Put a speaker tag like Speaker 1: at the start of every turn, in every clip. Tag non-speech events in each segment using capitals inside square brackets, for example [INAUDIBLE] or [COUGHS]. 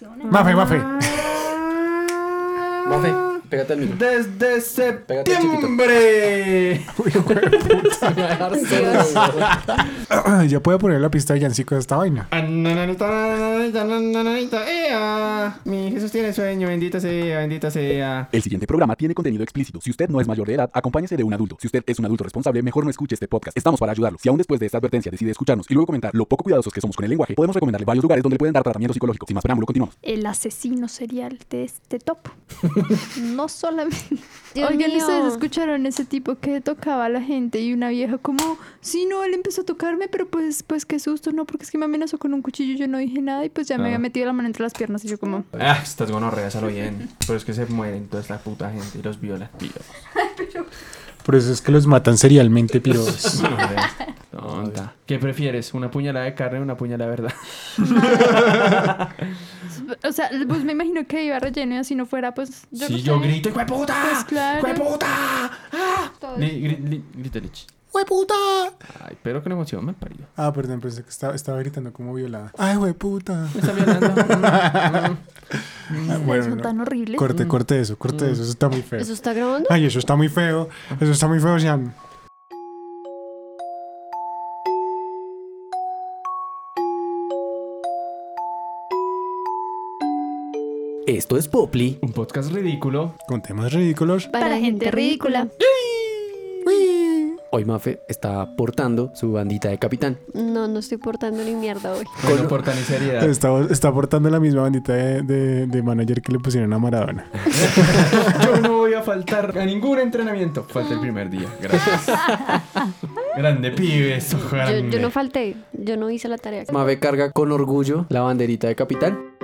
Speaker 1: vacaciones.
Speaker 2: Mafe, mafe. [CLEARS THROAT]
Speaker 3: Mafe,
Speaker 4: Ah.
Speaker 3: pégate al micro.
Speaker 4: Desde
Speaker 3: Pégate, chiquito.
Speaker 4: septiembre.
Speaker 3: [LAUGHS]
Speaker 2: ya puedo poner la pista de Yancico de esta vaina.
Speaker 4: Ea, Mi Jesús tiene sueño, bendita sea, bendita sea.
Speaker 5: El siguiente programa tiene contenido explícito. Si usted no es mayor de edad, acompáñese de un adulto. Si usted es un adulto responsable, mejor no escuche este podcast. Estamos para ayudarlo. Si aún después de esta advertencia decide escucharnos y luego comentar lo poco cuidadosos que somos con el lenguaje, podemos recomendarle varios lugares donde le pueden dar tratamiento psicológico. Sin más preámbulo, continuamos.
Speaker 6: el asesino serial de este
Speaker 1: [LAUGHS]
Speaker 6: topo. no solamente.
Speaker 1: Dios
Speaker 6: Oigan,
Speaker 1: mío.
Speaker 6: ¿ustedes escucharon ese tipo que tocaba a la gente y una vieja como, sí, no, él empezó a tocarme, pero pues, pues qué susto, no, porque es que me amenazó con un cuchillo, yo no dije nada y pues ya me
Speaker 4: Ah.
Speaker 6: había metido la mano entre las piernas y yo como,
Speaker 1: Pues,
Speaker 4: Ah, estas gonorreas a lo bien. Pero es que se mueren toda esta puta gente y los viola. Dios.
Speaker 2: Por eso es que los matan serialmente, [LAUGHS] piros.
Speaker 4: Gonorreas. Tonta. ¿Qué prefieres? ¿Una puñalada de carne o una puñalada de verdad?
Speaker 6: o sea, pues me imagino que iba relleno y así no fuera, pues yo no
Speaker 4: sí, yo
Speaker 6: sé,
Speaker 4: grito, ¡hijo de puta!
Speaker 6: Pues claro.
Speaker 4: ¡Hijo de puta! ¡Ah!
Speaker 6: todo.
Speaker 4: Li- gri- li- Grita Lich. Ay, pero con emoción me parido.
Speaker 2: Ah, perdón, pensé que estaba, estaba gritando como violada. Ay, güey, puta.
Speaker 4: Me está violando.
Speaker 2: Ah, bueno,
Speaker 6: son
Speaker 2: no.
Speaker 6: tan horribles.
Speaker 2: Corte, corte eso, corte eso. Eso está muy feo.
Speaker 1: ¿Eso está grabando?
Speaker 2: Ay, eso está muy feo. Eso está muy feo, Sean.
Speaker 3: Esto es Popli.
Speaker 4: Un podcast ridículo.
Speaker 2: Con temas ridículos.
Speaker 1: Para, gente ridícula.
Speaker 3: Hoy Mafe está portando su bandita de capitán.
Speaker 1: No, no estoy portando ni mierda hoy.
Speaker 4: Con por tan seriedad.
Speaker 2: Está, está portando la misma bandita de, de- de manager que le pusieron a Maradona.
Speaker 4: [LAUGHS] Yo no voy a faltar a ningún entrenamiento. Falta el primer día.
Speaker 1: [LAUGHS]
Speaker 4: Gracias. grande pibe, eso,
Speaker 1: Yo,
Speaker 4: grande.
Speaker 1: yo no falté, yo no hice la tarea.
Speaker 3: Mafe carga con orgullo la banderita de capitán.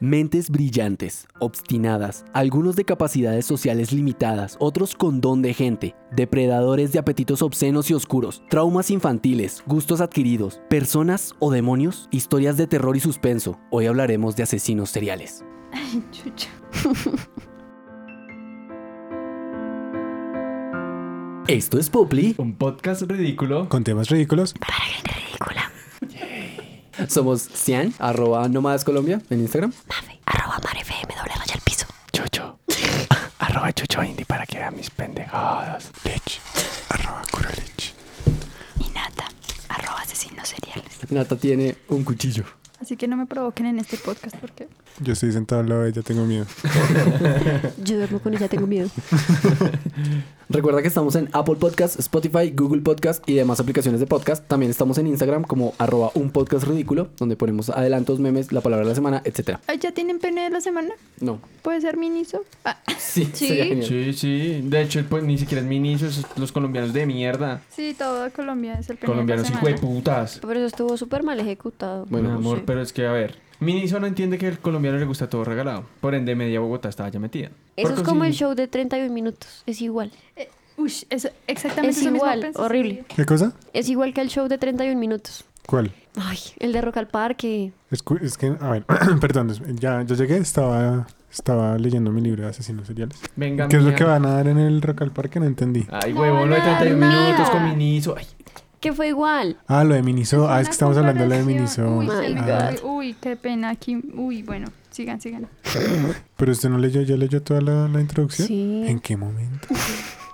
Speaker 3: Mentes brillantes, obstinadas, algunos de capacidades sociales limitadas, otros con don de gente, depredadores de apetitos obscenos y oscuros, traumas infantiles, gustos adquiridos, personas o demonios, historias de terror y suspenso. Hoy hablaremos de asesinos seriales.
Speaker 6: Chucha.
Speaker 3: Esto es Popli.
Speaker 4: Un podcast ridículo.
Speaker 2: Con temas ridículos.
Speaker 3: [LAUGHS] Somos Cian, arroba Nómadas Colombia en Instagram.
Speaker 1: Arroba marefm, doble raya al piso.
Speaker 3: Chucho. arroba Chucho Indy para que vean mis pendejadas.
Speaker 6: Y nata, arroba asesino serial.
Speaker 3: Nata tiene un cuchillo.
Speaker 6: Así que no me provoquen en este podcast porque
Speaker 2: Yo estoy sentado al lado de ella, tengo miedo.
Speaker 1: Yo duermo con ella,
Speaker 4: [LAUGHS]
Speaker 1: tengo miedo.
Speaker 3: Recuerda que estamos en Apple Podcast, Spotify, Google Podcast y demás aplicaciones de podcast. También estamos en Instagram como arroba un podcast ridículo, donde ponemos adelantos, memes, la palabra de la semana, etc.
Speaker 6: Ay, ¿ya tienen pene de la semana?
Speaker 3: No.
Speaker 6: ¿Puede ser miniso? Ah,
Speaker 3: Sí,
Speaker 1: Sí.
Speaker 3: sería
Speaker 4: [LAUGHS]
Speaker 3: genial.
Speaker 4: Sí, sí. De hecho, pues ni siquiera es mi inicio. esos- Los colombianos de mierda.
Speaker 6: sí, todo Colombia es el pene
Speaker 4: Colombianos
Speaker 6: de la
Speaker 4: hijo de
Speaker 6: semana.
Speaker 4: putas.
Speaker 1: Pero eso estuvo súper mal ejecutado.
Speaker 3: Bueno,
Speaker 4: Mi
Speaker 3: no
Speaker 4: amor,
Speaker 1: sé.
Speaker 4: pero es que a ver. Miniso no entiende que al colombiano le gusta todo regalado. Por ende, media Bogotá estaba ya metida.
Speaker 1: Eso
Speaker 4: Por
Speaker 1: es como el
Speaker 4: consiguiente-
Speaker 1: show de 31 minutos. Es igual.
Speaker 6: Eh, ush, eso, exactamente
Speaker 1: Es pues.
Speaker 6: eso mismo
Speaker 1: igual,
Speaker 6: pensé,
Speaker 1: horrible.
Speaker 2: ¿Qué cosa?
Speaker 1: Es igual que el show de 31 minutos.
Speaker 2: ¿Cuál?
Speaker 1: Ay, el de Rock al Parque.
Speaker 2: Es, cu- es que, a ver, [CLEARS THROAT] perdón, es- ya, ya llegué, estaba, estaba leyendo mi libro de asesinos seriales.
Speaker 4: Venga, Ah.
Speaker 2: ¿Qué es lo
Speaker 4: mierda.
Speaker 2: que van a dar en el Rock al Parque? No entendí.
Speaker 4: Ay,
Speaker 6: No,
Speaker 4: huevón, lo de
Speaker 6: nada,
Speaker 4: 31
Speaker 1: nada.
Speaker 4: minutos con Miniso. Ay,
Speaker 1: Que fue igual.
Speaker 2: Ah, lo de Miniso. Ah, es
Speaker 6: una
Speaker 2: que estamos hablando de lo de Miniso.
Speaker 6: comparación. Uy, se me
Speaker 1: My
Speaker 2: Ah,
Speaker 6: fue. Uy, qué pena aquí. Uy, bueno, sigan, sigan.
Speaker 2: pero usted no leyó, ya leyó toda la, la introducción.
Speaker 1: Sí.
Speaker 2: ¿En qué momento?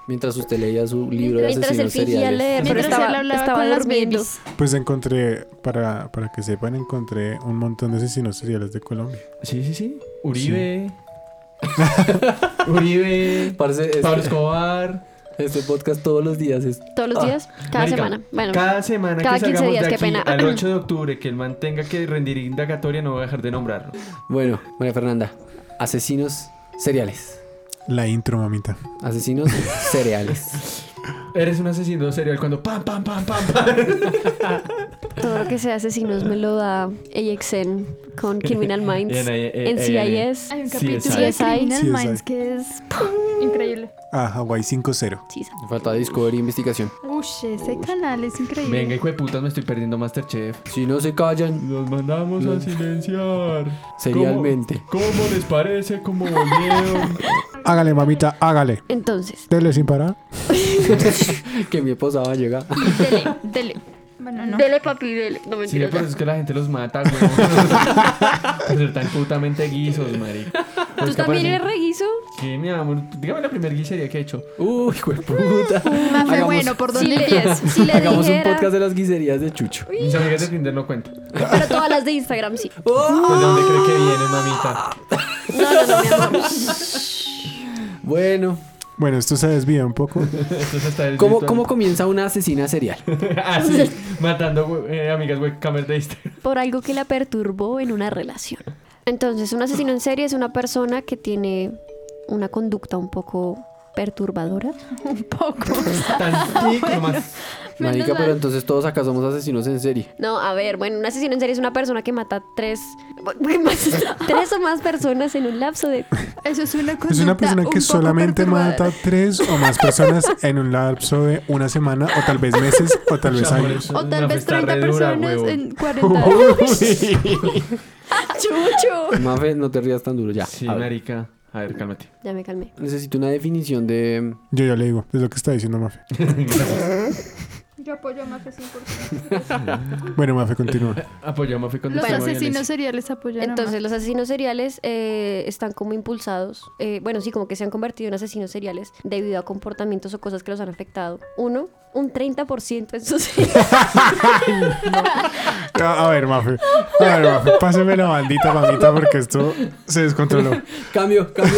Speaker 3: Mientras usted leía su libro de
Speaker 1: Mientras él
Speaker 3: asesinos
Speaker 1: fingía
Speaker 3: seriales.
Speaker 1: leer, pero
Speaker 6: Mientras él
Speaker 1: estaba,
Speaker 6: hablaba
Speaker 1: estaba
Speaker 6: con las
Speaker 1: durmiendo.
Speaker 6: babies.
Speaker 2: Pues encontré, para, para que sepan, encontré un montón de asesinos seriales de Colombia.
Speaker 4: sí, sí, sí. Uribe. [LAUGHS] Uribe.
Speaker 3: Parce, este-
Speaker 4: Pablo Escobar.
Speaker 3: este podcast todos los días es
Speaker 1: Todos los
Speaker 3: Ah,
Speaker 1: días, cada
Speaker 4: Marica,
Speaker 1: semana. [LAUGHS] Bueno,
Speaker 4: Cada semana
Speaker 1: cada
Speaker 4: que
Speaker 1: 15
Speaker 4: salgamos
Speaker 1: días,
Speaker 4: de
Speaker 1: qué
Speaker 4: aquí
Speaker 1: pena.
Speaker 4: al 8
Speaker 1: [CLEARS THROAT]
Speaker 4: de octubre, que el man tenga que rendir indagatoria, no voy a dejar de nombrarlo.
Speaker 3: Bueno, María Fernanda, asesinos seriales.
Speaker 2: La intro, mamita.
Speaker 3: Asesinos [LAUGHS] seriales.
Speaker 4: Eres un asesino serial cuando pam, pam, pam, pam, pam.
Speaker 1: [LAUGHS] todo lo que sea asesinos me lo da AXN
Speaker 4: [LAUGHS]
Speaker 1: con Criminal Minds.
Speaker 4: En, eh, eh,
Speaker 1: En
Speaker 4: eh,
Speaker 1: CIS.
Speaker 6: Hay un
Speaker 4: Sí,
Speaker 6: capítulo
Speaker 4: exacto.
Speaker 6: de
Speaker 1: CSI.
Speaker 6: Criminal
Speaker 2: CSI.
Speaker 6: Minds que es ¡pum! increíble.
Speaker 2: Ah, Hawaii 5-0.
Speaker 1: Sí, sa-
Speaker 3: Falta Discovery Investigación.
Speaker 6: Ush, ese canal es increíble.
Speaker 4: Venga, hijo de putas, me estoy perdiendo Masterchef.
Speaker 3: Si no se callan,
Speaker 4: Los mandamos a [LAUGHS] silenciar.
Speaker 3: Serialmente.
Speaker 4: ¿Cómo, cómo les parece? ¿Cómo volvieron?
Speaker 2: Hágale, mamita, hágale.
Speaker 1: Entonces,
Speaker 2: Dele sin parar.
Speaker 3: que mi esposa va a llegar.
Speaker 6: Dele, dele. Bueno, no.
Speaker 1: Dele, papi, dele.
Speaker 4: [LAUGHS]
Speaker 1: No
Speaker 4: Sí,
Speaker 1: mentiras.
Speaker 4: pero
Speaker 7: pues,
Speaker 4: es que la gente los mata,
Speaker 1: [LAUGHS]
Speaker 4: güey. Ser tan putamente guisos, marica.
Speaker 7: pues,
Speaker 4: Pues
Speaker 1: ¿Tú también eres reguizo?
Speaker 4: Sí, mi amor. Dígame la primera guisería que he hecho.
Speaker 7: Uy, güey, puta.
Speaker 1: Mm,
Speaker 6: Más de bueno, ¿por
Speaker 1: Si
Speaker 6: dónde
Speaker 1: le, [LAUGHS]
Speaker 6: empiezas?
Speaker 1: si le
Speaker 7: Hagamos un
Speaker 1: dijera.
Speaker 7: podcast de las guiserías de Chucho.
Speaker 4: Mis amigas de Tinder no cuentan. ¿De
Speaker 1: Pero todas las de
Speaker 7: [LAUGHS]
Speaker 1: Instagram sí.
Speaker 7: Oh,
Speaker 4: dónde cree que viene, mamita?
Speaker 1: No, no, no, mi amor.
Speaker 7: Bueno,
Speaker 2: Bueno, esto se desvía un poco.
Speaker 4: Entonces está el
Speaker 7: ¿cómo,
Speaker 4: virtual.
Speaker 7: ¿cómo comienza una asesina
Speaker 1: [LAUGHS]
Speaker 7: serial?
Speaker 4: [LAUGHS] ah, sí. Matando güey, eh, amigas webcamers de
Speaker 6: [LAUGHS]
Speaker 4: Instagram.
Speaker 1: Por algo que la perturbó en una relación. Entonces, un asesino en serie es una persona que tiene una conducta un poco perturbadora.
Speaker 6: Un poco.
Speaker 4: Tantico nomás.
Speaker 7: Marica,
Speaker 1: mal.
Speaker 7: pero entonces todos acá somos asesinos en serie.
Speaker 1: No, a ver, bueno, un asesino en serie es una persona que mata tres, [LAUGHS] tres o más personas en un lapso de
Speaker 6: Eso es una conducta
Speaker 2: Es una persona
Speaker 6: un
Speaker 2: que
Speaker 6: poco
Speaker 2: solamente
Speaker 6: perturbadora.
Speaker 2: mata tres o más
Speaker 6: [LAUGHS]
Speaker 2: personas en un lapso de una semana o tal vez meses o tal vez años.
Speaker 6: O tal
Speaker 4: Una
Speaker 6: vez
Speaker 4: fiesta
Speaker 6: 30
Speaker 4: re dura,
Speaker 6: personas
Speaker 4: huevo.
Speaker 6: en 40 [LAUGHS] ¡Chucho!
Speaker 7: Mafe, no te rías tan duro ya.
Speaker 4: Sí,
Speaker 7: A ver,
Speaker 4: marica. A ver, cálmate.
Speaker 1: Ya me calmé.
Speaker 7: necesito una definición de... mm,
Speaker 2: Yo ya le digo, es lo que está diciendo Mafe.
Speaker 6: Yo apoyo a más de 100%.
Speaker 2: Bueno, Mafe, continúa.
Speaker 4: Apoyamos fui con
Speaker 6: Los
Speaker 1: Bueno.
Speaker 6: asesinos seriales apoyan
Speaker 1: Entonces, los asesinos seriales eh, están como impulsados, eh, bueno, sí, como que se han convertido en asesinos seriales debido a comportamientos o cosas que los han afectado. Uno, un 30% en [LAUGHS] sus
Speaker 2: Ah, A, a ver, Mafe. A ver, Mafe, páseme la bandita, mamita, porque esto se descontroló.
Speaker 7: Cambio, cambio.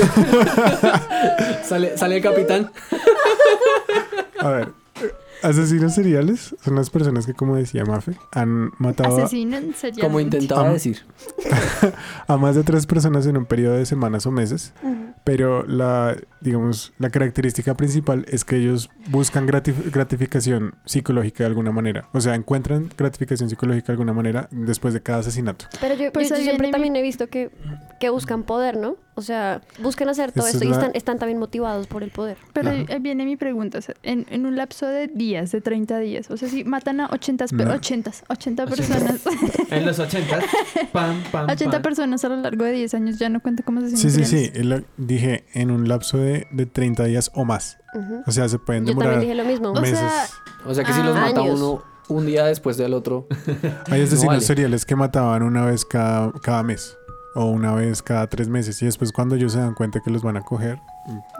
Speaker 7: [LAUGHS] sale, sale el capitán.
Speaker 2: A ver. Asesinos seriales son las personas que, como decía Mafe, han matado a-
Speaker 6: Asesinan serialmente.
Speaker 7: Como intentaba
Speaker 2: Am-
Speaker 7: decir.
Speaker 2: a más de tres personas en un periodo de semanas o meses, pero la, digamos, la característica principal es que ellos buscan gratif- gratificación psicológica de alguna manera. O sea, encuentran gratificación psicológica de alguna manera después de cada asesinato.
Speaker 1: Pero yo,
Speaker 6: Pues
Speaker 1: yo- yo
Speaker 6: ahí
Speaker 1: siempre
Speaker 6: viene mi-
Speaker 1: también he visto que, que buscan poder, ¿no? O sea, buscan hacer todo
Speaker 2: Esa es
Speaker 1: esto y
Speaker 2: la-
Speaker 1: están, están también motivados por el poder.
Speaker 6: Pero ahí ahí viene mi pregunta. o sea, en, en un lapso de días, de 30 días. O sea, si matan a 80, pe-
Speaker 2: No.
Speaker 6: 80, 80
Speaker 4: Ochenta.
Speaker 6: personas.
Speaker 4: [LAUGHS]
Speaker 6: [LAUGHS]
Speaker 4: En los 80. Pam, pam,
Speaker 6: 80
Speaker 4: pam.
Speaker 6: personas a lo largo de 10 años ya no cuenta como asesinos
Speaker 2: Sí, sí, sí.
Speaker 6: seriales.
Speaker 2: Lo- dije en un lapso de, de 30 días o más.
Speaker 1: Ujú.
Speaker 2: O sea, se pueden
Speaker 1: Yo también
Speaker 2: demorar
Speaker 1: dije lo mismo.
Speaker 6: O
Speaker 2: meses.
Speaker 6: sea,
Speaker 7: O sea que si los
Speaker 1: Ah,
Speaker 7: mata
Speaker 1: años.
Speaker 7: uno un día después del otro.
Speaker 2: Hay asesinos
Speaker 7: vale.
Speaker 2: seriales que mataban una vez cada, cada mes o una vez cada tres meses y después cuando ellos se dan cuenta que los van a coger,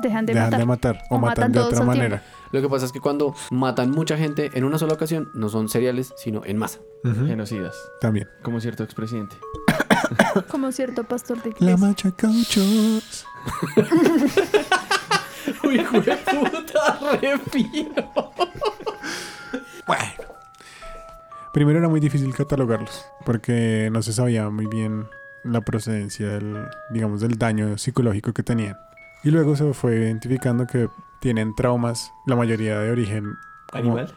Speaker 6: Dejan de
Speaker 2: dejan
Speaker 6: matar.
Speaker 2: de matar o,
Speaker 6: O
Speaker 2: matan,
Speaker 6: matan
Speaker 2: de
Speaker 6: todos
Speaker 2: otra
Speaker 6: al tiempo.
Speaker 2: manera.
Speaker 7: Lo que pasa es que cuando matan mucha gente en una sola ocasión, no son seriales, sino en masa.
Speaker 2: Ujú,
Speaker 4: Genocidas.
Speaker 2: También.
Speaker 4: Como cierto expresidente.
Speaker 6: Como cierto pastor de
Speaker 2: La
Speaker 6: iglesia.
Speaker 2: macha cauchos.
Speaker 7: [LAUGHS] Uy, puta, refino.
Speaker 2: [LAUGHS] Bueno. Primero era muy difícil catalogarlos porque no se sabía muy bien la procedencia del, digamos, del daño psicológico que tenían. Y luego se fue identificando que tienen traumas, la mayoría de origen como-
Speaker 4: Animal.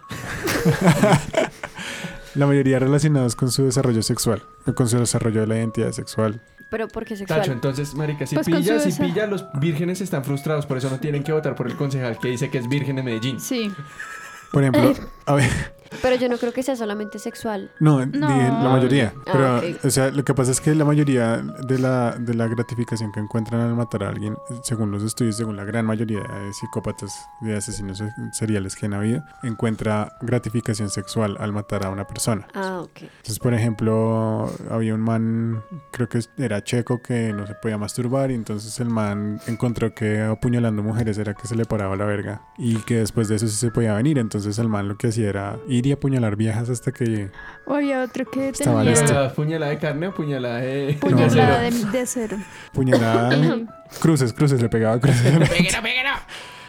Speaker 2: La mayoría relacionados con su desarrollo sexual, o con su desarrollo de la identidad sexual.
Speaker 1: Pero porque sexual.
Speaker 4: Tacho, entonces, marica, si
Speaker 6: Pues con
Speaker 4: pilla,
Speaker 6: su
Speaker 4: si
Speaker 6: esa-
Speaker 4: pilla, los vírgenes están frustrados, por eso no tienen que votar por el concejal que dice que es virgen de Medellín.
Speaker 6: Sí.
Speaker 2: Por ejemplo, a ver,
Speaker 1: Pero yo no creo que sea solamente sexual.
Speaker 2: no, dije la mayoría.
Speaker 1: Ah,
Speaker 2: Pero,
Speaker 1: ok.
Speaker 2: o sea, lo que pasa es que la mayoría de la, de la gratificación que encuentran al matar a alguien, según los estudios, según la gran mayoría de psicópatas, de asesinos se- seriales que han habido, encuentra gratificación sexual al matar a una persona.
Speaker 1: Ah, ok.
Speaker 2: Entonces, por ejemplo, había un man, creo que era checo, que no se podía masturbar y entonces el man encontró que apuñalando mujeres era que se le paraba la verga y que después de eso sí se podía venir. Entonces el man lo que hacía era ir y apuñalar viejas hasta que...
Speaker 6: O había otro que
Speaker 2: Estaba
Speaker 6: tenía
Speaker 2: listo.
Speaker 4: ¿Puñalada, puñalada de carne o puñalada de... [LAUGHS]
Speaker 6: puñalada de,
Speaker 2: [CLEARS THROAT]
Speaker 6: de cero. [LAUGHS]
Speaker 2: Puñalada... cruces, cruces, le pegaba cruces. [LAUGHS]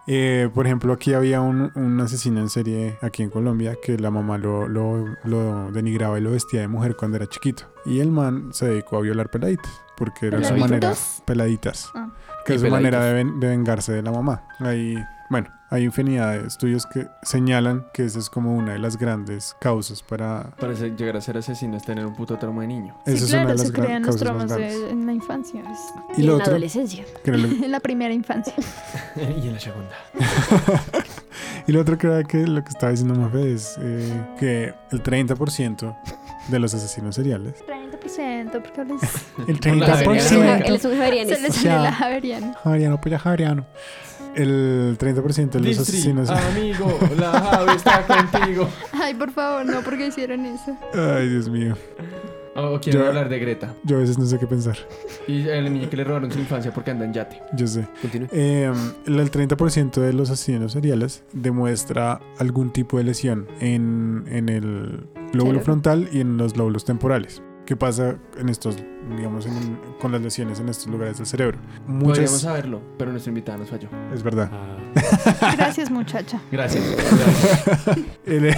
Speaker 2: Eh, por ejemplo, aquí había un, un asesino en serie aquí en Colombia que la mamá lo, lo- lo denigraba y lo vestía de mujer cuando era chiquito. Y el man se dedicó a violar peladitas, porque
Speaker 6: [CLEARS THROAT]
Speaker 2: era su
Speaker 7: ¿Peladitos?
Speaker 2: manera. Peladitas.
Speaker 6: Ah.
Speaker 2: Que
Speaker 7: Y
Speaker 2: es su
Speaker 7: peladitos.
Speaker 2: manera de, ven- de vengarse de la mamá. Ahí, bueno, hay infinidad de estudios que señalan que esa es como una de las grandes causas para.
Speaker 4: Para ser- llegar a ser asesino es tener un puto trauma de niño.
Speaker 6: Sí,
Speaker 2: esa es
Speaker 6: claro,
Speaker 2: una de las
Speaker 6: se
Speaker 2: gran-
Speaker 6: crean los
Speaker 2: causas
Speaker 6: traumas
Speaker 2: más grandes.
Speaker 6: de- en la infancia. es- [LAUGHS]
Speaker 2: Y
Speaker 1: en
Speaker 2: lo
Speaker 1: la
Speaker 2: otro,
Speaker 1: adolescencia.
Speaker 2: que era lo-
Speaker 6: en la primera infancia.
Speaker 4: [LAUGHS] y en la segunda.
Speaker 2: Y lo otro que era que lo que estaba diciendo Mafe es eh, que el 30% de los asesinos
Speaker 4: [LAUGHS]
Speaker 2: seriales.
Speaker 6: 30%, porque ahora es-
Speaker 2: El
Speaker 4: Por la
Speaker 1: Él es un-
Speaker 2: 30%.
Speaker 1: él es un
Speaker 6: se
Speaker 1: javerianista.
Speaker 6: les
Speaker 2: O
Speaker 6: sale
Speaker 2: sea-
Speaker 6: la javeriana.
Speaker 2: Javeriano, pues ya javeriano. el 30% de los
Speaker 4: Distri,
Speaker 2: asesinos. [LAUGHS]
Speaker 4: amigo, la Javi está [LAUGHS] contigo.
Speaker 6: Ay, por favor, no, porque hicieron eso.
Speaker 2: Ay, Dios mío.
Speaker 4: O Oh, quiero
Speaker 2: Yo-
Speaker 4: hablar de Greta.
Speaker 2: Yo a veces no sé qué pensar.
Speaker 4: Y el niño que le robaron su infancia porque anda en yate.
Speaker 2: Yo sé.
Speaker 4: Continúe.
Speaker 2: Eh, el el 30% de los asesinos cereales demuestra algún tipo de lesión en, en el lóbulo
Speaker 1: Cerebro.
Speaker 2: frontal y en los lóbulos temporales. ¿Qué pasa en estos, digamos, en- con las lesiones en estos lugares del cerebro?
Speaker 4: Podríamos
Speaker 2: Muchas.
Speaker 4: saberlo, pero nuestra invitada nos falló.
Speaker 2: Es verdad.
Speaker 6: Gracias, muchacha.
Speaker 4: Gracias. Gracias.
Speaker 2: [LAUGHS] El,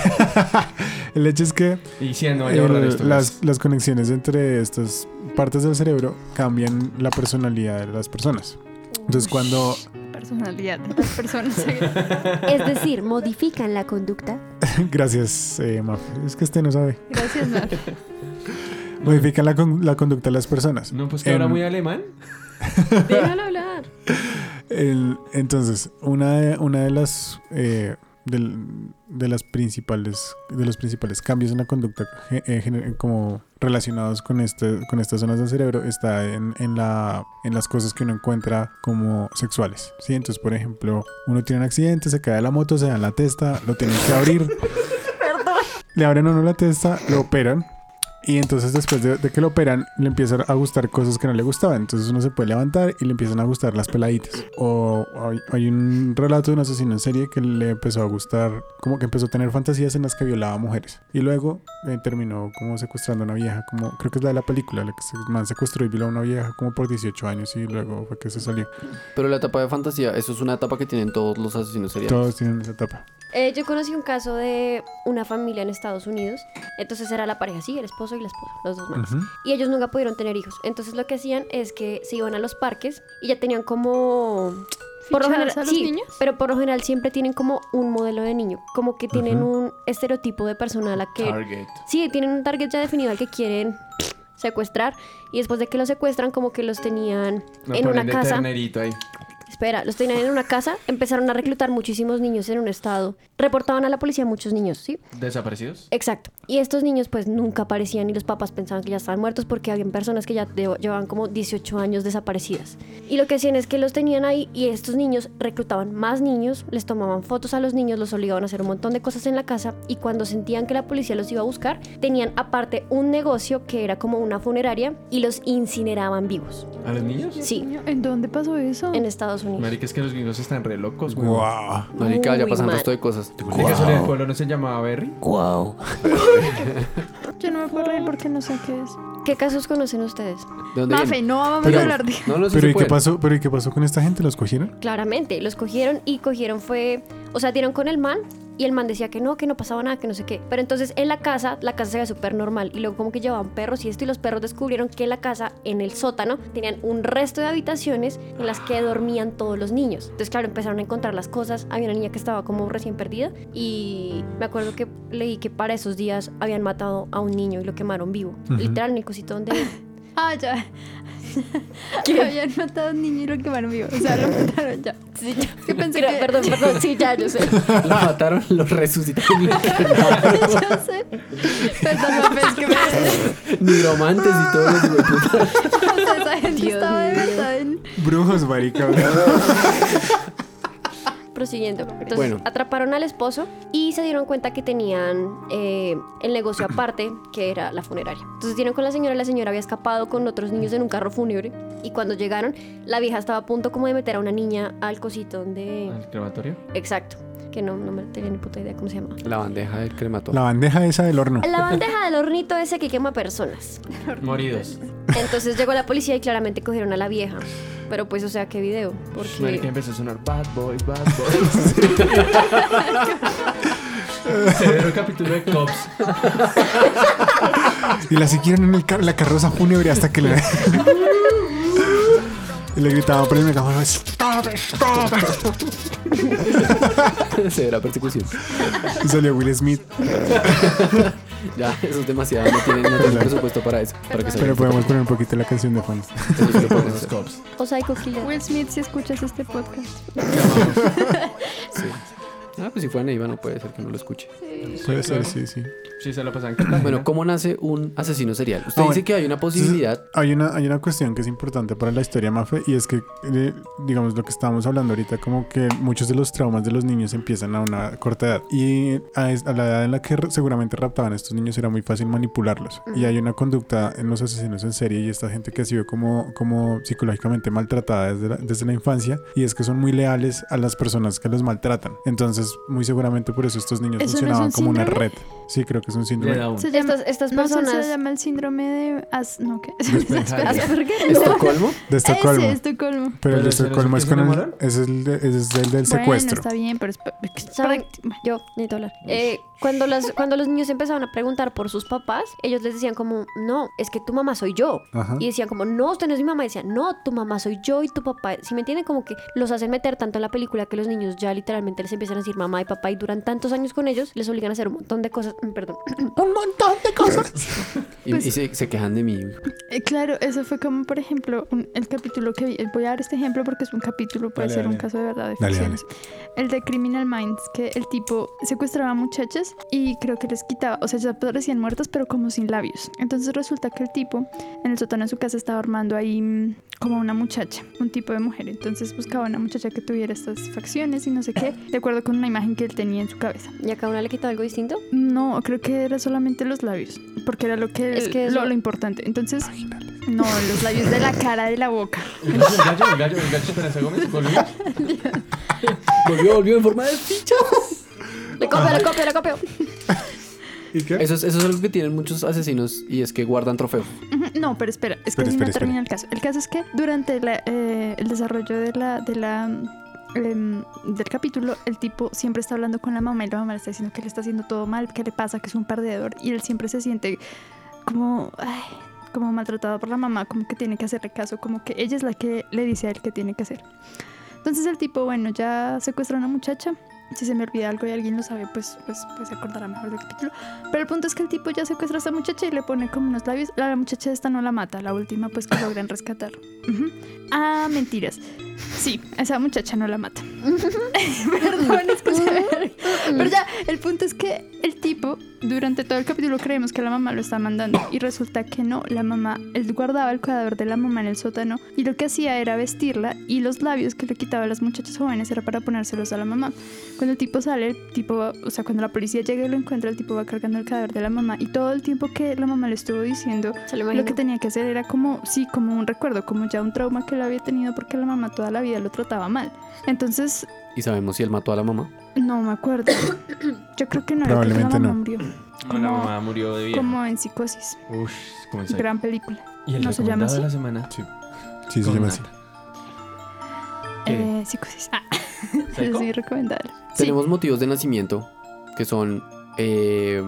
Speaker 2: el hecho es que
Speaker 4: [LAUGHS] y si no vaya
Speaker 2: el-
Speaker 4: a hablar de esto. pues.
Speaker 2: las, las conexiones entre estas partes del cerebro cambian la personalidad de las personas. Entonces, cuando. [LAUGHS]
Speaker 6: Personalidad de las personas.
Speaker 1: Es decir, modifican la
Speaker 2: [LAUGHS]
Speaker 1: conducta.
Speaker 2: Gracias, eh, Maf. Es que este no sabe.
Speaker 6: Gracias, Mar.
Speaker 2: Modifican la, con- la conducta de las personas.
Speaker 4: No, pues que
Speaker 2: Em,
Speaker 4: habla muy alemán.
Speaker 1: Déjalo hablar.
Speaker 2: El- entonces, una de, una de las eh, del- de las principales de los principales cambios en la conducta ge- eh, gener- como relacionados con este con estas zonas del cerebro está en, en la en las cosas que uno encuentra como sexuales. ¿sí? Entonces, por ejemplo, uno tiene un accidente, se cae de la moto, se da en la testa, lo tienen que abrir. Le abren a uno la testa, lo operan. Y entonces después de, de que lo operan, le empiezan a gustar cosas que no le gustaban. Entonces uno se puede levantar y le empiezan a gustar las peladitas. O hay, hay un relato de un asesino en serie que le empezó a gustar, como que empezó a tener fantasías en las que violaba mujeres. Y luego eh, terminó como secuestrando a una vieja, como creo que es la de la película, la que se man secuestró y violó a una vieja como por 18 años y luego fue que se salió.
Speaker 3: Pero la etapa de fantasía, eso es una etapa que tienen todos los asesinos seriales.
Speaker 2: Todos tienen esa etapa.
Speaker 1: Eh, yo conocí un caso de una familia en Estados Unidos. Entonces era la pareja, sí, el esposo y la esposa, los dos manes. Y ellos nunca pudieron tener hijos. Entonces lo que hacían es que se iban a los parques y ya tenían como.
Speaker 6: ¿Fichados a los
Speaker 1: sí,
Speaker 6: niños?
Speaker 1: pero por lo general siempre tienen como un modelo de niño. Como que tienen un estereotipo de persona a la que.
Speaker 4: Target.
Speaker 1: Sí, tienen un target ya definido al que quieren secuestrar. Y después de que los secuestran, como que los tenían
Speaker 4: No
Speaker 1: en
Speaker 4: ponen
Speaker 1: una
Speaker 4: de
Speaker 1: casa.
Speaker 4: ternerito ahí.
Speaker 1: Espera, los tenían en una casa, empezaron a reclutar muchísimos niños en un estado. Reportaban a la policía muchos niños, ¿sí?
Speaker 4: ¿Desaparecidos?
Speaker 1: Exacto. Y estos niños pues nunca aparecían y los papás pensaban que ya estaban muertos porque habían personas que ya de- llevaban como 18 años desaparecidas. Y lo que hacían es que los tenían ahí y estos niños reclutaban más niños, les tomaban fotos a los niños, los obligaban a hacer un montón de cosas en la casa y cuando sentían que la policía los iba a buscar, tenían aparte un negocio que era como una funeraria y los incineraban vivos.
Speaker 4: ¿A los niños?
Speaker 1: Sí,
Speaker 6: ¿En dónde pasó eso?
Speaker 1: en Estados Unidos.
Speaker 4: Marica, es que los gringos están re locos, güey.
Speaker 2: Wow.
Speaker 3: Marica, ya
Speaker 1: Muy
Speaker 3: pasan
Speaker 1: mal.
Speaker 3: resto de cosas.
Speaker 4: ¿De casualidad el pueblo no se llamaba Berry?
Speaker 3: Wow.
Speaker 6: Yo no me puedo reír porque no sé qué es.
Speaker 1: ¿Qué casos conocen ustedes?
Speaker 3: ¿De dónde
Speaker 6: Mafe,
Speaker 3: viene?
Speaker 6: no vamos
Speaker 2: Pero-
Speaker 6: a hablar de.
Speaker 3: No, no
Speaker 2: Pero
Speaker 3: sé si
Speaker 2: ¿y qué
Speaker 3: pueden.
Speaker 2: pasó? Pero ¿y qué pasó con esta gente? ¿Los cogieron?
Speaker 1: Claramente, los cogieron y cogieron fue, o sea, dieron con el man y el man decía que no, que no pasaba nada, que no sé qué. Pero entonces en la casa, la casa se ve súper normal y luego como que llevaban perros y esto y los perros descubrieron que en la casa, en el sótano, tenían un resto de habitaciones en las que dormían todos los niños. Entonces, claro, empezaron a encontrar las cosas. Había una niña que estaba como recién perdida y me acuerdo que leí que para esos días habían matado a un niño y lo quemaron vivo. Literal, en el cosito donde...
Speaker 6: [LAUGHS] Ah,
Speaker 1: [LAUGHS]
Speaker 6: ya. Que habían matado a un niño y lo quemaron vivo. O sea, lo mataron ya.
Speaker 1: Sí, ya.
Speaker 6: Que pensé
Speaker 1: Pero,
Speaker 6: que-
Speaker 1: Perdón, perdón, sí, ya, yo sé.
Speaker 3: [LAUGHS] Lo mataron, lo resucitaron.
Speaker 6: [LAUGHS] Yo sé. Perdón, Mafe, es que
Speaker 1: [LAUGHS]
Speaker 6: me.
Speaker 3: Nigromantes y todo los hijueputas.
Speaker 6: O sea, esa gente
Speaker 1: Dios
Speaker 6: estaba de
Speaker 1: mío.
Speaker 6: verdad en.
Speaker 2: Brujos, marica.
Speaker 1: Prosiguiendo. Entonces
Speaker 3: Bueno.
Speaker 1: atraparon al esposo y se dieron cuenta que tenían eh, el negocio aparte, que era la funeraria. Entonces dieron con la señora, la señora había escapado con otros niños en un carro fúnebre y cuando llegaron, la vieja estaba a punto como de meter a una niña al cosito donde...
Speaker 4: ¿Al crematorio?
Speaker 1: Exacto. Que no, no me tenía ni puta idea cómo se llamaba.
Speaker 3: La [LAUGHS] bandeja del crematorio.
Speaker 2: [LAUGHS] La bandeja esa del horno.
Speaker 1: La bandeja del hornito ese que quema personas.
Speaker 4: Moridos.
Speaker 1: Entonces llegó la policía y claramente cogieron a la vieja. Pero pues, o sea, qué video. Porque...
Speaker 4: Marica empezó a sonar Bad Boy, Bad Boy. Severo capítulo de Cops.
Speaker 2: Y la siguieron en el car- la carroza fúnebre hasta que le. [LAUGHS] y le gritaban por el megáfono: ¡Stop, stop!
Speaker 3: Severa persecución.
Speaker 2: Y salió Will Smith.
Speaker 3: Ya, eso es demasiado. No tienen, no tienen presupuesto para eso.
Speaker 2: Pero
Speaker 3: Para que
Speaker 2: pues,
Speaker 3: salga.
Speaker 2: podemos poner un poquito la canción de fondo.
Speaker 3: Entonces, pues, lo ponen
Speaker 4: Los
Speaker 3: así.
Speaker 4: Cops.
Speaker 1: O Psycho Killer.
Speaker 6: Will Smith, si escuchas este podcast.
Speaker 3: Ah, pues si fue en Iván, puede ser que no lo escuche.
Speaker 6: Sí.
Speaker 2: Puede
Speaker 4: claro.
Speaker 2: ser, sí, sí.
Speaker 4: Sí, se lo pasan cantando.
Speaker 3: Bueno, ¿cómo nace un asesino serial? Usted
Speaker 2: Ah,
Speaker 3: dice
Speaker 2: bueno.
Speaker 3: que hay una posibilidad.
Speaker 2: Hay una, hay una cuestión que es importante para la historia Mafe y es que, eh, digamos, lo que estábamos hablando ahorita, como que muchos de los traumas de los niños empiezan a una corta edad y a, es- a la edad en la que re- seguramente raptaban a estos niños era muy fácil manipularlos. Y hay una conducta en los asesinos en serie y esta gente que ha sido como, como psicológicamente maltratada desde la, desde la infancia y es que son muy leales a las personas que los maltratan. Entonces, muy seguramente por eso estos niños
Speaker 6: ¿Eso no es
Speaker 2: funcionaban
Speaker 6: un
Speaker 2: como una
Speaker 6: síndrome?
Speaker 2: red. Sí, creo que es un síndrome.
Speaker 4: Le da un-
Speaker 6: Se llama-
Speaker 1: Estas, estas
Speaker 6: no sé,
Speaker 1: personas.
Speaker 6: se llama el síndrome de... As, no, ¿qué?
Speaker 4: Asperger.
Speaker 6: [LAUGHS]
Speaker 1: [LAUGHS]
Speaker 6: Asperger. [LAUGHS] No.
Speaker 3: ¿Estocolmo?
Speaker 2: De Estocolmo.
Speaker 6: Ese,
Speaker 2: Pero,
Speaker 6: Estocolmo.
Speaker 2: el
Speaker 4: Pero
Speaker 2: de
Speaker 4: ese no es el
Speaker 2: Estocolmo
Speaker 4: que
Speaker 2: es
Speaker 4: se
Speaker 2: con el,
Speaker 4: enamoraron.
Speaker 2: ese es el, de- ese es el del secuestro.
Speaker 6: Bueno, está bien, pero es pa-
Speaker 1: ¿Saben?
Speaker 6: práctico.
Speaker 1: Yo necesito hablar. Eh, cuando, las, cuando los niños empezaban a preguntar por sus papás, ellos les decían como, no, es que tu mamá soy yo.
Speaker 2: Ajá.
Speaker 1: Y decían como, no, usted no es mi mamá. Y decían, no, tu mamá soy yo y tu papá. Si me entienden, como que los hacen meter tanto en la película que los niños ya literalmente les empiezan a decir mamá y papá y duran tantos años con ellos, les obligan a hacer un montón de cosas. mm, Perdón.
Speaker 3: Un montón de cosas. Y,
Speaker 6: Pues-
Speaker 3: y se, se quejan de mí.
Speaker 6: Eh, claro, eso fue como, por ejemplo, un- el capítulo que vi. eh, Voy a dar este ejemplo porque es un capítulo, puede
Speaker 4: Dale,
Speaker 6: ser un
Speaker 4: dale.
Speaker 6: caso de verdad. De
Speaker 2: Dale,
Speaker 6: ficción. El de Criminal Minds, que el tipo secuestraba muchachas y creo que les quitaba, o sea, ya parecían muertas, pero como sin labios. Entonces resulta que el tipo en el sótano de su casa estaba armando ahí mm, como una muchacha, un tipo de mujer. Entonces buscaba una muchacha que tuviera estas facciones y no sé qué, de acuerdo con una imagen que él tenía en su cabeza.
Speaker 1: Y a cada una le quitaba algo distinto.
Speaker 6: No, creo que era solamente los labios, porque era lo que,
Speaker 1: Es que eso-
Speaker 6: lo, lo importante. Entonces, no, los labios de la cara, de la boca.
Speaker 4: El gallo, el gallo, el gallo, el gallo Esperanza Gómez, volvió.
Speaker 3: Volvió, volvió en forma de ficha.
Speaker 1: Le copio, le copio, le copio.
Speaker 4: ¿Y qué?
Speaker 3: Eso es, eso es algo que tienen muchos asesinos y es que guardan trofeo.
Speaker 6: Ujú, No, pero espera, es que
Speaker 2: Espera,
Speaker 6: así
Speaker 2: espera,
Speaker 6: no termina el caso. El caso es que durante la, eh, el desarrollo de la, de la em, del capítulo, el tipo siempre está hablando con la mamá y la mamá le está diciendo que le está haciendo todo mal, que le pasa, que es un perdedor y él siempre se siente como, ay, como maltratado por la mamá, como que tiene que hacerle caso, como que ella es la que le dice a él que tiene que hacer. Entonces el tipo, bueno, ya secuestra a una muchacha. Si se me olvida algo y alguien lo sabe, pues, pues, pues se acordará mejor del capítulo. Pero el punto es que el tipo ya secuestra a esta muchacha y le pone como unos labios. La muchacha esta no la mata, la última pues que logran rescatar. Ujú. Ah, mentiras. Sí, esa muchacha no la mata. [LAUGHS] Perdón, es que se me- Pero ya, el punto es que el tipo, durante todo el capítulo creemos que la mamá lo está mandando y resulta que no, la mamá, él guardaba el cadáver de la mamá en el sótano y lo que hacía era vestirla y los labios que le quitaba a las muchachas jóvenes era para ponérselos a la mamá. Cuando el tipo sale, el tipo, va- o sea, cuando la policía llega y lo encuentra, el tipo va cargando el cadáver de la mamá y todo el tiempo que la mamá le estuvo diciendo
Speaker 1: Se lo
Speaker 6: lo
Speaker 1: imagino.
Speaker 6: que tenía que hacer era como, sí, como un recuerdo, como ya un trauma que él había tenido porque la mamá toda la vida lo trataba mal. Entonces,
Speaker 3: Y sabemos si él mató a la mamá.
Speaker 6: no me acuerdo. Yo creo que no era porque la
Speaker 2: Probablemente
Speaker 6: mamá
Speaker 2: no.
Speaker 6: murió.
Speaker 4: No, la mamá murió de vieja.
Speaker 6: Como en psicosis.
Speaker 4: Ush, como en
Speaker 6: Gran película.
Speaker 4: ¿Y el
Speaker 6: ¿no se
Speaker 4: recomendado
Speaker 6: llama así?
Speaker 4: de la semana?
Speaker 2: Sí, se
Speaker 4: Con
Speaker 2: llama así.
Speaker 4: Nata. ¿Qué?
Speaker 6: Eh, psicosis. Ah, [LAUGHS] es
Speaker 4: ¿Psycho?
Speaker 6: muy recomendable. Sí.
Speaker 3: Tenemos motivos de nacimiento que son, eh,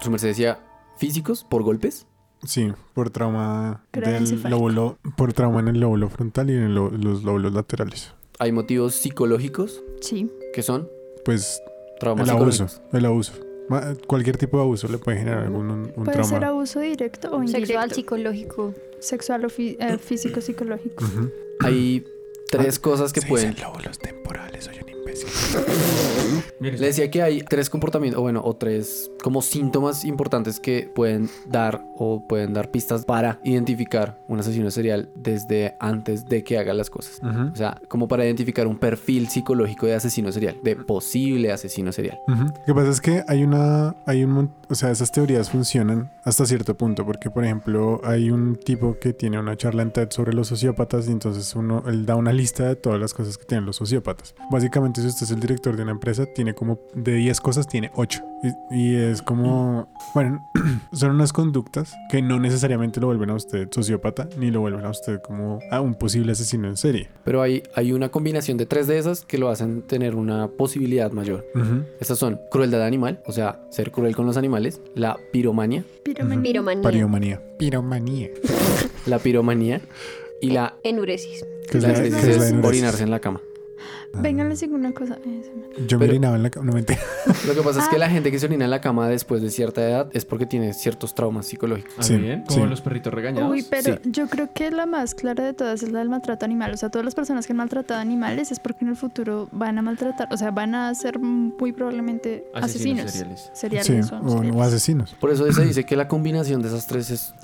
Speaker 3: su merced decía, físicos por golpes.
Speaker 2: Sí, por trauma
Speaker 6: Cráneo
Speaker 2: del
Speaker 6: encefálico.
Speaker 2: lóbulo, por trauma en el lóbulo frontal y en lo- los lóbulos laterales.
Speaker 3: Hay motivos psicológicos
Speaker 6: Sí.
Speaker 3: que son
Speaker 2: Pues
Speaker 3: traumas
Speaker 2: el abuso,
Speaker 3: psicológicos.
Speaker 2: el abuso. Ma- Cualquier tipo de abuso le puede generar algún un, un
Speaker 6: Puede ser
Speaker 2: trauma.
Speaker 6: abuso directo o indirecto.
Speaker 1: Sexual, psicológico.
Speaker 6: Sexual o fi- eh, físico, psicológico.
Speaker 2: Ujú.
Speaker 3: Hay
Speaker 2: Ah,
Speaker 3: tres cosas que
Speaker 2: Se
Speaker 3: pueden...
Speaker 2: dicen lóbulos temporales, soy un imbécil.
Speaker 4: Mire,
Speaker 3: Le decía que hay tres comportamientos, o bueno, o tres como síntomas importantes que pueden dar o pueden dar pistas para identificar un asesino serial desde antes de que haga las cosas.
Speaker 2: Ujú,
Speaker 3: O sea, como para identificar un perfil psicológico de asesino serial, de posible asesino serial.
Speaker 2: ujú. Lo que pasa es que hay una, hay un, mon- o sea, esas teorías funcionan hasta cierto punto, porque por ejemplo hay un tipo que tiene una charla en TED sobre los sociópatas y entonces uno, él da una lista de todas las cosas que tienen los sociópatas. Básicamente si usted es el director de una empresa, tiene como de 10 cosas, tiene 8. Y, y es como, bueno, [CLEARS THROAT] son unas conductas que no necesariamente lo vuelven a usted sociópata, ni lo vuelven a usted como a un posible asesino en serie.
Speaker 3: Pero hay, hay una combinación de tres de esas que lo hacen tener una posibilidad mayor.
Speaker 2: Ujú.
Speaker 3: Estas son crueldad animal, o sea, ser cruel con los animales, la piromania,
Speaker 6: Piromanía.
Speaker 1: Piromanía.
Speaker 2: Pariomanía. Piromanía.
Speaker 3: la piromanía y la,
Speaker 1: Enuresis.
Speaker 2: Que es
Speaker 3: la
Speaker 2: la, que es la
Speaker 3: es
Speaker 2: enuresis.
Speaker 3: orinarse en la cama.
Speaker 6: Vengan, les digo una cosa. Eh, se me-
Speaker 2: Yo me
Speaker 3: Pero-
Speaker 2: orinaba en la cama. No mentira.
Speaker 3: Lo que pasa es que la gente que se orina en la cama después de cierta edad es porque tiene ciertos traumas psicológicos.
Speaker 4: Ah,
Speaker 2: Sí,
Speaker 4: bien. Como
Speaker 2: sí.
Speaker 4: los perritos regañados.
Speaker 6: Uy, pero
Speaker 3: Sí.
Speaker 6: yo creo que la más clara de todas es la del maltrato animal. O sea, todas las personas que han maltratado animales es porque en el futuro van a maltratar, o sea, van a ser muy probablemente
Speaker 4: Asesinos
Speaker 6: asesinos.
Speaker 4: seriales.
Speaker 6: Seriales.
Speaker 2: [LAUGHS] Sí,
Speaker 6: son
Speaker 2: o,
Speaker 6: seriales.
Speaker 2: o asesinos.
Speaker 3: Por eso se dice que la combinación de esas tres es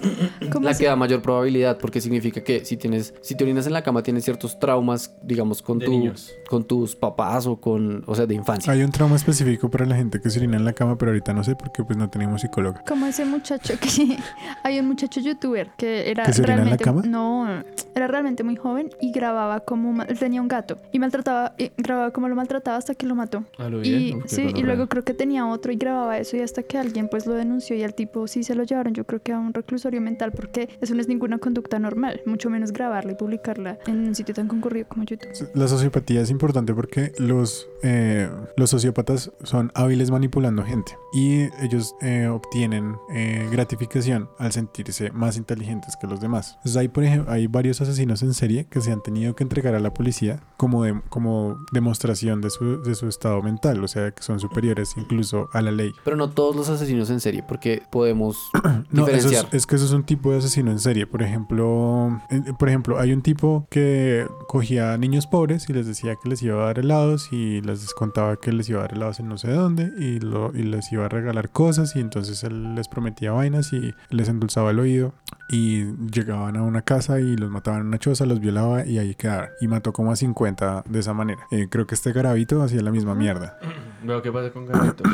Speaker 6: ¿Cómo
Speaker 3: la
Speaker 6: así?
Speaker 3: que da mayor probabilidad, porque significa que si tienes, si te orinas en la cama, tienes ciertos traumas, digamos, con,
Speaker 4: De
Speaker 3: tu-
Speaker 4: niños.
Speaker 3: con tus papás o con, o sea, de infancia.
Speaker 2: Hay un trauma específico para la gente que se orina en la cama, pero ahorita no sé porque pues no tenemos psicóloga.
Speaker 6: Como ese muchacho que [LAUGHS] hay un muchacho youtuber que era
Speaker 2: ¿Que se orina en la
Speaker 6: realmente
Speaker 2: cama?
Speaker 6: no era realmente muy joven y grababa como ma- él tenía un gato y maltrataba y grababa como lo maltrataba hasta que lo mató
Speaker 4: Ah, lo bien.
Speaker 6: y
Speaker 4: Uf, qué
Speaker 6: sí y
Speaker 4: gonorrea.
Speaker 6: luego creo que tenía otro y grababa eso y hasta que alguien pues lo denunció y al tipo sí se lo llevaron yo creo que a un reclusorio mental porque eso no es ninguna conducta normal mucho menos grabarla y publicarla en un sitio tan concurrido como YouTube
Speaker 2: La sociopatía es importante porque los, eh, los sociópatas son hábiles manipulando gente y ellos eh, obtienen eh, gratificación al sentirse más inteligentes que los demás. Entonces, hay, por ejemplo, hay varios asesinos en serie que se han tenido que entregar a la policía como, de- como demostración de su, de su estado mental, o sea, que son superiores incluso a la ley.
Speaker 3: Pero no todos los asesinos en serie, porque podemos
Speaker 2: No, eso es,
Speaker 3: diferenciar.
Speaker 2: es que eso es un tipo de asesino en serie. Por ejemplo, en- por ejemplo, hay un tipo que cogía a niños pobres y les decía que les iba a dar helados y les descontaba que les iba a dar helados en no sé dónde y, lo, y les iba a regalar cosas y entonces él les prometía vainas y les endulzaba el oído y llegaban a una casa y los mataban en una choza, los violaba y ahí quedaban. Y mató como a 50 de esa manera. Eh, creo que este garabito hacía la misma mierda.
Speaker 4: Veo qué pasa con Carlitos.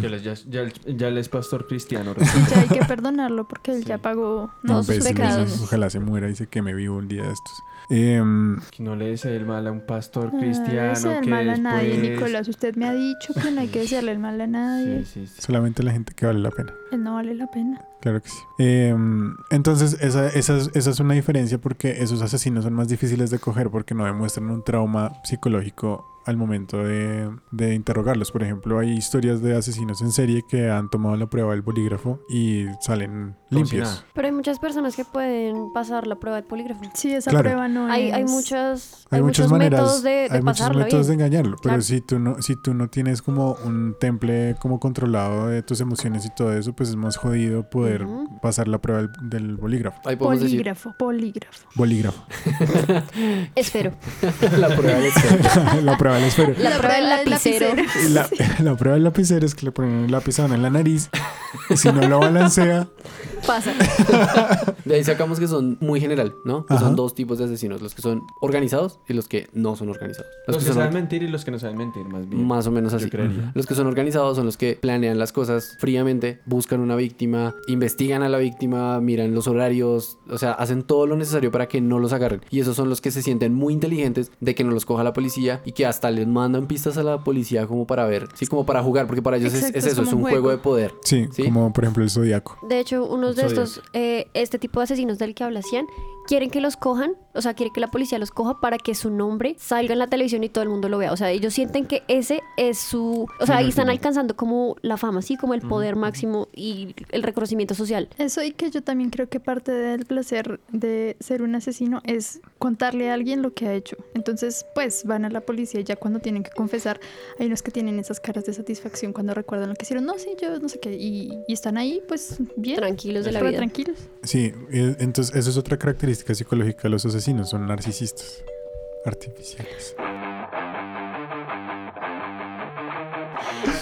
Speaker 4: ya, les, ya, ya, ya les pastor cristiano.
Speaker 6: y ya
Speaker 4: [LAUGHS]
Speaker 6: hay que perdonarlo porque él
Speaker 4: Sí.
Speaker 6: ya pagó
Speaker 1: No,
Speaker 6: todos
Speaker 1: sus
Speaker 2: Imbécil,
Speaker 1: pecados.
Speaker 2: Ojalá se muera y se queme vivo un día de estos. Em,
Speaker 4: Que no le desee el mal a un pastor
Speaker 6: Ah, No
Speaker 4: cristiano.
Speaker 6: desea el
Speaker 4: que
Speaker 6: mal a nadie,
Speaker 4: después-
Speaker 6: Nicolás. Usted me ha dicho que no hay que desearle el mal a nadie.
Speaker 4: Sí, sí, sí.
Speaker 2: Solamente la gente que vale la pena.
Speaker 6: Él no vale la pena.
Speaker 2: Claro que sí. Eh, entonces, esa, esa, es- esa es una diferencia porque esos asesinos son más difíciles de coger porque no demuestran un trauma psicológico al momento de, de interrogarlos. Por ejemplo, hay historias de asesinos en serie que han tomado la prueba del bolígrafo y salen
Speaker 4: Como si
Speaker 2: limpios.
Speaker 4: nada.
Speaker 1: Pero hay muchas personas que pueden pasar la prueba del polígrafo.
Speaker 6: Sí, esa
Speaker 2: Claro.
Speaker 6: prueba no
Speaker 1: Hay,
Speaker 6: es.
Speaker 1: hay muchas,
Speaker 2: Pues, Hay, muchas
Speaker 1: muchos
Speaker 2: maneras,
Speaker 1: métodos de, de
Speaker 2: hay muchos
Speaker 1: pasarla
Speaker 2: métodos
Speaker 1: bien.
Speaker 2: de engañarlo, pero
Speaker 1: Claro.
Speaker 2: si tú no, si tú no tienes como un temple como controlado de tus emociones y todo eso, pues es más jodido poder
Speaker 1: Ujú.
Speaker 2: pasar la prueba del, del bolígrafo.
Speaker 3: Ahí podemos decir
Speaker 6: Polígrafo, polígrafo.
Speaker 2: Bolígrafo.
Speaker 1: [LAUGHS] Espero.
Speaker 3: la prueba del espejo.
Speaker 2: [LAUGHS] la prueba del esfero.
Speaker 1: La, prueba del lapicero.
Speaker 2: Y La, [LAUGHS] la prueba del lapicero es que le ponen un lapizón en la nariz. y Si no lo balancea,
Speaker 1: [LAUGHS] Pasa.
Speaker 3: De ahí sacamos que son muy general, ¿no? Que
Speaker 2: Ajá.
Speaker 3: son dos tipos de asesinos, los que son organizados y los que no son organizados.
Speaker 4: Los que
Speaker 3: son
Speaker 4: saben mentir y los que no saben mentir, más bien.
Speaker 3: Más o menos
Speaker 4: Yo
Speaker 3: así.
Speaker 4: creería.
Speaker 3: Los que son organizados son los que planean las cosas fríamente, buscan una víctima, investigan a la víctima, miran los horarios, o sea, hacen todo lo necesario para que no los agarren. Y esos son los que se sienten muy inteligentes de que no los coja la policía y que hasta les mandan pistas a la policía como para ver, sí, como para jugar, porque para ellos es-
Speaker 6: Exacto,
Speaker 3: es,
Speaker 6: es
Speaker 3: eso,
Speaker 6: como
Speaker 3: es un
Speaker 6: un
Speaker 3: juego.
Speaker 6: juego.
Speaker 3: de poder.
Speaker 2: sí,
Speaker 3: Sí.
Speaker 2: como por ejemplo el zodiaco.
Speaker 1: De hecho, unos de
Speaker 4: Soy
Speaker 1: estos, eh, este tipo de asesinos del que habla Cian, quieren que los cojan, o sea, quieren que la policía los coja para que su nombre salga en la televisión y todo el mundo lo vea. O sea, ellos sienten que ese es su... O sea,
Speaker 4: El
Speaker 1: ahí están
Speaker 4: último.
Speaker 1: alcanzando como la fama, sí, como el poder máximo y el reconocimiento social.
Speaker 6: Eso y que yo también creo que parte del placer de ser un asesino es contarle a alguien lo que ha hecho. Entonces, pues van a la policía y ya cuando tienen que confesar, hay unos que tienen esas caras de satisfacción cuando recuerdan lo que hicieron. No, sí, yo no sé qué. Y, y están ahí, pues bien,
Speaker 1: Tranquilos de la
Speaker 6: pero
Speaker 1: vida.
Speaker 6: tranquilos.
Speaker 2: Sí, eh, entonces eso es otra característica psicológica de los asesinos, son narcisistas artificiales.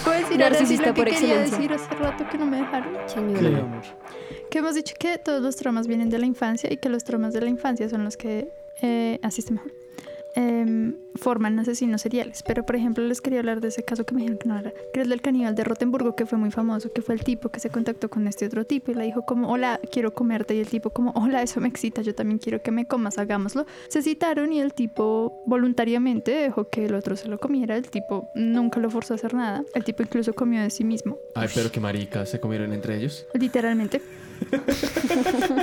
Speaker 6: Puedo decir ahora sí
Speaker 1: Narcisista
Speaker 6: lo que
Speaker 1: por
Speaker 6: quería
Speaker 1: excelencia.
Speaker 6: decir hace rato que no me dejaron.
Speaker 1: Señora.
Speaker 4: Sí, amor.
Speaker 6: Que hemos dicho que todos los traumas vienen de la infancia y que los traumas de la infancia son los que eh, asisten mejor. em, forman asesinos seriales. Pero, por ejemplo, les quería hablar de ese caso que me dijeron que no era, que es del caníbal de Rotemburgo, que fue muy famoso, que fue el tipo que se contactó con este otro tipo y le dijo como, hola, quiero comerte. Y el tipo como, hola, eso me excita, yo también quiero que me comas, hagámoslo. Se citaron y el tipo voluntariamente dejó que el otro se lo comiera. El tipo nunca lo forzó a hacer nada. El tipo incluso comió de sí mismo.
Speaker 4: Ay, pero qué maricas se comieron entre ellos.
Speaker 6: Literalmente.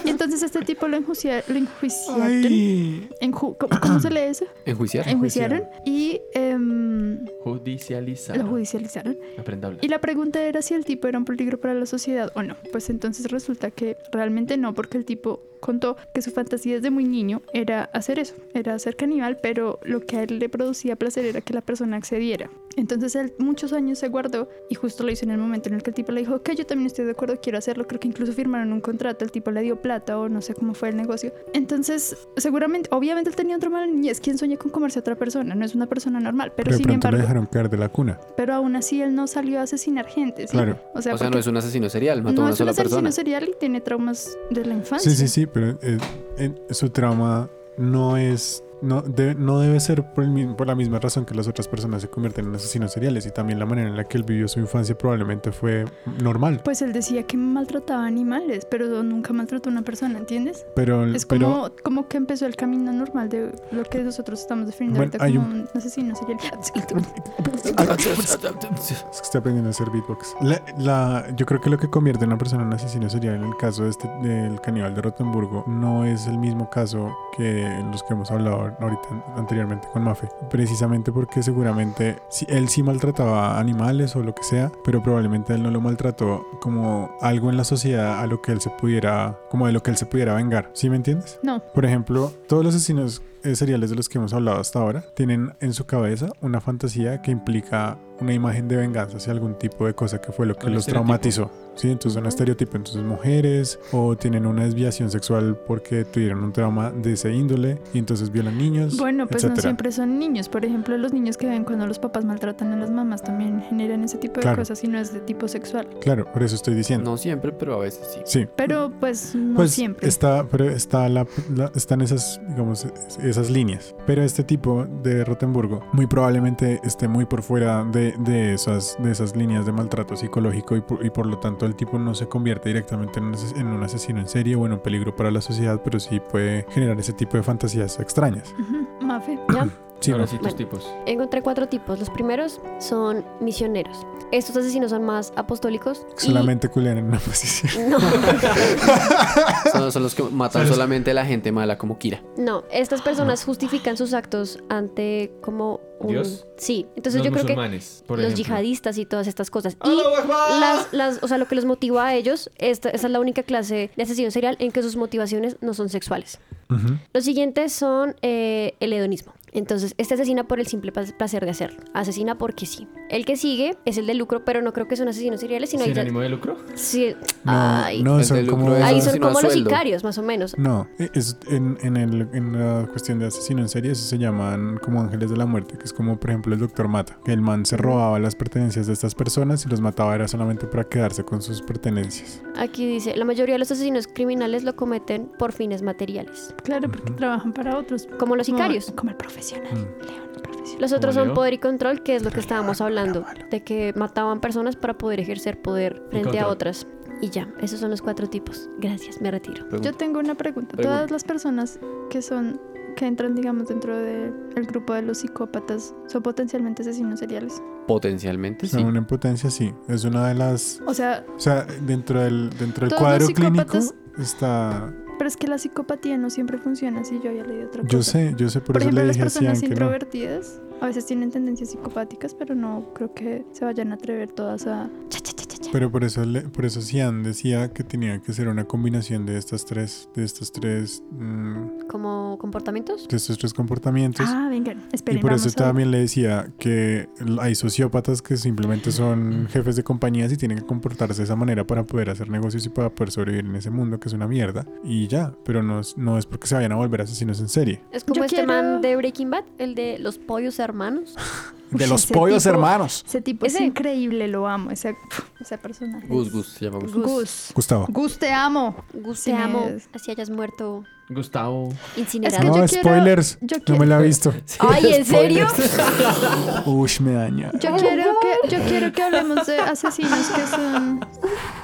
Speaker 6: y entonces este tipo lo, enjuicia, lo enjuiciaron.
Speaker 2: Ay,
Speaker 6: enju- ¿cómo, cómo se lee eso?
Speaker 3: Enjuiciar.
Speaker 6: Enjuiciaron. Y em, Lo
Speaker 4: judicializaron.
Speaker 6: judicializaron.
Speaker 4: Aprenda a hablar.
Speaker 6: Y la pregunta era si el tipo era un peligro para la sociedad o no. Pues entonces resulta que realmente no, porque el tipo contó que su fantasía desde muy niño era hacer eso, era ser caníbal, pero lo que a él le producía placer era que la persona accediera. Entonces él muchos años se guardó y justo lo hizo en el momento en el que el tipo le dijo, ok, yo también estoy de acuerdo, quiero hacerlo, creo que incluso firmaron un contrato, el tipo le dio plata o no sé cómo fue el negocio. Entonces, seguramente, obviamente él tenía otro mal niñez, ¿quién sueña con comerse a otra persona? No es una persona normal, pero,
Speaker 2: Pero de
Speaker 6: sin
Speaker 2: pronto lo
Speaker 6: embargo...
Speaker 2: dejaron caer de la cuna.
Speaker 6: Pero aún así él no salió a asesinar gente, ¿sí?
Speaker 2: Claro.
Speaker 6: O sea,
Speaker 3: O sea, no
Speaker 6: porque
Speaker 3: es un asesino serial, mató
Speaker 6: no
Speaker 3: a una
Speaker 6: es un
Speaker 3: sola persona.
Speaker 6: asesino serial y tiene traumas de la infancia.
Speaker 2: Sí, sí, sí, pero eh, eh, su trauma no es. No debe, no debe ser por, el mi- por la misma razón que las otras personas se convierten en asesinos seriales y también la manera en la que él vivió su infancia probablemente fue normal.
Speaker 6: Pues él decía que maltrataba animales, pero nunca maltrató a una persona, ¿entiendes?
Speaker 2: Pero,
Speaker 6: Es
Speaker 2: Mm, pero
Speaker 6: como, como que empezó el camino normal de lo que nosotros estamos definiendo
Speaker 2: Bueno,
Speaker 6: ahorita
Speaker 2: hay
Speaker 6: como un asesino serial.
Speaker 1: [LAUGHS] Ah,
Speaker 2: es que está aprendiendo a hacer beatbox. La- la- yo creo que lo que convierte a una persona en asesino serial en el caso de este, del caníbal de Rotemburgo no es el mismo caso que los que hemos hablado ahorita anteriormente con Mafe. Precisamente porque seguramente si, él sí maltrataba animales o lo que sea, pero probablemente él no lo maltrató como algo en la sociedad a lo que él se pudiera, como de lo que él se pudiera vengar. ¿Sí me entiendes?
Speaker 6: No,
Speaker 2: Por ejemplo, todos los asesinos eh, seriales de los que hemos hablado hasta ahora tienen en su cabeza una fantasía que implica una imagen de venganza hacia algún tipo de cosa que fue lo que
Speaker 4: Un
Speaker 2: los
Speaker 4: estereotipo.
Speaker 2: traumatizó. Sí, entonces un estereotipo, entonces mujeres o tienen una desviación sexual porque tuvieron un trauma de ese índole y entonces violan niños,
Speaker 6: bueno, pues no
Speaker 2: etcétera.
Speaker 6: siempre son niños. Por ejemplo, los niños que ven cuando los papás maltratan a las mamás también generan ese tipo de
Speaker 2: Claro.
Speaker 6: cosas y no es de tipo sexual.
Speaker 2: Claro, por eso estoy diciendo.
Speaker 3: No siempre, pero a veces
Speaker 6: [LAUGHS]
Speaker 3: sí.
Speaker 2: Sí.
Speaker 6: Pero pues no
Speaker 2: pues
Speaker 6: siempre.
Speaker 2: está, pero está la, la- están esas, digamos, esas líneas. Pero este tipo de Rotenburgo muy probablemente esté muy por fuera de, de esas, de esas líneas de maltrato psicológico y por, y por lo tanto el tipo no se convierte directamente en un, ases- en un asesino en serie o en un peligro para la sociedad, pero sí puede generar ese tipo de fantasías extrañas.
Speaker 6: Ujú, Mafe.
Speaker 2: Sí,
Speaker 4: Ahora
Speaker 2: ¿no?
Speaker 4: sí, tus
Speaker 1: Bueno.
Speaker 4: tipos.
Speaker 1: Encontré cuatro tipos. Los primeros son misioneros. Estos asesinos son más apostólicos. y-
Speaker 2: solamente culean en una posición.
Speaker 1: [LAUGHS] No,
Speaker 3: Son, son los que matan solamente a la gente mala como Kira.
Speaker 1: no. Estas personas justifican sus actos ante como un...
Speaker 4: Dios.
Speaker 1: Sí. Entonces
Speaker 4: los
Speaker 1: yo creo que
Speaker 4: musulmanes, por
Speaker 1: los
Speaker 4: ejemplo.
Speaker 1: yihadistas y todas estas cosas. Y
Speaker 4: ¡Allahu Akbar!
Speaker 1: las, las, o sea, lo que los motiva a ellos, esta, esa es la única clase de asesino serial en que sus motivaciones no son sexuales.
Speaker 2: Ujú.
Speaker 1: Los siguientes son eh, el hedonismo. Entonces, este asesina por el simple pas- placer de hacerlo. Asesina porque sí. El que sigue es el de lucro, pero no creo que son asesinos seriales, sino...
Speaker 4: ¿Sin
Speaker 1: ahí-
Speaker 4: ánimo de lucro?
Speaker 1: sí,
Speaker 2: No,
Speaker 1: ay,
Speaker 2: no,
Speaker 3: el
Speaker 2: son
Speaker 3: de lucro
Speaker 2: como...
Speaker 3: es
Speaker 1: Ahí
Speaker 3: Eso
Speaker 1: son
Speaker 3: sí no da
Speaker 1: como los
Speaker 3: sueldo.
Speaker 1: sicarios, más o menos.
Speaker 2: No, e-, es en, en el- en la cuestión de asesino en serie, eso se llaman como ángeles de la muerte, que es como por ejemplo el doctor Mata, que el man se robaba las pertenencias de estas personas y los mataba era solamente para quedarse con sus pertenencias.
Speaker 1: Aquí dice, la mayoría de los asesinos criminales lo cometen por fines materiales,
Speaker 6: Claro, porque trabajan para otros.
Speaker 1: como los
Speaker 6: Como-
Speaker 1: sicarios.
Speaker 6: Como, el profesional.
Speaker 2: Mm.
Speaker 6: León, el profesional.
Speaker 1: Los otros son
Speaker 4: Leo.
Speaker 1: poder y control, que es lo que estábamos hablando, de que mataban personas para poder ejercer poder frente a
Speaker 4: control.
Speaker 1: otras. Y ya, esos son los cuatro tipos. Gracias, me retiro.
Speaker 6: Yo tengo una pregunta.
Speaker 3: Pregunta.
Speaker 6: Todas las personas que son que entran, digamos, dentro del grupo de los psicópatas son potencialmente asesinos seriales.
Speaker 3: Potencialmente
Speaker 6: Pues
Speaker 3: sí.
Speaker 2: Son una impotencia, sí. Es una de las...
Speaker 6: O sea,
Speaker 2: O sea, dentro del, dentro del
Speaker 6: Todos los
Speaker 2: cuadro clínico
Speaker 6: psicópatas-
Speaker 2: está...
Speaker 6: pero es que la psicopatía no siempre funciona, si yo había leído otra cosa.
Speaker 2: Yo sé, yo sé, por,
Speaker 6: Por
Speaker 2: eso
Speaker 6: ejemplo,
Speaker 2: le
Speaker 6: las
Speaker 2: dije a
Speaker 6: personas
Speaker 2: Cian que no.
Speaker 6: introvertidas a veces tienen tendencias psicopáticas, pero no creo que se vayan a atrever todas a cha, cha, cha, cha, cha.
Speaker 2: Pero por eso, le- por eso Cian decía que tenía que ser una combinación de estas tres, de estas tres, mm,
Speaker 1: ¿Como comportamientos?
Speaker 2: de estos tres comportamientos.
Speaker 6: Ah, vengan,
Speaker 2: Y
Speaker 6: esperen,
Speaker 2: por eso
Speaker 6: vamos a-
Speaker 2: también le decía que hay sociópatas que simplemente son jefes de compañías y tienen que comportarse de esa manera para poder hacer negocios y para poder sobrevivir en ese mundo que es una mierda. Y ya, pero no es, no es porque se vayan a volver asesinos en serie.
Speaker 1: Es como
Speaker 6: Yo
Speaker 1: este
Speaker 6: quiero-
Speaker 1: man de Breaking Bad, el de los pollos hermanos.
Speaker 6: Uy,
Speaker 2: De los
Speaker 6: ese
Speaker 2: pollos
Speaker 6: tipo-
Speaker 2: hermanos.
Speaker 6: Ese tipo es
Speaker 1: Ese.
Speaker 6: increíble, lo amo, ese, ese personaje.
Speaker 3: Gus, Gus, se llama Gus.
Speaker 6: Gus.
Speaker 2: Gustavo.
Speaker 6: Gus, te amo.
Speaker 1: Gus,
Speaker 6: Sí,
Speaker 1: te amo,
Speaker 6: es.
Speaker 1: así hayas muerto
Speaker 4: Gustavo.
Speaker 1: incinerado.
Speaker 2: No,
Speaker 6: yo quiero-
Speaker 2: spoilers.
Speaker 6: yo
Speaker 2: No
Speaker 6: quiero-
Speaker 2: me la he
Speaker 6: [LAUGHS]
Speaker 2: visto.
Speaker 1: Ay, ¿en serio?
Speaker 2: Uy, me daña.
Speaker 6: Yo quiero, que, yo quiero que hablemos de asesinos
Speaker 3: [LAUGHS]
Speaker 6: que son.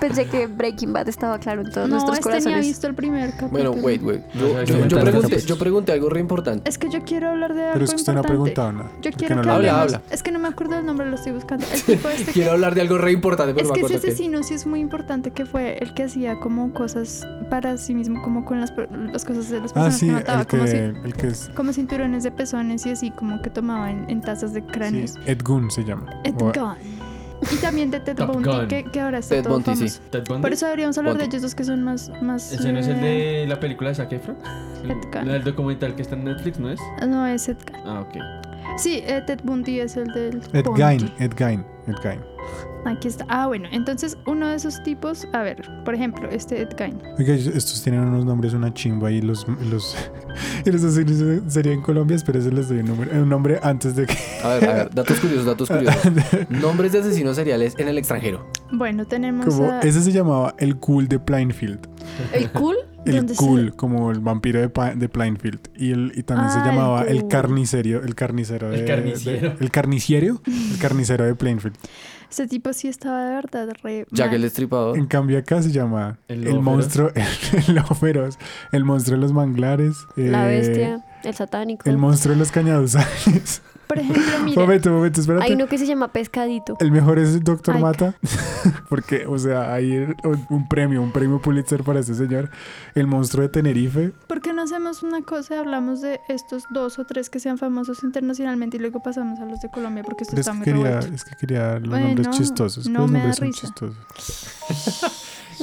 Speaker 1: Pensé que Breaking Bad estaba claro en todos
Speaker 6: no,
Speaker 1: nuestros
Speaker 6: este ni ha
Speaker 1: corazones.
Speaker 6: visto el primer capítulo.
Speaker 3: Bueno, wait, wait.
Speaker 4: No,
Speaker 3: Yo,
Speaker 4: no,
Speaker 3: yo-
Speaker 4: no,
Speaker 3: yo
Speaker 4: no,
Speaker 3: pregunté,
Speaker 2: no,
Speaker 3: yo pregunté algo re importante.
Speaker 6: Es que yo quiero hablar de algo.
Speaker 2: Pero es que usted no ha
Speaker 6: importante.
Speaker 2: preguntado nada. ¿Por
Speaker 6: Yo
Speaker 2: qué
Speaker 6: quiero
Speaker 2: no
Speaker 6: que
Speaker 2: lo
Speaker 3: habla? Habla,
Speaker 6: hablemos. Es que no me acuerdo el nombre, lo estoy buscando.
Speaker 3: [LAUGHS]
Speaker 6: El tipo este que.
Speaker 3: Quiero hablar de algo re importante, pero
Speaker 6: Es
Speaker 3: no
Speaker 6: que
Speaker 3: me
Speaker 6: ese
Speaker 3: acuerdo qué.
Speaker 6: asesino sí es muy importante, que fue el que hacía como cosas para sí mismo, como con las, per- las cosas de las
Speaker 2: Ah,
Speaker 6: personas
Speaker 2: sí,
Speaker 6: que mataba,
Speaker 2: el que,
Speaker 6: como, cin-
Speaker 2: el que es.
Speaker 6: como cinturones de pezones y así, como que tomaba en, en tazas de
Speaker 2: Sí,
Speaker 6: cráneos.
Speaker 2: Ed Gein se llama.
Speaker 6: Ed
Speaker 2: O-
Speaker 6: Gein. Y también de Ted
Speaker 4: Top
Speaker 6: Bundy,
Speaker 4: Gun.
Speaker 6: que, que ahora está
Speaker 3: Ted
Speaker 6: todo
Speaker 3: Bundy, sí.
Speaker 6: famoso. Por eso deberíamos hablar de ellos dos que son más... más
Speaker 4: ¿Ese no es el
Speaker 6: eh,
Speaker 4: de la película de Zac Efron?
Speaker 6: Ted Gunn.
Speaker 4: El, el documental que está en Netflix, ¿no es?
Speaker 6: No, es Ed Gein.
Speaker 4: Ah, ok.
Speaker 6: Sí, eh, Ted Bundy es el del...
Speaker 2: Ed
Speaker 6: Bundy.
Speaker 2: Gein, Ed Gein, Ed Gein.
Speaker 6: Aquí está. Ah, bueno. Entonces, uno de esos tipos... A ver, por ejemplo, este Ed Gein.
Speaker 2: Oiga, estos tienen unos nombres, una chimba y los, y los, [LAUGHS] y los asesinos serían colombias, pero eso les doy un nombre, un nombre antes de que...
Speaker 3: A ver, a ver, datos curiosos, datos [LAUGHS] curiosos. Nombres de asesinos seriales en el extranjero.
Speaker 6: Bueno, tenemos
Speaker 2: Como,
Speaker 6: a...
Speaker 2: ese se llamaba el cool de Plainfield.
Speaker 1: El cool.
Speaker 2: El
Speaker 6: ¿Dónde se-
Speaker 2: cool, como el vampiro de, Pa- de Plainfield. Y, el, y también se
Speaker 6: Ah, el
Speaker 2: llamaba el,
Speaker 6: cool.
Speaker 2: carnicero, el carnicero.
Speaker 4: El
Speaker 2: de-
Speaker 4: carnicero.
Speaker 2: de- el carnicero, el carnicero de Plainfield.
Speaker 6: Ese Este tipo sí estaba de verdad re...
Speaker 3: Jack
Speaker 6: mal.
Speaker 3: el Destripador.
Speaker 2: En cambio acá se llama
Speaker 4: Oh. El
Speaker 2: el,
Speaker 4: lobo feroz.
Speaker 2: monstruo, [LAUGHS] el, lobo feroz, el monstruo de los manglares.
Speaker 1: La
Speaker 2: eh,
Speaker 1: bestia. El satánico.
Speaker 2: El monstruo de los cañaduzales.
Speaker 3: [LAUGHS]
Speaker 6: Por ejemplo, mira...
Speaker 2: momento, momento, espérate.
Speaker 1: Hay uno que se llama pescadito.
Speaker 2: El mejor es el Doctor
Speaker 6: Ay,
Speaker 2: Mata, [LAUGHS] porque, o sea, hay un, un premio, un premio Pulitzer para ese señor. El monstruo de Tenerife.
Speaker 6: ¿Por qué no hacemos una cosa y hablamos de estos dos o tres que sean famosos internacionalmente y luego pasamos a los de Colombia? Porque esto
Speaker 2: Pero es
Speaker 6: está
Speaker 2: que,
Speaker 6: muy
Speaker 2: quería,
Speaker 6: revuelto.
Speaker 2: es que quería dar los
Speaker 6: Bueno,
Speaker 2: nombres chistosos.
Speaker 6: no
Speaker 2: los
Speaker 6: me da
Speaker 2: nombres son
Speaker 6: risa.
Speaker 2: chistosos.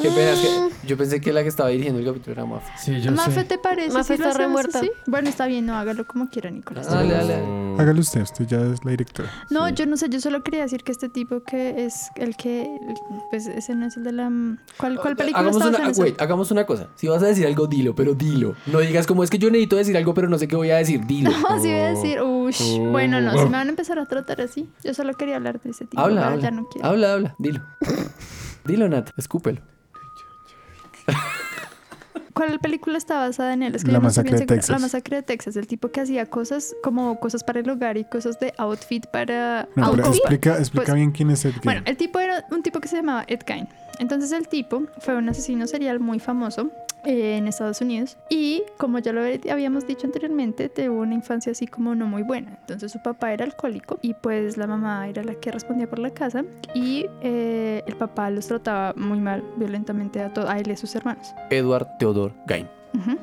Speaker 3: Qué pena, es que yo pensé que la que estaba dirigiendo el capítulo era Mafia.
Speaker 4: Sí, yo
Speaker 6: Mafe,
Speaker 4: sé.
Speaker 6: ¿te parece?
Speaker 1: Mafe
Speaker 6: si lo
Speaker 1: está re
Speaker 6: hacemos
Speaker 1: muerta.
Speaker 6: así? Bueno, está bien, no hágalo como quiera, Nicolás.
Speaker 3: Dale, dale.
Speaker 4: Oh.
Speaker 2: Hágalo usted, usted ya es la directora.
Speaker 6: No,
Speaker 4: Sí.
Speaker 6: yo no sé, yo solo quería decir que este tipo que es el que. el- Pues ese no es el de la. ¿Cuál, cuál película
Speaker 3: hagamos
Speaker 6: está
Speaker 3: una, ah, wait, hagamos una cosa. Si vas a decir algo, dilo, pero dilo. No digas como es que yo necesito decir algo, pero no sé qué voy a decir. Dilo.
Speaker 6: [LAUGHS] [LAUGHS] No, sí voy a decir, ush.
Speaker 4: Oh.
Speaker 6: Bueno, no, se me van a empezar a tratar así. Yo solo quería hablar de ese tipo.
Speaker 3: habla,
Speaker 6: ahora
Speaker 3: habla.
Speaker 6: ya no quiero.
Speaker 3: habla, habla. Dilo. Dilo, Nat. Escúpelo.
Speaker 6: ¿Cuál película está basada en él? Es que
Speaker 2: La
Speaker 6: yo no estoy
Speaker 2: Masacre de
Speaker 6: bien segura.
Speaker 2: Texas.
Speaker 6: La masacre de Texas, el tipo que hacía cosas como cosas para el hogar y cosas de outfit para...
Speaker 2: No, pero
Speaker 6: outfit.
Speaker 2: explica, explica
Speaker 6: Pues-
Speaker 2: bien quién es Ed Gein.
Speaker 6: Bueno, el tipo era un tipo que se llamaba Ed Gein. Entonces el tipo fue un asesino serial muy famoso eh, en Estados Unidos y como ya lo habíamos dicho anteriormente, tuvo una infancia así como no muy buena. Entonces su papá era alcohólico y pues la mamá era la que respondía por la casa y eh, el papá los trataba muy mal, violentamente a, to- a él y a sus hermanos.
Speaker 3: Edward Theodore Gain.
Speaker 6: Ujú.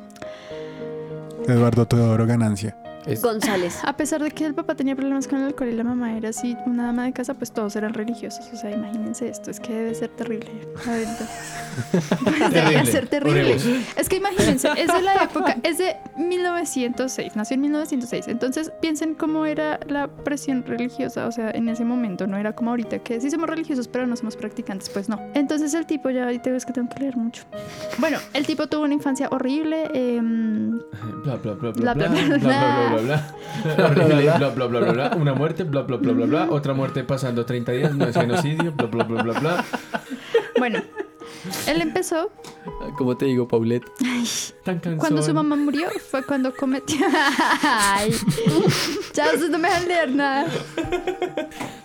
Speaker 2: Eduardo Teodoro Ganancia.
Speaker 3: Es- [LAUGHS]
Speaker 1: González.
Speaker 6: A pesar de que el papá tenía problemas con el alcohol y la mamá era así una ama de casa, pues todos eran religiosos. O sea, imagínense esto, es que debe ser terrible. La verdad. Debe
Speaker 4: Terrible.
Speaker 6: ser terrible.
Speaker 4: Oremos.
Speaker 6: Es que imagínense, es de la época, es de 1906, nació en 1906. Entonces piensen cómo era la presión religiosa, o sea, en ese momento, no era como ahorita que sí somos religiosos, pero no somos practicantes, pues no. Entonces el tipo, ya ahorita ves que tengo que leer mucho. Bueno, el tipo tuvo una infancia horrible. em,
Speaker 4: Bla, bla, bla,
Speaker 6: Bla,
Speaker 4: bla, bla,
Speaker 6: bla,
Speaker 4: bla, bla,
Speaker 6: bla,
Speaker 4: bla, bla, bla. Horrible, bla, bla, bla, bla, bla. Una muerte, bla, bla, bla, bla, bla. Otra muerte pasando 30 días, no es genocidio, bla, bla, bla, bla, bla.
Speaker 6: bueno, él empezó
Speaker 3: ¿Cómo te digo, Paulette?
Speaker 4: Tan cansón.
Speaker 6: Cuando su mamá murió fue cuando cometió. [LAUGHS] Ay. ya ustedes no me dejan leer nada.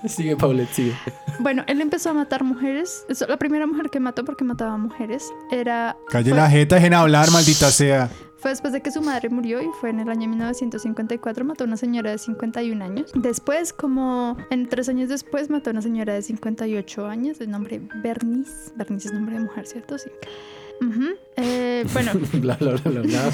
Speaker 3: Sigue, Paulette, sigue.
Speaker 6: Bueno, él empezó a matar mujeres. Eso, La primera mujer que mató porque mataba mujeres era.
Speaker 2: Calle
Speaker 6: fue,
Speaker 2: la jeta, dejen hablar, maldita sea.
Speaker 6: fue después de que su madre murió y fue en el año 1954. Mató a una señora de 51 años. Después, como en tres años después, mató a una señora de 58 años de nombre Bernice. Bernice es nombre de mujer, ¿cierto? Sí. Ujú. Eh, bueno,
Speaker 3: [LAUGHS] Bla, bla, bla, bla,
Speaker 6: [LAUGHS]
Speaker 3: bla.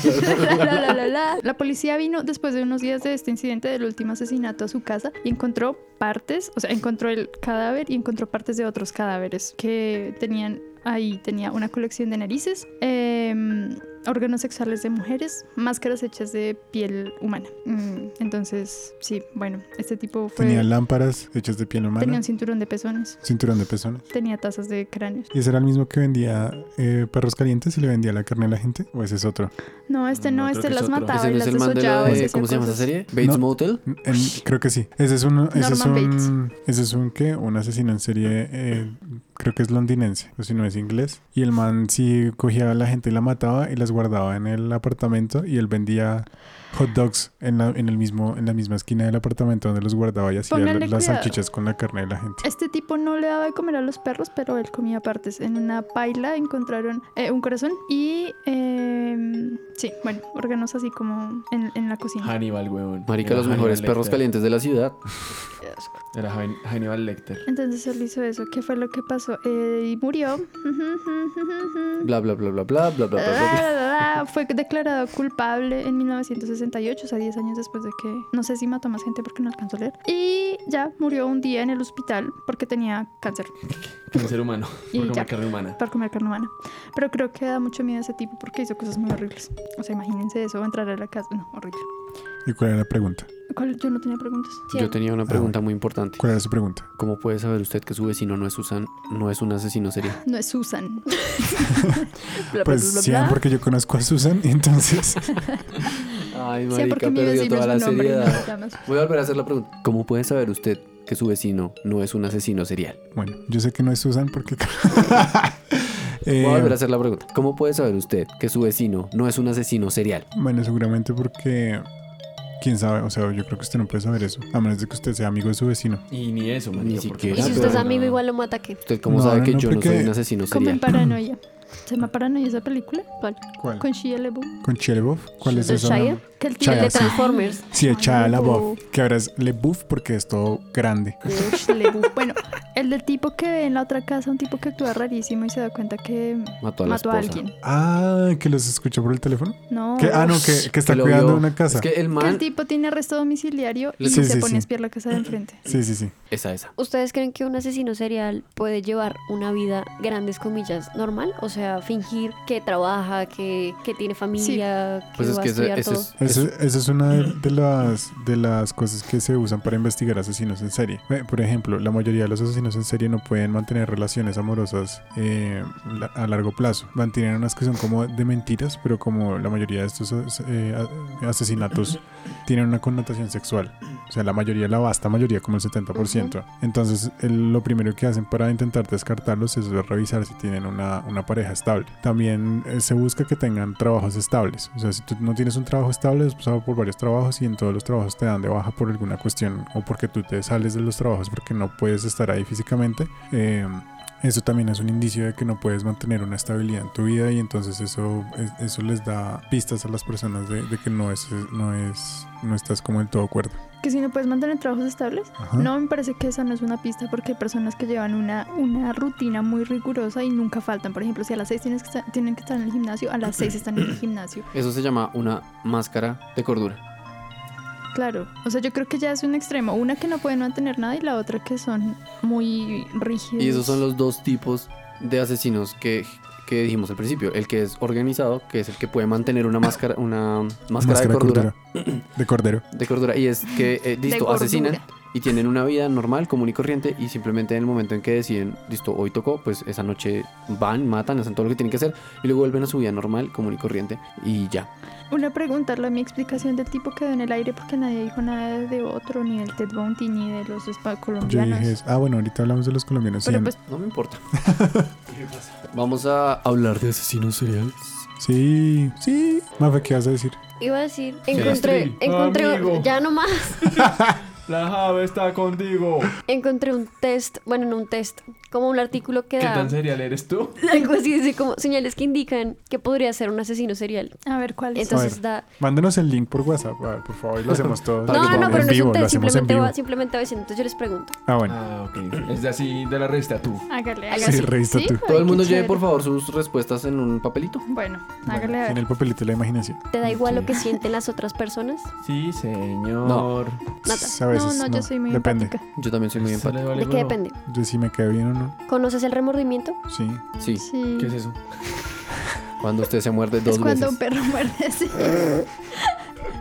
Speaker 3: bla.
Speaker 6: la, la, la, la. La policía vino después de unos días de este incidente del último asesinato a su casa y encontró partes, o sea, encontró el cadáver y encontró partes de otros cadáveres que tenían ahí, tenía una colección de narices, em, órganos sexuales de mujeres, máscaras hechas de piel humana. Mm, entonces, sí, bueno, este tipo fue...
Speaker 2: Tenía lámparas hechas de piel humana,
Speaker 6: tenía un cinturón de pezones,
Speaker 2: cinturón de pezones.
Speaker 6: tenía tazas de cráneos.
Speaker 2: ¿Y ese era el mismo que vendía eh, perros calientes y le vendía la carne a la gente? ¿O ese es otro?
Speaker 6: No, este no,
Speaker 4: No, Mm, creo
Speaker 6: este
Speaker 4: que es
Speaker 6: las
Speaker 4: otro.
Speaker 6: mataba
Speaker 3: Ese
Speaker 6: y
Speaker 3: no es
Speaker 6: las
Speaker 3: el man de la
Speaker 6: desollaba. y
Speaker 3: de-
Speaker 6: hacía
Speaker 3: ¿Cómo se llama esa
Speaker 6: cosas.
Speaker 3: serie? Bates
Speaker 2: No.
Speaker 3: Motel.
Speaker 2: En- creo que sí. Ese es un. Ese es
Speaker 6: Norman
Speaker 2: un, ese es un ¿qué? Un asesino en serie. eh, creo que es londinense, o si no es inglés. Y el man sí cogía a la gente y la mataba y las guardaba en el apartamento y él vendía hot dogs en, la, en, el mismo, en la misma esquina del apartamento donde los guardaba y hacía
Speaker 6: Póngale
Speaker 2: las
Speaker 6: cuidado.
Speaker 2: salchichas con la carne de la gente.
Speaker 6: Este tipo no le daba de comer a los perros, pero él comía partes. En una paila encontraron eh, un corazón y eh, Sí, bueno, órganos así como en, en la cocina.
Speaker 4: Hannibal, weón.
Speaker 3: Marica,
Speaker 4: Era
Speaker 3: los mejores
Speaker 4: Hannibal
Speaker 3: perros
Speaker 4: Lecter.
Speaker 3: calientes de la ciudad.
Speaker 4: Era Han- Hannibal
Speaker 6: [LAUGHS]
Speaker 4: Lecter.
Speaker 6: Entonces él hizo eso. ¿Qué fue lo que pasó? Eh, y murió.
Speaker 3: Bla, bla, bla, bla, bla, bla, bla, bla,
Speaker 6: [LAUGHS]
Speaker 3: bla. bla.
Speaker 6: Ah, Fue declarado culpable en 1968, o sea, 10 años después de que. No sé si mató más gente porque no alcanzó a leer. Y ya murió un día en el hospital porque tenía cáncer
Speaker 4: Un ser humano.
Speaker 6: Y
Speaker 4: Por
Speaker 6: ya.
Speaker 4: comer carne humana.
Speaker 6: para comer carne humana. Pero creo que da mucho miedo a ese tipo porque hizo cosas muy horribles. O sea, imagínense eso, entrar a la casa. No, horrible.
Speaker 2: ¿Y cuál era la pregunta?
Speaker 6: ¿Cuál? Yo no tenía preguntas.
Speaker 3: Yo tenía una pregunta muy importante.
Speaker 2: ¿Cuál era su pregunta?
Speaker 3: ¿Cómo puede saber usted que su vecino no es Susan, no es un asesino serial?
Speaker 6: No es Susan.
Speaker 1: Bla, bla,
Speaker 2: Pues
Speaker 1: bla,
Speaker 2: sí,
Speaker 1: bla, bla.
Speaker 2: porque yo conozco a Susan, [LAUGHS] y entonces.
Speaker 3: Ay,
Speaker 6: Sí, porque mi vecino es un hombre y [LAUGHS] no se llama Susan.
Speaker 3: Voy a volver a hacer la pregunta. ¿Cómo puede saber usted que su vecino no es un asesino serial?
Speaker 2: Bueno, yo sé que no es Susan
Speaker 3: [LAUGHS]
Speaker 2: porque. [LAUGHS]
Speaker 3: Voy
Speaker 2: Eh,
Speaker 3: a volver a hacer la pregunta. ¿Cómo puede saber usted que su vecino no es un asesino serial?
Speaker 2: bueno, seguramente porque. Quién sabe, o sea, yo creo que usted no puede saber eso. A menos de que usted sea amigo de su vecino.
Speaker 4: Y ni eso,
Speaker 3: Ni
Speaker 4: marica. porque-
Speaker 3: siquiera,
Speaker 1: Y si
Speaker 3: pero
Speaker 1: usted es amigo, igual lo mata que.
Speaker 3: ¿Usted cómo
Speaker 2: No,
Speaker 3: sabe
Speaker 2: no,
Speaker 3: que
Speaker 2: no,
Speaker 3: yo no soy
Speaker 2: porque-
Speaker 3: un asesino
Speaker 6: Como en
Speaker 3: serial?
Speaker 6: paranoia. ¿Se llama paranoia esa película?
Speaker 2: ¿Cuál?
Speaker 6: Con Shia LaBeouf.
Speaker 2: ¿Con Chelebov? ¿Cuál es
Speaker 1: ¿De
Speaker 2: eso?
Speaker 1: Shia?
Speaker 6: Que el
Speaker 1: El
Speaker 2: Chaya,
Speaker 1: de
Speaker 2: sí.
Speaker 1: Transformers.
Speaker 2: Sí, de
Speaker 6: Ay,
Speaker 2: Chalabov.
Speaker 6: Lebov.
Speaker 2: Que ahora es Lebov porque es todo grande.
Speaker 6: Ush, Lebu. Bueno, el del tipo que ve en la otra casa, un tipo que actúa rarísimo y se da cuenta que
Speaker 3: Mató a la
Speaker 6: mató a
Speaker 3: esposa.
Speaker 6: alguien.
Speaker 2: Ah, que los escuchó por el teléfono.
Speaker 6: No.
Speaker 2: Que- ah, no, que, que está
Speaker 3: Que lo
Speaker 2: cuidando
Speaker 3: vio.
Speaker 2: una casa.
Speaker 3: Es que el
Speaker 6: Que el
Speaker 3: man...
Speaker 6: tipo tiene arresto domiciliario y
Speaker 2: Sí,
Speaker 6: se
Speaker 2: sí,
Speaker 6: pone
Speaker 2: sí.
Speaker 6: a espiar la casa de enfrente.
Speaker 2: Sí, sí, sí.
Speaker 3: Esa, esa.
Speaker 1: ¿Ustedes creen que un asesino serial puede llevar una vida, grandes comillas, normal? O sea, fingir que trabaja, que, que tiene familia, que
Speaker 3: Pues es
Speaker 1: va
Speaker 3: que
Speaker 1: a
Speaker 3: ese,
Speaker 1: estudiar
Speaker 3: ese
Speaker 1: todo.
Speaker 3: es...
Speaker 2: Eso, eso es una de, de las, de las cosas que se usan para investigar asesinos en serie. Eh, Por ejemplo, la mayoría de los asesinos en serie no pueden mantener relaciones amorosas eh, la- a largo plazo. Mantienen unas que son como de mentiras, pero como la mayoría de estos eh, a- asesinatos tienen una connotación sexual. O sea, la mayoría, la vasta mayoría, como el 70%. Entonces, el- lo primero que hacen para intentar descartarlos es revisar si tienen una, una pareja estable. También eh, se busca que tengan trabajos estables. O sea, si tú no tienes un trabajo estable, has pasado por varios trabajos y en todos los trabajos te dan de baja por alguna cuestión o porque tú te sales de los trabajos porque no puedes estar ahí físicamente. eh, eso también es un indicio de que no puedes mantener una estabilidad en tu vida y entonces eso, es- eso les da pistas a las personas de, de que no es, no es, no estás como en todo cuerdo.
Speaker 6: Que si no puedes mantener trabajos estables.
Speaker 2: Ajá.
Speaker 6: No, me parece que esa no es una pista porque hay personas que llevan una, una rutina muy rigurosa y nunca faltan. Por ejemplo, si a las 6 tienes que estar, tienen que estar en el gimnasio, a las 6
Speaker 2: [CLEARS THROAT]
Speaker 6: están en el gimnasio.
Speaker 3: Eso se llama una máscara de cordura.
Speaker 6: Claro, o sea, yo creo que ya es un extremo. Una que no pueden mantener nada y la otra que son muy rígidos.
Speaker 3: Y esos son los dos tipos de asesinos que, que dijimos al principio. El que es organizado, que es el que puede mantener una máscara, una máscara, de cordura. [CLEARS THROAT]
Speaker 2: cordura. De cordero.
Speaker 3: De cordura. Y es que, eh, listo,
Speaker 6: gordura.
Speaker 3: asesinan y tienen una vida normal, común y corriente. Y simplemente en el momento en que deciden, listo, hoy tocó, pues esa noche van, matan, hacen todo lo que tienen que hacer. Y luego vuelven a su vida normal, común y corriente. Y ya.
Speaker 6: Una pregunta, la mi explicación del tipo quedó en el aire porque nadie dijo nada de otro, ni del Ted Bounty, ni de los spa
Speaker 2: Yo
Speaker 6: colombianos.
Speaker 2: dije, ah, bueno, ahorita hablamos de los colombianos.
Speaker 6: Pero
Speaker 2: sí,
Speaker 6: pues,
Speaker 3: No me importa. [LAUGHS] Vamos a hablar de asesinos seriales.
Speaker 2: sí, sí. Mafe, ¿qué vas a decir?
Speaker 1: Iba a decir, encontré,
Speaker 4: Astrid,
Speaker 1: encontré,
Speaker 4: amigo.
Speaker 1: ya nomás,
Speaker 4: La Java está contigo.
Speaker 1: encontré un test, bueno, no un test, como un artículo que
Speaker 4: ¿Qué
Speaker 1: da
Speaker 4: tan serial eres tú?
Speaker 1: [LAUGHS] algo así, dice como señales que indican que podría ser un asesino serial.
Speaker 6: a ver, ¿cuál es?
Speaker 2: ver.
Speaker 1: Entonces da...
Speaker 2: Mándanos el link por WhatsApp, a ver, por favor, y
Speaker 3: [LAUGHS]
Speaker 2: lo hacemos todo.
Speaker 1: No, no, no, pero
Speaker 2: en
Speaker 1: no es
Speaker 2: vivo,
Speaker 1: un
Speaker 2: lo hacemos
Speaker 1: test,
Speaker 2: en
Speaker 1: simplemente
Speaker 2: vivo.
Speaker 1: va, simplemente va diciendo, entonces yo les pregunto.
Speaker 2: Ah, bueno.
Speaker 4: Ah, ok. Es de así de la revista tú.
Speaker 6: Hágale,
Speaker 2: Sí,
Speaker 6: hágale.
Speaker 2: revista tú.
Speaker 3: Todo el mundo lleve,
Speaker 6: lleve,
Speaker 3: por favor, sus respuestas en un papelito.
Speaker 6: Bueno, hágale.
Speaker 2: Bueno,
Speaker 6: a ver.
Speaker 2: Tiene el papelito y la imaginación.
Speaker 1: ¿Te da igual lo
Speaker 2: [LAUGHS]
Speaker 1: que sienten las otras personas?
Speaker 4: Sí, señor.
Speaker 1: Nata.
Speaker 2: A veces,
Speaker 6: no, no, yo soy muy
Speaker 2: Depende.
Speaker 6: empática.
Speaker 3: Yo también soy muy
Speaker 4: Eso
Speaker 3: empático.
Speaker 4: le vale
Speaker 1: ¿De qué
Speaker 4: huevo.
Speaker 1: depende?
Speaker 2: Yo sí me quedo bien o no.
Speaker 1: ¿Conoces el remordimiento?
Speaker 2: Sí.
Speaker 3: Sí,
Speaker 6: Sí.
Speaker 4: ¿Qué es eso?
Speaker 3: cuando usted se muerde
Speaker 6: Es
Speaker 3: dos
Speaker 6: cuando
Speaker 3: veces.
Speaker 6: un perro [LAUGHS] muerde así.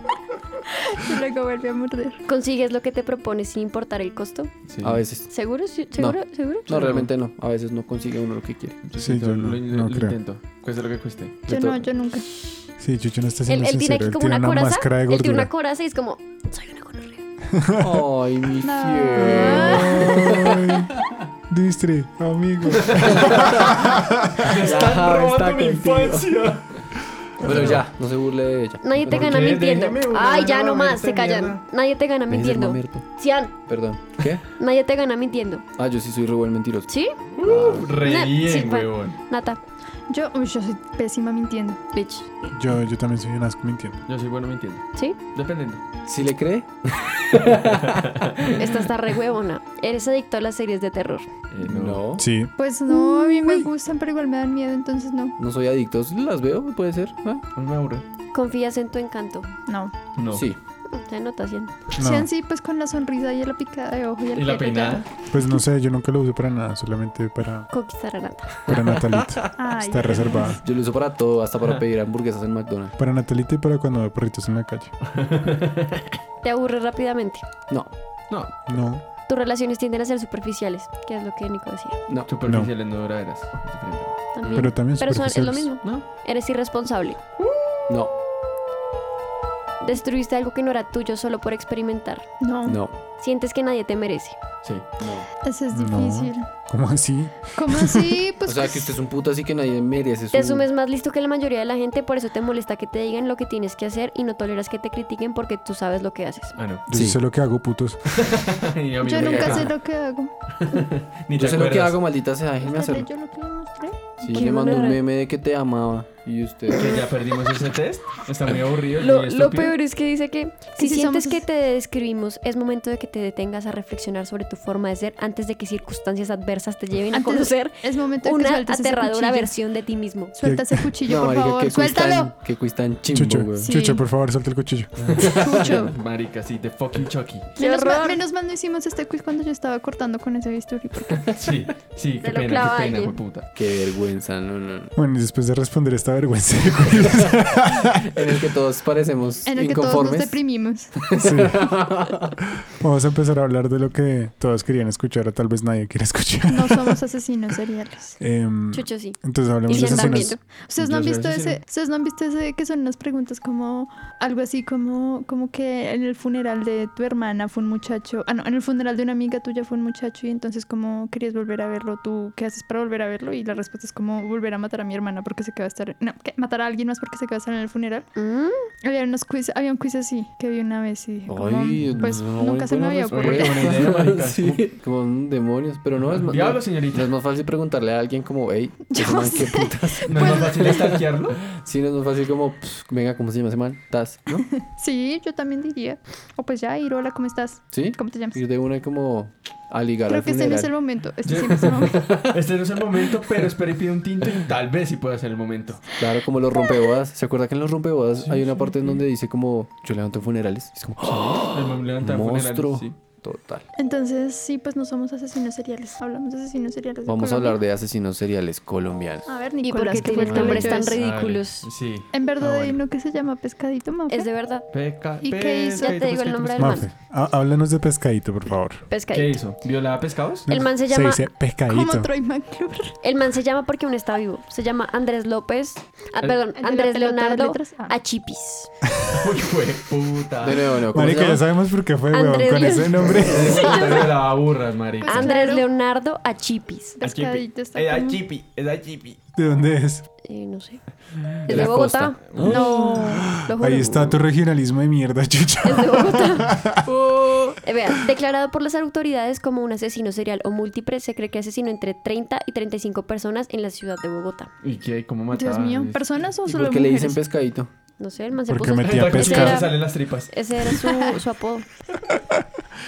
Speaker 2: [LAUGHS]
Speaker 6: y luego vuelve a morder.
Speaker 1: ¿Consigues lo que te propones sin importar el costo?
Speaker 4: Sí.
Speaker 3: A veces.
Speaker 1: ¿Seguro? Sí, ¿Seguro? ¿Seguro?
Speaker 3: No, realmente no. A veces no consigue uno lo que quiere.
Speaker 4: Yo
Speaker 2: Sí,
Speaker 4: sí,
Speaker 2: yo
Speaker 4: lo,
Speaker 2: no-
Speaker 4: lo-
Speaker 2: no
Speaker 4: lo
Speaker 2: creo.
Speaker 4: intento. Cueste lo que cueste.
Speaker 6: Yo
Speaker 3: to-
Speaker 6: no, yo nunca.
Speaker 2: Sí, Chucho no está
Speaker 1: Él,
Speaker 2: siendo
Speaker 1: él tiene
Speaker 2: sincero.
Speaker 1: aquí
Speaker 2: Él
Speaker 1: como
Speaker 2: tiene
Speaker 1: una
Speaker 2: una
Speaker 1: coraza.
Speaker 2: máscara de
Speaker 1: él tiene una
Speaker 2: gordura.
Speaker 1: coraza y es como, soy una gonorrea.
Speaker 3: Ay, mi
Speaker 6: No.
Speaker 3: fiel.
Speaker 2: Ay, Distre, amigo.
Speaker 3: La Java está contigo.
Speaker 1: [LAUGHS]
Speaker 4: infancia.
Speaker 3: Pero ya, no se burle de ella.
Speaker 1: Nadie te
Speaker 3: Pero-
Speaker 1: gana
Speaker 4: qué?
Speaker 1: mintiendo.
Speaker 4: Déjeme una
Speaker 1: Ay, ya
Speaker 4: nueva
Speaker 1: nomás,
Speaker 4: mente,
Speaker 1: se callan.
Speaker 4: mierda.
Speaker 1: Nadie te gana
Speaker 3: Me dice
Speaker 1: mintiendo.
Speaker 3: mamerto.
Speaker 1: Cian,
Speaker 3: Perdón. ¿Qué?
Speaker 1: nadie te gana mintiendo.
Speaker 3: Ah, yo sí soy re buen mentiroso.
Speaker 1: ¿Sí?
Speaker 4: Re
Speaker 1: Na- sí,
Speaker 4: bien,
Speaker 1: bueno.
Speaker 4: huevón.
Speaker 1: Nata.
Speaker 6: Yo, uy, yo soy pésima mintiendo.
Speaker 1: Bitch.
Speaker 2: Yo, yo también soy un asco mintiendo.
Speaker 4: Yo soy bueno mintiendo.
Speaker 1: ¿Sí?
Speaker 4: Dependiendo.
Speaker 3: ¿Sí le cree?
Speaker 1: Esta está re huevona. Eres adicto a las series de terror.
Speaker 4: Eh, no.
Speaker 2: Sí,
Speaker 6: Pues no, a mí me gustan, pero igual me dan miedo, entonces no.
Speaker 3: No soy adicto. Las veo, puede ser. ¿ah?
Speaker 4: No me aburre.
Speaker 1: Confías en tu encanto.
Speaker 6: No.
Speaker 4: No.
Speaker 3: Sí.
Speaker 1: Ya anotación.
Speaker 2: no.
Speaker 6: Sean sí, pues con la sonrisa y la picada de ojo y, el
Speaker 4: Y la
Speaker 6: pelo
Speaker 4: peinada.
Speaker 2: Pues no sé, yo nunca lo uso para nada, solamente para,
Speaker 1: Conquistar a Nata. [LAUGHS]
Speaker 2: para Natalita.
Speaker 6: largo. Ay,
Speaker 2: Está reservada.
Speaker 3: Yo lo uso para todo, hasta para pedir hamburguesas en McDonald's.
Speaker 2: Para Natalita y para cuando veo perritos en la calle.
Speaker 1: Te aburres rápidamente.
Speaker 3: No,
Speaker 4: No.
Speaker 2: No,
Speaker 1: Tus relaciones tienden a ser superficiales, que es lo que Nico decía.
Speaker 3: no.
Speaker 4: Superficiales no, duraderas. Es diferente.
Speaker 1: También.
Speaker 2: pero también
Speaker 1: Pero son- es lo
Speaker 2: superficiales.
Speaker 1: mismo.
Speaker 4: No.
Speaker 1: Eres irresponsable.
Speaker 3: No,
Speaker 1: Destruiste algo que no era tuyo solo por experimentar.
Speaker 6: No,
Speaker 3: no.
Speaker 1: Sientes que nadie te merece.
Speaker 4: Sí. No.
Speaker 6: eso es
Speaker 2: No.
Speaker 6: difícil.
Speaker 2: ¿Cómo así?
Speaker 6: ¿Cómo así?
Speaker 3: [LAUGHS] O
Speaker 6: Pues
Speaker 3: sea, que usted es un puto así que nadie merece su...
Speaker 1: Te asumes más listo que la mayoría de la gente, por eso te molesta que te digan lo que tienes que hacer y no toleras que te critiquen porque tú sabes lo que haces.
Speaker 4: Ah, [LAUGHS] no.
Speaker 2: Yo
Speaker 3: Sí.
Speaker 2: sé lo que hago, putos.
Speaker 4: Ni a mí
Speaker 6: yo
Speaker 4: me
Speaker 6: nunca
Speaker 4: cae.
Speaker 6: sé lo que hago.
Speaker 4: Ni te
Speaker 3: Yo sé lo que
Speaker 4: acuerdas.
Speaker 3: hago, maldita sea, déjenme hacerlo.
Speaker 6: Yo lo que le mostré.
Speaker 3: Sí,
Speaker 1: Qué
Speaker 3: le mandó un
Speaker 1: gonorrea.
Speaker 3: meme de que te amaba y usted...
Speaker 4: Que ya perdimos ese test. Está muy aburrido.
Speaker 1: Lo,
Speaker 4: muy
Speaker 1: lo
Speaker 4: estúpido.
Speaker 1: peor es que dice que si
Speaker 6: si
Speaker 1: sientes
Speaker 6: somos-
Speaker 1: que te describimos, es momento de que te detengas a reflexionar sobre tu forma de ser antes de que circunstancias adversas te lleven a
Speaker 6: Antes-
Speaker 1: conocer
Speaker 6: Es momento de que
Speaker 1: una
Speaker 6: sueltes ese
Speaker 1: aterradora
Speaker 6: cuchillo.
Speaker 1: versión de ti mismo.
Speaker 6: Suelta ese cuchillo,
Speaker 3: No,
Speaker 6: por
Speaker 3: marica,
Speaker 6: favor.
Speaker 3: que cuistan,
Speaker 6: Suéltalo.
Speaker 3: que cuistan chimbo,
Speaker 2: Chucho,
Speaker 3: güey.
Speaker 6: Sí.
Speaker 2: Chucho, por favor, suelta el cuchillo.
Speaker 6: Cucho.
Speaker 4: [LAUGHS] Marica, sí, de fucking Chucky.
Speaker 6: Menos
Speaker 1: horror.
Speaker 6: mal, menos mal no hicimos este quiz cuando yo estaba cortando con ese bisturí. porque-
Speaker 4: Sí, sí, qué
Speaker 1: lo
Speaker 4: pena,
Speaker 1: clava
Speaker 4: qué pena,
Speaker 1: alguien.
Speaker 4: fue puta.
Speaker 3: Qué vergüenza,
Speaker 4: [LAUGHS]
Speaker 3: no, no, no.
Speaker 2: Bueno, y después de responder esta vergüenza, [LAUGHS] de culos,
Speaker 3: En el que todos parecemos
Speaker 6: En el que todos nos
Speaker 3: inconformes.
Speaker 6: deprimimos.
Speaker 2: sí.
Speaker 3: [LAUGHS]
Speaker 2: vamos a empezar a hablar de lo que todos querían escuchar o tal vez nadie quiere escuchar. [LAUGHS]
Speaker 6: No somos asesinos seriales.
Speaker 2: Em,
Speaker 1: Chucho, sí.
Speaker 2: entonces hablemos
Speaker 1: Y
Speaker 2: de
Speaker 1: yo también.
Speaker 2: asesinos.
Speaker 6: ¿Ustedes no, han
Speaker 4: Yo soy
Speaker 6: visto ese,
Speaker 4: asesino.
Speaker 6: ¿Ustedes no han visto ese que son unas preguntas como algo así como, como que en el funeral de tu hermana fue un muchacho? Ah, no, en el funeral de una amiga tuya fue un muchacho y entonces como querías volver a verlo, ¿tú qué haces para volver a verlo? Y la respuesta es como volver a matar a mi hermana porque se quedó a estar... No, ¿qué? matar a alguien más porque se quedó a estar en el funeral.
Speaker 1: Mm,
Speaker 6: Había, unos quiz, había un quiz así que vi una vez y dije, como,
Speaker 3: Ay,
Speaker 6: pues
Speaker 3: no,
Speaker 6: nunca se me
Speaker 3: buena [LAUGHS]
Speaker 6: había ocurrido.
Speaker 3: respuesta.
Speaker 4: Buena idea, marica.
Speaker 3: Sí, como un demonios. Pero no es más...
Speaker 4: Diablo,
Speaker 3: No
Speaker 4: señorita.
Speaker 3: es más fácil preguntarle a alguien como, hey,
Speaker 6: Yo
Speaker 3: ese man,
Speaker 6: sé.
Speaker 3: qué putas.
Speaker 1: Pues
Speaker 4: ¿No es más fácil stalkearlo?
Speaker 3: Sí, no es más fácil como, "Pss, venga, ¿cómo se llama ese man? Taz,
Speaker 6: [LAUGHS]
Speaker 3: ¿no?
Speaker 6: Sí, yo también diría. O pues ya, ir, hola, ¿cómo estás?
Speaker 3: ¿Sí?
Speaker 6: ¿Cómo te llamas?
Speaker 3: Ir de una como a ligar
Speaker 6: Creo
Speaker 3: al
Speaker 6: que este no es el
Speaker 3: funeral.
Speaker 6: momento. Este sí
Speaker 3: [LAUGHS]
Speaker 6: no es el momento.
Speaker 4: Este no es el momento, pero espera y pide un tinto y tal vez sí pueda ser el momento.
Speaker 3: Claro, como los rompebodas. ¿Se acuerda que en los rompebodas hay una parte en donde dice como, yo levanto funerales? Es como,
Speaker 4: El momento de levantar funeral,
Speaker 3: monstruo.
Speaker 4: sí.
Speaker 3: Total.
Speaker 6: Entonces, sí, pues no somos asesinos seriales. Hablamos de asesinos seriales. de
Speaker 3: Vamos a
Speaker 6: Colombia. Ah.
Speaker 3: hablar de asesinos seriales colombianos.
Speaker 6: A ver,
Speaker 1: ¿Y
Speaker 6: Nicolás,
Speaker 1: por qué
Speaker 6: que fue
Speaker 1: tienen
Speaker 6: el
Speaker 1: nombres
Speaker 6: que
Speaker 1: tan
Speaker 6: hizo.
Speaker 1: ridículos?
Speaker 4: Sí.
Speaker 6: En verdad
Speaker 4: Pues, Ah,
Speaker 6: hay
Speaker 4: bueno.
Speaker 6: uno que se llama Pescadito Mafe.
Speaker 1: Es de verdad.
Speaker 4: Peca, pues,
Speaker 6: ¿Y qué hizo?
Speaker 1: Ya te digo el nombre del man.
Speaker 2: Mafe, há- háblanos de pescadito, por favor.
Speaker 4: ¿Qué
Speaker 1: Pescadito.
Speaker 4: hizo? ¿Violaba [LAUGHS] pescados?
Speaker 1: El man se
Speaker 2: Se
Speaker 1: llama
Speaker 2: dice pescadito.
Speaker 6: Como Troy
Speaker 1: [LAUGHS]
Speaker 6: McClure.
Speaker 1: El man se llama porque aún está vivo. Se llama Andrés López. ah,
Speaker 4: El-
Speaker 1: perdón,
Speaker 6: de la pelota
Speaker 1: Andrés
Speaker 6: de
Speaker 1: Leonardo
Speaker 6: letras. Ah.
Speaker 1: Achipis.
Speaker 4: Uy, fue puta.
Speaker 3: De nuevo, no, ¿cómo se
Speaker 2: Marica, ya
Speaker 3: llama?
Speaker 2: sabemos por qué fue, weón,
Speaker 1: Andrés
Speaker 2: con ese
Speaker 1: León.
Speaker 2: nombre. [LAUGHS]
Speaker 4: Pero la burras, marica.
Speaker 6: Pues
Speaker 1: Andrés
Speaker 6: Claro.
Speaker 1: Leonardo Achipis.
Speaker 6: Ah, Pescadito
Speaker 3: eh,
Speaker 6: está
Speaker 4: Es
Speaker 6: como-
Speaker 4: achipi, es achipi.
Speaker 2: ¿De dónde es?
Speaker 1: Eh, no sé.
Speaker 3: De
Speaker 1: ¿Es
Speaker 3: la
Speaker 1: de Bogotá?
Speaker 3: costa.
Speaker 1: No. Lo juro.
Speaker 2: Ahí está tu regionalismo de mierda, [LAUGHS] chucho.
Speaker 1: Es de Bogotá. Eh, vea, declarado por las autoridades como un asesino serial o múltiple, se cree que asesinó entre 30 y 35 personas en la ciudad de Bogotá.
Speaker 4: ¿Y qué? ¿Cómo mataba?
Speaker 6: Dios mío, ¿personas o
Speaker 3: ¿Y
Speaker 6: solo
Speaker 3: por qué le
Speaker 6: mujeres?
Speaker 3: dicen pescadito?
Speaker 1: No sé, el man se
Speaker 2: Porque
Speaker 1: puso...
Speaker 2: metía
Speaker 1: ese
Speaker 2: pescado.
Speaker 1: era-
Speaker 4: salen las tripas.
Speaker 1: Ese era su, su apodo.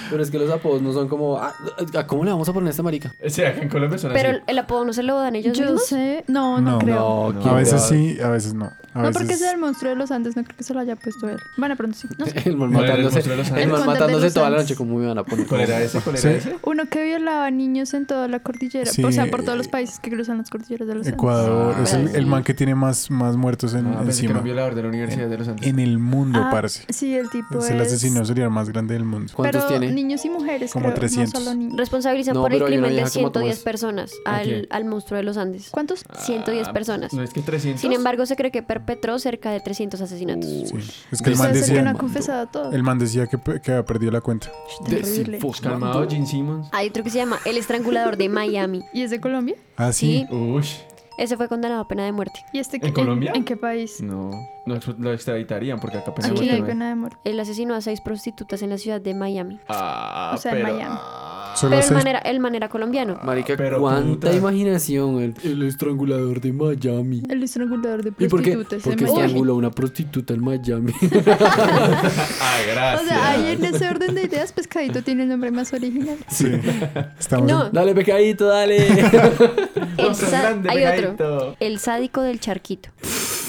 Speaker 3: Pero es que los apodos no son como, ah, ah, ¿cómo le vamos a poner a esta marica?
Speaker 4: O sea, que en Colombia son
Speaker 1: Pero
Speaker 4: así.
Speaker 1: el apodo no se lo dan ellos
Speaker 6: Yo
Speaker 1: mismos.
Speaker 6: sé. No, no,
Speaker 2: No.
Speaker 6: creo. No.
Speaker 3: No,
Speaker 4: No.
Speaker 3: ¿quién
Speaker 2: A
Speaker 3: le
Speaker 2: veces
Speaker 3: va-
Speaker 2: sí, a veces no. A veces...
Speaker 6: porque es el monstruo de los Andes, no creo que se lo haya puesto él. Bueno, pronto sí. No sé.
Speaker 3: [LAUGHS] El man
Speaker 4: ¿Cuál era el
Speaker 3: matándose,
Speaker 4: monstruo de los
Speaker 3: el
Speaker 4: Andes?
Speaker 3: man
Speaker 6: El
Speaker 3: matándose
Speaker 6: conde de
Speaker 3: toda
Speaker 6: los
Speaker 3: la noche,
Speaker 6: Andes.
Speaker 3: ¿cómo me van a poner?
Speaker 4: ¿Cuál era ese? ¿Cuál era
Speaker 2: Sí.
Speaker 4: ese?
Speaker 6: Uno que violaba niños en toda la cordillera.
Speaker 2: Sí,
Speaker 6: o sea, por todos los
Speaker 2: eh,
Speaker 6: países que cruzan las cordilleras de los Andes.
Speaker 2: Ecuador
Speaker 3: Ah,
Speaker 2: es el,
Speaker 1: sí.
Speaker 2: el man que tiene más, más muertos en,
Speaker 4: Ah, pensé que era
Speaker 2: encima.
Speaker 4: un violador de la Universidad de los Andes.
Speaker 2: En el mundo,
Speaker 6: Ah,
Speaker 2: parce.
Speaker 6: Sí, el tipo
Speaker 2: es
Speaker 6: es...
Speaker 1: pues.
Speaker 2: el asesino sería el más grande del mundo.
Speaker 3: ¿Cuántos
Speaker 6: pero
Speaker 3: tiene?
Speaker 6: niños y mujeres,
Speaker 2: Como
Speaker 6: creo,
Speaker 2: 300.
Speaker 6: no solo niños.
Speaker 1: Responsabilizan
Speaker 3: No,
Speaker 1: por el
Speaker 3: pero hay una
Speaker 1: crimen de
Speaker 3: vieja como tú
Speaker 1: 110
Speaker 3: es.
Speaker 1: personas
Speaker 4: ¿A
Speaker 1: al,
Speaker 4: quién?
Speaker 1: al monstruo de los Andes.
Speaker 6: ¿Cuántos?
Speaker 1: 110
Speaker 4: Ah,
Speaker 1: personas.
Speaker 4: ¿No es que 300?
Speaker 1: Sin embargo, se cree que perpetró cerca de 300 asesinatos.
Speaker 3: Uh.
Speaker 2: Sí. Es que el man
Speaker 6: Usted es el que no ha
Speaker 2: decía,
Speaker 6: confesado todo.
Speaker 2: el man decía que, pe- que había perdido la cuenta.
Speaker 6: Terrible.
Speaker 3: Desinfo-
Speaker 4: Calmado, Gene Simmons.
Speaker 1: Hay otro que se llama El Estrangulador de Miami.
Speaker 6: ¿Y es de Colombia?
Speaker 2: Ah, sí.
Speaker 1: Sí.
Speaker 4: Uy,
Speaker 1: Ese fue condenado a pena de muerte.
Speaker 6: ¿Y este
Speaker 4: ¿En
Speaker 6: qué-
Speaker 4: Colombia? Mm,
Speaker 6: ¿En, qué país?
Speaker 4: no. No extra- lo extraditarían porque acá pensamos
Speaker 6: Aquí
Speaker 4: que
Speaker 6: no hay
Speaker 4: no hay.
Speaker 6: pena de muerte.
Speaker 1: Él asesinó a seis prostitutas en la ciudad de Miami.
Speaker 4: Ah,
Speaker 6: O sea, en
Speaker 4: pero-
Speaker 6: Miami.
Speaker 4: ah,
Speaker 2: Solo
Speaker 1: Pero el
Speaker 2: seis-
Speaker 1: manera, el manera colombiano.
Speaker 3: Marica,
Speaker 4: Pero
Speaker 3: cuánta
Speaker 4: puta.
Speaker 3: imaginación. El, el estrangulador de Miami.
Speaker 6: El estrangulador de
Speaker 3: ¿Y por qué?
Speaker 6: prostitutas.
Speaker 3: Porque
Speaker 6: se me-
Speaker 3: estranguló a una prostituta en Miami.
Speaker 4: Ah,
Speaker 6: O
Speaker 4: gracias.
Speaker 6: sea, ahí en ese orden de ideas, Pescadito tiene el nombre más original.
Speaker 2: Sí.
Speaker 4: [LAUGHS]
Speaker 2: Estamos
Speaker 1: No,
Speaker 2: en-
Speaker 3: dale, pecadito,
Speaker 6: [LAUGHS]
Speaker 3: dale.
Speaker 1: el
Speaker 4: Otro
Speaker 1: sa-
Speaker 4: grande
Speaker 1: hay otro.
Speaker 4: pegadito.
Speaker 1: El sádico del charquito.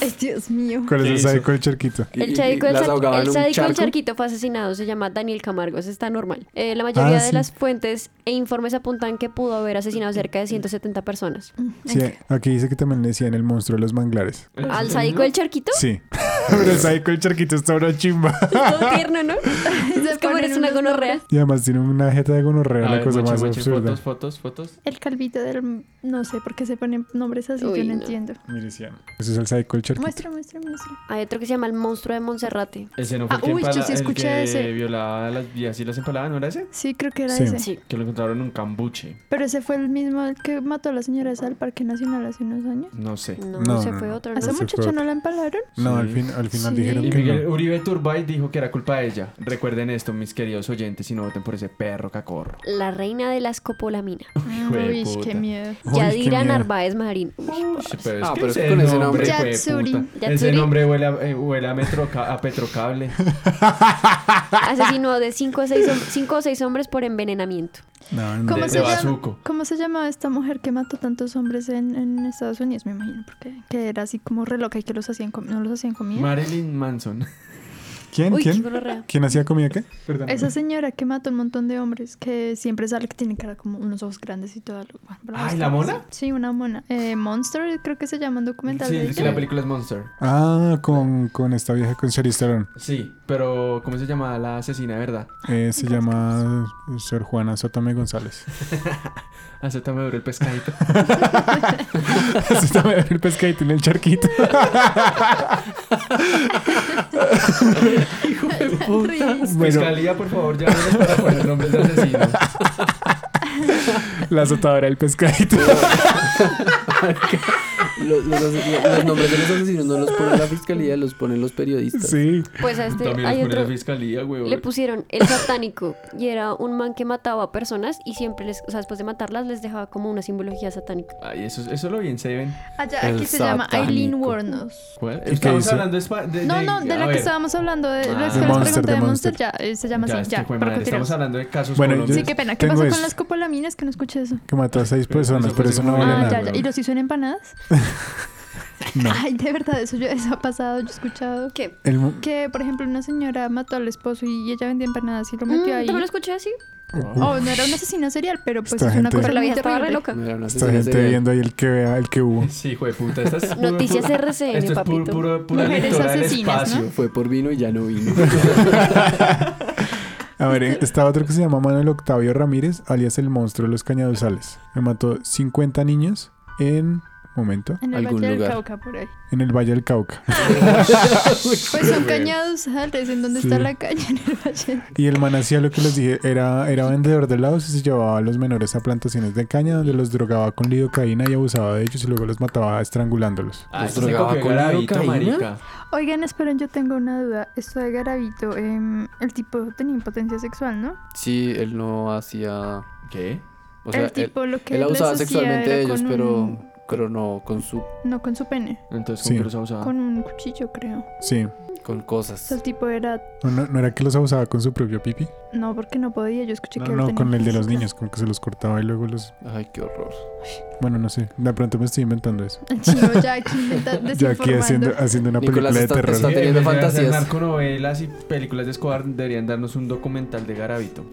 Speaker 6: Ay, Dios mío.
Speaker 2: ¿Cuál es
Speaker 4: ¿Qué
Speaker 2: el
Speaker 4: hizo?
Speaker 2: sádico del charquito?
Speaker 3: Y- y-
Speaker 1: El sádico,
Speaker 3: y
Speaker 1: del,
Speaker 3: las
Speaker 1: sar-
Speaker 3: ahogaban
Speaker 1: el
Speaker 3: en un
Speaker 1: sádico del
Speaker 3: charco.
Speaker 1: charquito fue asesinado, se llama Daniel Camargo, eso está normal. Eh, la mayoría
Speaker 2: Ah,
Speaker 1: de
Speaker 2: sí.
Speaker 1: las fuentes e informes apuntan que pudo haber asesinado cerca de 170 personas.
Speaker 6: [LAUGHS]
Speaker 2: Sí, aquí dice que también le decían el monstruo de los manglares.
Speaker 1: ¿Al sádico
Speaker 3: [LAUGHS]
Speaker 1: del charquito?
Speaker 2: Sí. [LAUGHS] Pero el sádico del charquito está una chimba.
Speaker 1: Todo tierno, ¿no? es como
Speaker 6: ponen
Speaker 1: eres una
Speaker 6: unos
Speaker 1: gonorrea.
Speaker 2: Y además tiene una jeta de gonorrea,
Speaker 4: A
Speaker 2: la
Speaker 4: ver,
Speaker 2: cosa
Speaker 4: muestra,
Speaker 2: más
Speaker 4: muestra,
Speaker 2: absurda.
Speaker 4: Fotos, Ah, fotos, fotos.
Speaker 6: El calvito del. No sé por qué se ponen nombres así,
Speaker 1: Uy,
Speaker 6: yo no,
Speaker 1: no.
Speaker 6: entiendo.
Speaker 2: Miliciano. Ese es el sádico del charquito.
Speaker 6: Muestra, muestra, muestra.
Speaker 1: Hay otro que se llama el monstruo de Monserrate.
Speaker 4: Ese no fue
Speaker 6: Ah,
Speaker 4: el que
Speaker 6: uy, yo
Speaker 4: empala-
Speaker 6: sí
Speaker 4: el
Speaker 6: escuché
Speaker 4: que
Speaker 6: ese.
Speaker 4: violaba a las vías y las empalaba, ¿no era ese?
Speaker 6: Sí, creo que era
Speaker 2: Sí.
Speaker 6: ese.
Speaker 1: Sí.
Speaker 4: Que lo encontraron en un cambuche.
Speaker 6: Pero ese fue el mismo el que mató a la señora esa al Parque Nacional hace unos años.
Speaker 4: No sé.
Speaker 1: No,
Speaker 2: No,
Speaker 1: se
Speaker 2: no,
Speaker 1: fue
Speaker 2: no.
Speaker 1: otro.
Speaker 6: ¿A
Speaker 1: ¿no?
Speaker 6: esa
Speaker 2: Ese fue
Speaker 6: muchacha no la empalaron?
Speaker 2: No,
Speaker 4: Sí.
Speaker 2: al, fin, al final
Speaker 6: Sí.
Speaker 2: dijeron
Speaker 4: Y
Speaker 2: que
Speaker 4: Miguel
Speaker 2: no.
Speaker 4: Uribe Turbay dijo que era culpa de ella. Recuerden esto, mis queridos oyentes, y no voten por ese perro cacorro.
Speaker 1: La reina de la escopolamina.
Speaker 4: Hijo de
Speaker 6: Uy,
Speaker 4: puta.
Speaker 6: qué miedo.
Speaker 2: Uy, qué
Speaker 1: Yadira
Speaker 2: miedo.
Speaker 1: Narváez Marín. Uy,
Speaker 4: Sí, pero es
Speaker 3: Ah,
Speaker 4: que
Speaker 3: pero es que con ese nombre.
Speaker 4: hijo de
Speaker 6: Yatsuri.
Speaker 4: puta. Ese
Speaker 1: Yatsuri.
Speaker 4: nombre huele a, eh, huele a, metroca- a petrocable.
Speaker 1: [LAUGHS] Asesinó de 5 o 6 hombres por envenenamiento.
Speaker 2: No, no.
Speaker 6: ¿Cómo
Speaker 4: de
Speaker 6: se, llama,
Speaker 4: bazuco.
Speaker 6: ¿Cómo se llama esta mujer que mató tantos hombres en, en Estados Unidos? Me imagino, porque que era así como re loca y que los hacían com- no los hacían comida.
Speaker 4: Marilyn Manson.
Speaker 2: ¿Quién?
Speaker 1: Uy, qué
Speaker 2: ¿Quién?
Speaker 1: gonorrea.
Speaker 2: ¿Quién hacía comida qué? Perdón.
Speaker 6: Esa señora que mató un montón de hombres, que siempre sale que tiene cara como unos ojos grandes y todo.
Speaker 4: Ay, ¿Ah, ¿la mona?
Speaker 6: Sí, una mona. Eh, Monster, creo que se llama un documental.
Speaker 4: Sí,
Speaker 6: de
Speaker 4: es que
Speaker 6: ella.
Speaker 4: la película es Monster.
Speaker 2: Ah, con, con esta vieja con Charlize Theron.
Speaker 4: Sí, pero ¿cómo se llama la asesina, de verdad?
Speaker 2: Eh, se llama Sor Juana Sotame González. [LAUGHS]
Speaker 4: Acéptame duro el pescadito.
Speaker 2: Sotame el pescadito en el
Speaker 4: [LAUGHS]
Speaker 2: charquito. bueno,
Speaker 4: Fiscalía, por favor, llámenos para poner nombres de asesinos.
Speaker 2: la azotadora del
Speaker 4: [LAUGHS]
Speaker 2: pescadito.
Speaker 3: los, los- los- los nombres de los asesinos no los pone la fiscalía, los ponen los periodistas.
Speaker 2: sí.
Speaker 1: Pues a este
Speaker 4: También los
Speaker 1: hay
Speaker 4: pone
Speaker 1: otro.
Speaker 4: la fiscalía, güey.
Speaker 1: Le pusieron el satánico y era un man que mataba a personas y siempre les, o sea, después de matarlas les dejaba como una simbología satánica.
Speaker 4: Ay, eso, eso lo vi en Seven.
Speaker 6: Allá,
Speaker 3: El
Speaker 6: aquí se llama
Speaker 3: satánico.
Speaker 6: Aileen Wuornos.
Speaker 4: ¿Cuál?
Speaker 2: qué
Speaker 4: Estamos
Speaker 2: dice?
Speaker 4: hablando de, Spa- de-
Speaker 6: No, no, de
Speaker 4: a
Speaker 6: la que
Speaker 4: ver.
Speaker 6: estábamos hablando. De,
Speaker 4: Ah.
Speaker 6: la
Speaker 4: De
Speaker 6: que les
Speaker 2: Monster,
Speaker 6: pregunté
Speaker 2: de
Speaker 6: de
Speaker 2: Monster.
Speaker 6: Monster, ya, eh, se llama
Speaker 4: Ya,
Speaker 6: así,
Speaker 4: es que
Speaker 6: ya,
Speaker 4: fue
Speaker 6: para
Speaker 4: madre,
Speaker 6: continuar.
Speaker 4: Estamos hablando de casos
Speaker 2: Bueno,
Speaker 4: colombianos.
Speaker 6: Sí, qué pena. ¿Qué
Speaker 2: Tengo
Speaker 6: pasó
Speaker 2: esto.
Speaker 6: con las copolaminas? Que no escuché eso.
Speaker 2: Que mató a seis personas, pero eso no vale
Speaker 6: Ah,
Speaker 2: nada.
Speaker 6: ya, ya. ¿Y los hizo en empanadas?
Speaker 2: No.
Speaker 6: Ay, de verdad, eso, yo, eso ha pasado, yo he escuchado.
Speaker 1: ¿Qué?
Speaker 2: El mu-
Speaker 6: Que, por ejemplo, una señora mató al esposo y ella vendía empanadas y lo metió ahí.
Speaker 1: ¿Tú me Mm, lo escuché así?
Speaker 6: Oh, no era un asesino serial, pero pues
Speaker 2: Esta
Speaker 6: es una
Speaker 2: gente-
Speaker 6: cosa
Speaker 1: Pero la
Speaker 6: muy
Speaker 1: vieja estaba re
Speaker 6: terrible. [LAUGHS]
Speaker 1: loca.
Speaker 3: No era una
Speaker 2: esta
Speaker 3: asesina
Speaker 2: gente
Speaker 3: serial.
Speaker 2: viendo ahí el que vea, el que hubo.
Speaker 4: Sí, hijo de puta. Esta
Speaker 6: [LAUGHS]
Speaker 4: es puro-
Speaker 1: Noticias
Speaker 4: puro-
Speaker 1: RCN,
Speaker 4: Esto es pu-
Speaker 1: papito.
Speaker 4: puro- pura
Speaker 6: Mujeres
Speaker 4: lectura del
Speaker 6: asesinas, ¿no?
Speaker 4: espacio.
Speaker 3: Fue por vino y ya no
Speaker 2: [LAUGHS]
Speaker 3: vino.
Speaker 2: A ver, eh, está otro que se llama Manuel Octavio Ramírez, alias el monstruo de los cañaduzales. Me mató 50 niños en... Momento.
Speaker 6: En el
Speaker 3: Algún
Speaker 6: Valle del
Speaker 3: lugar.
Speaker 6: Cauca, por ahí.
Speaker 2: En el Valle del Cauca.
Speaker 6: Pues son cañados altos, en donde
Speaker 2: Sí.
Speaker 6: está la caña [LAUGHS] en el Valle.
Speaker 2: Y el man hacía lo que les dije, era, era vendedor de helados y se llevaba a los menores a plantaciones de caña donde los drogaba con lidocaína y abusaba de ellos y luego los mataba estrangulándolos.
Speaker 4: Ah,
Speaker 3: Los
Speaker 4: se cogió
Speaker 3: drogaba con
Speaker 4: garabito,
Speaker 3: lidocaína.
Speaker 4: marica.
Speaker 6: Oigan, esperen, yo tengo una duda. Esto de Garabito, em, el tipo tenía impotencia sexual, ¿no?
Speaker 3: Sí, él no hacía.
Speaker 4: ¿Qué?
Speaker 3: O sea,
Speaker 6: el
Speaker 3: él,
Speaker 6: tipo lo que
Speaker 3: él
Speaker 6: les
Speaker 3: abusaba
Speaker 6: hacía
Speaker 3: sexualmente
Speaker 6: era
Speaker 3: de ellos,
Speaker 6: con un-
Speaker 3: pero, pero no con su
Speaker 6: No, con su pene.
Speaker 4: Entonces,
Speaker 2: Sí.
Speaker 4: ¿con qué los abusaba?
Speaker 6: Con un cuchillo, creo. O
Speaker 2: Sí.
Speaker 3: con
Speaker 6: sea,
Speaker 3: cosas.
Speaker 6: el tipo era...
Speaker 2: ¿No, no, no era que los abusaba con su propio pipi?
Speaker 6: No, porque no podía. Yo escuché
Speaker 2: No,
Speaker 6: que él
Speaker 2: no,
Speaker 6: tenía pues
Speaker 2: con el de los
Speaker 6: impotencia.
Speaker 2: niños, como que se los cortaba y luego los...
Speaker 3: Ay, qué horror.
Speaker 2: Bueno, no sé, de pronto me estoy inventando eso.
Speaker 6: [LAUGHS] El chino ya aquí inventa-
Speaker 2: Yo aquí haciendo,
Speaker 6: desinformando.
Speaker 2: haciendo una película
Speaker 3: Nicolás
Speaker 2: de
Speaker 3: está-
Speaker 2: terror.
Speaker 3: está-
Speaker 4: Sí, en
Speaker 3: teniendo
Speaker 4: vez de hacer
Speaker 3: fantasías.
Speaker 4: narconovelas y películas de Escobar deberían darnos un documental de Garabito.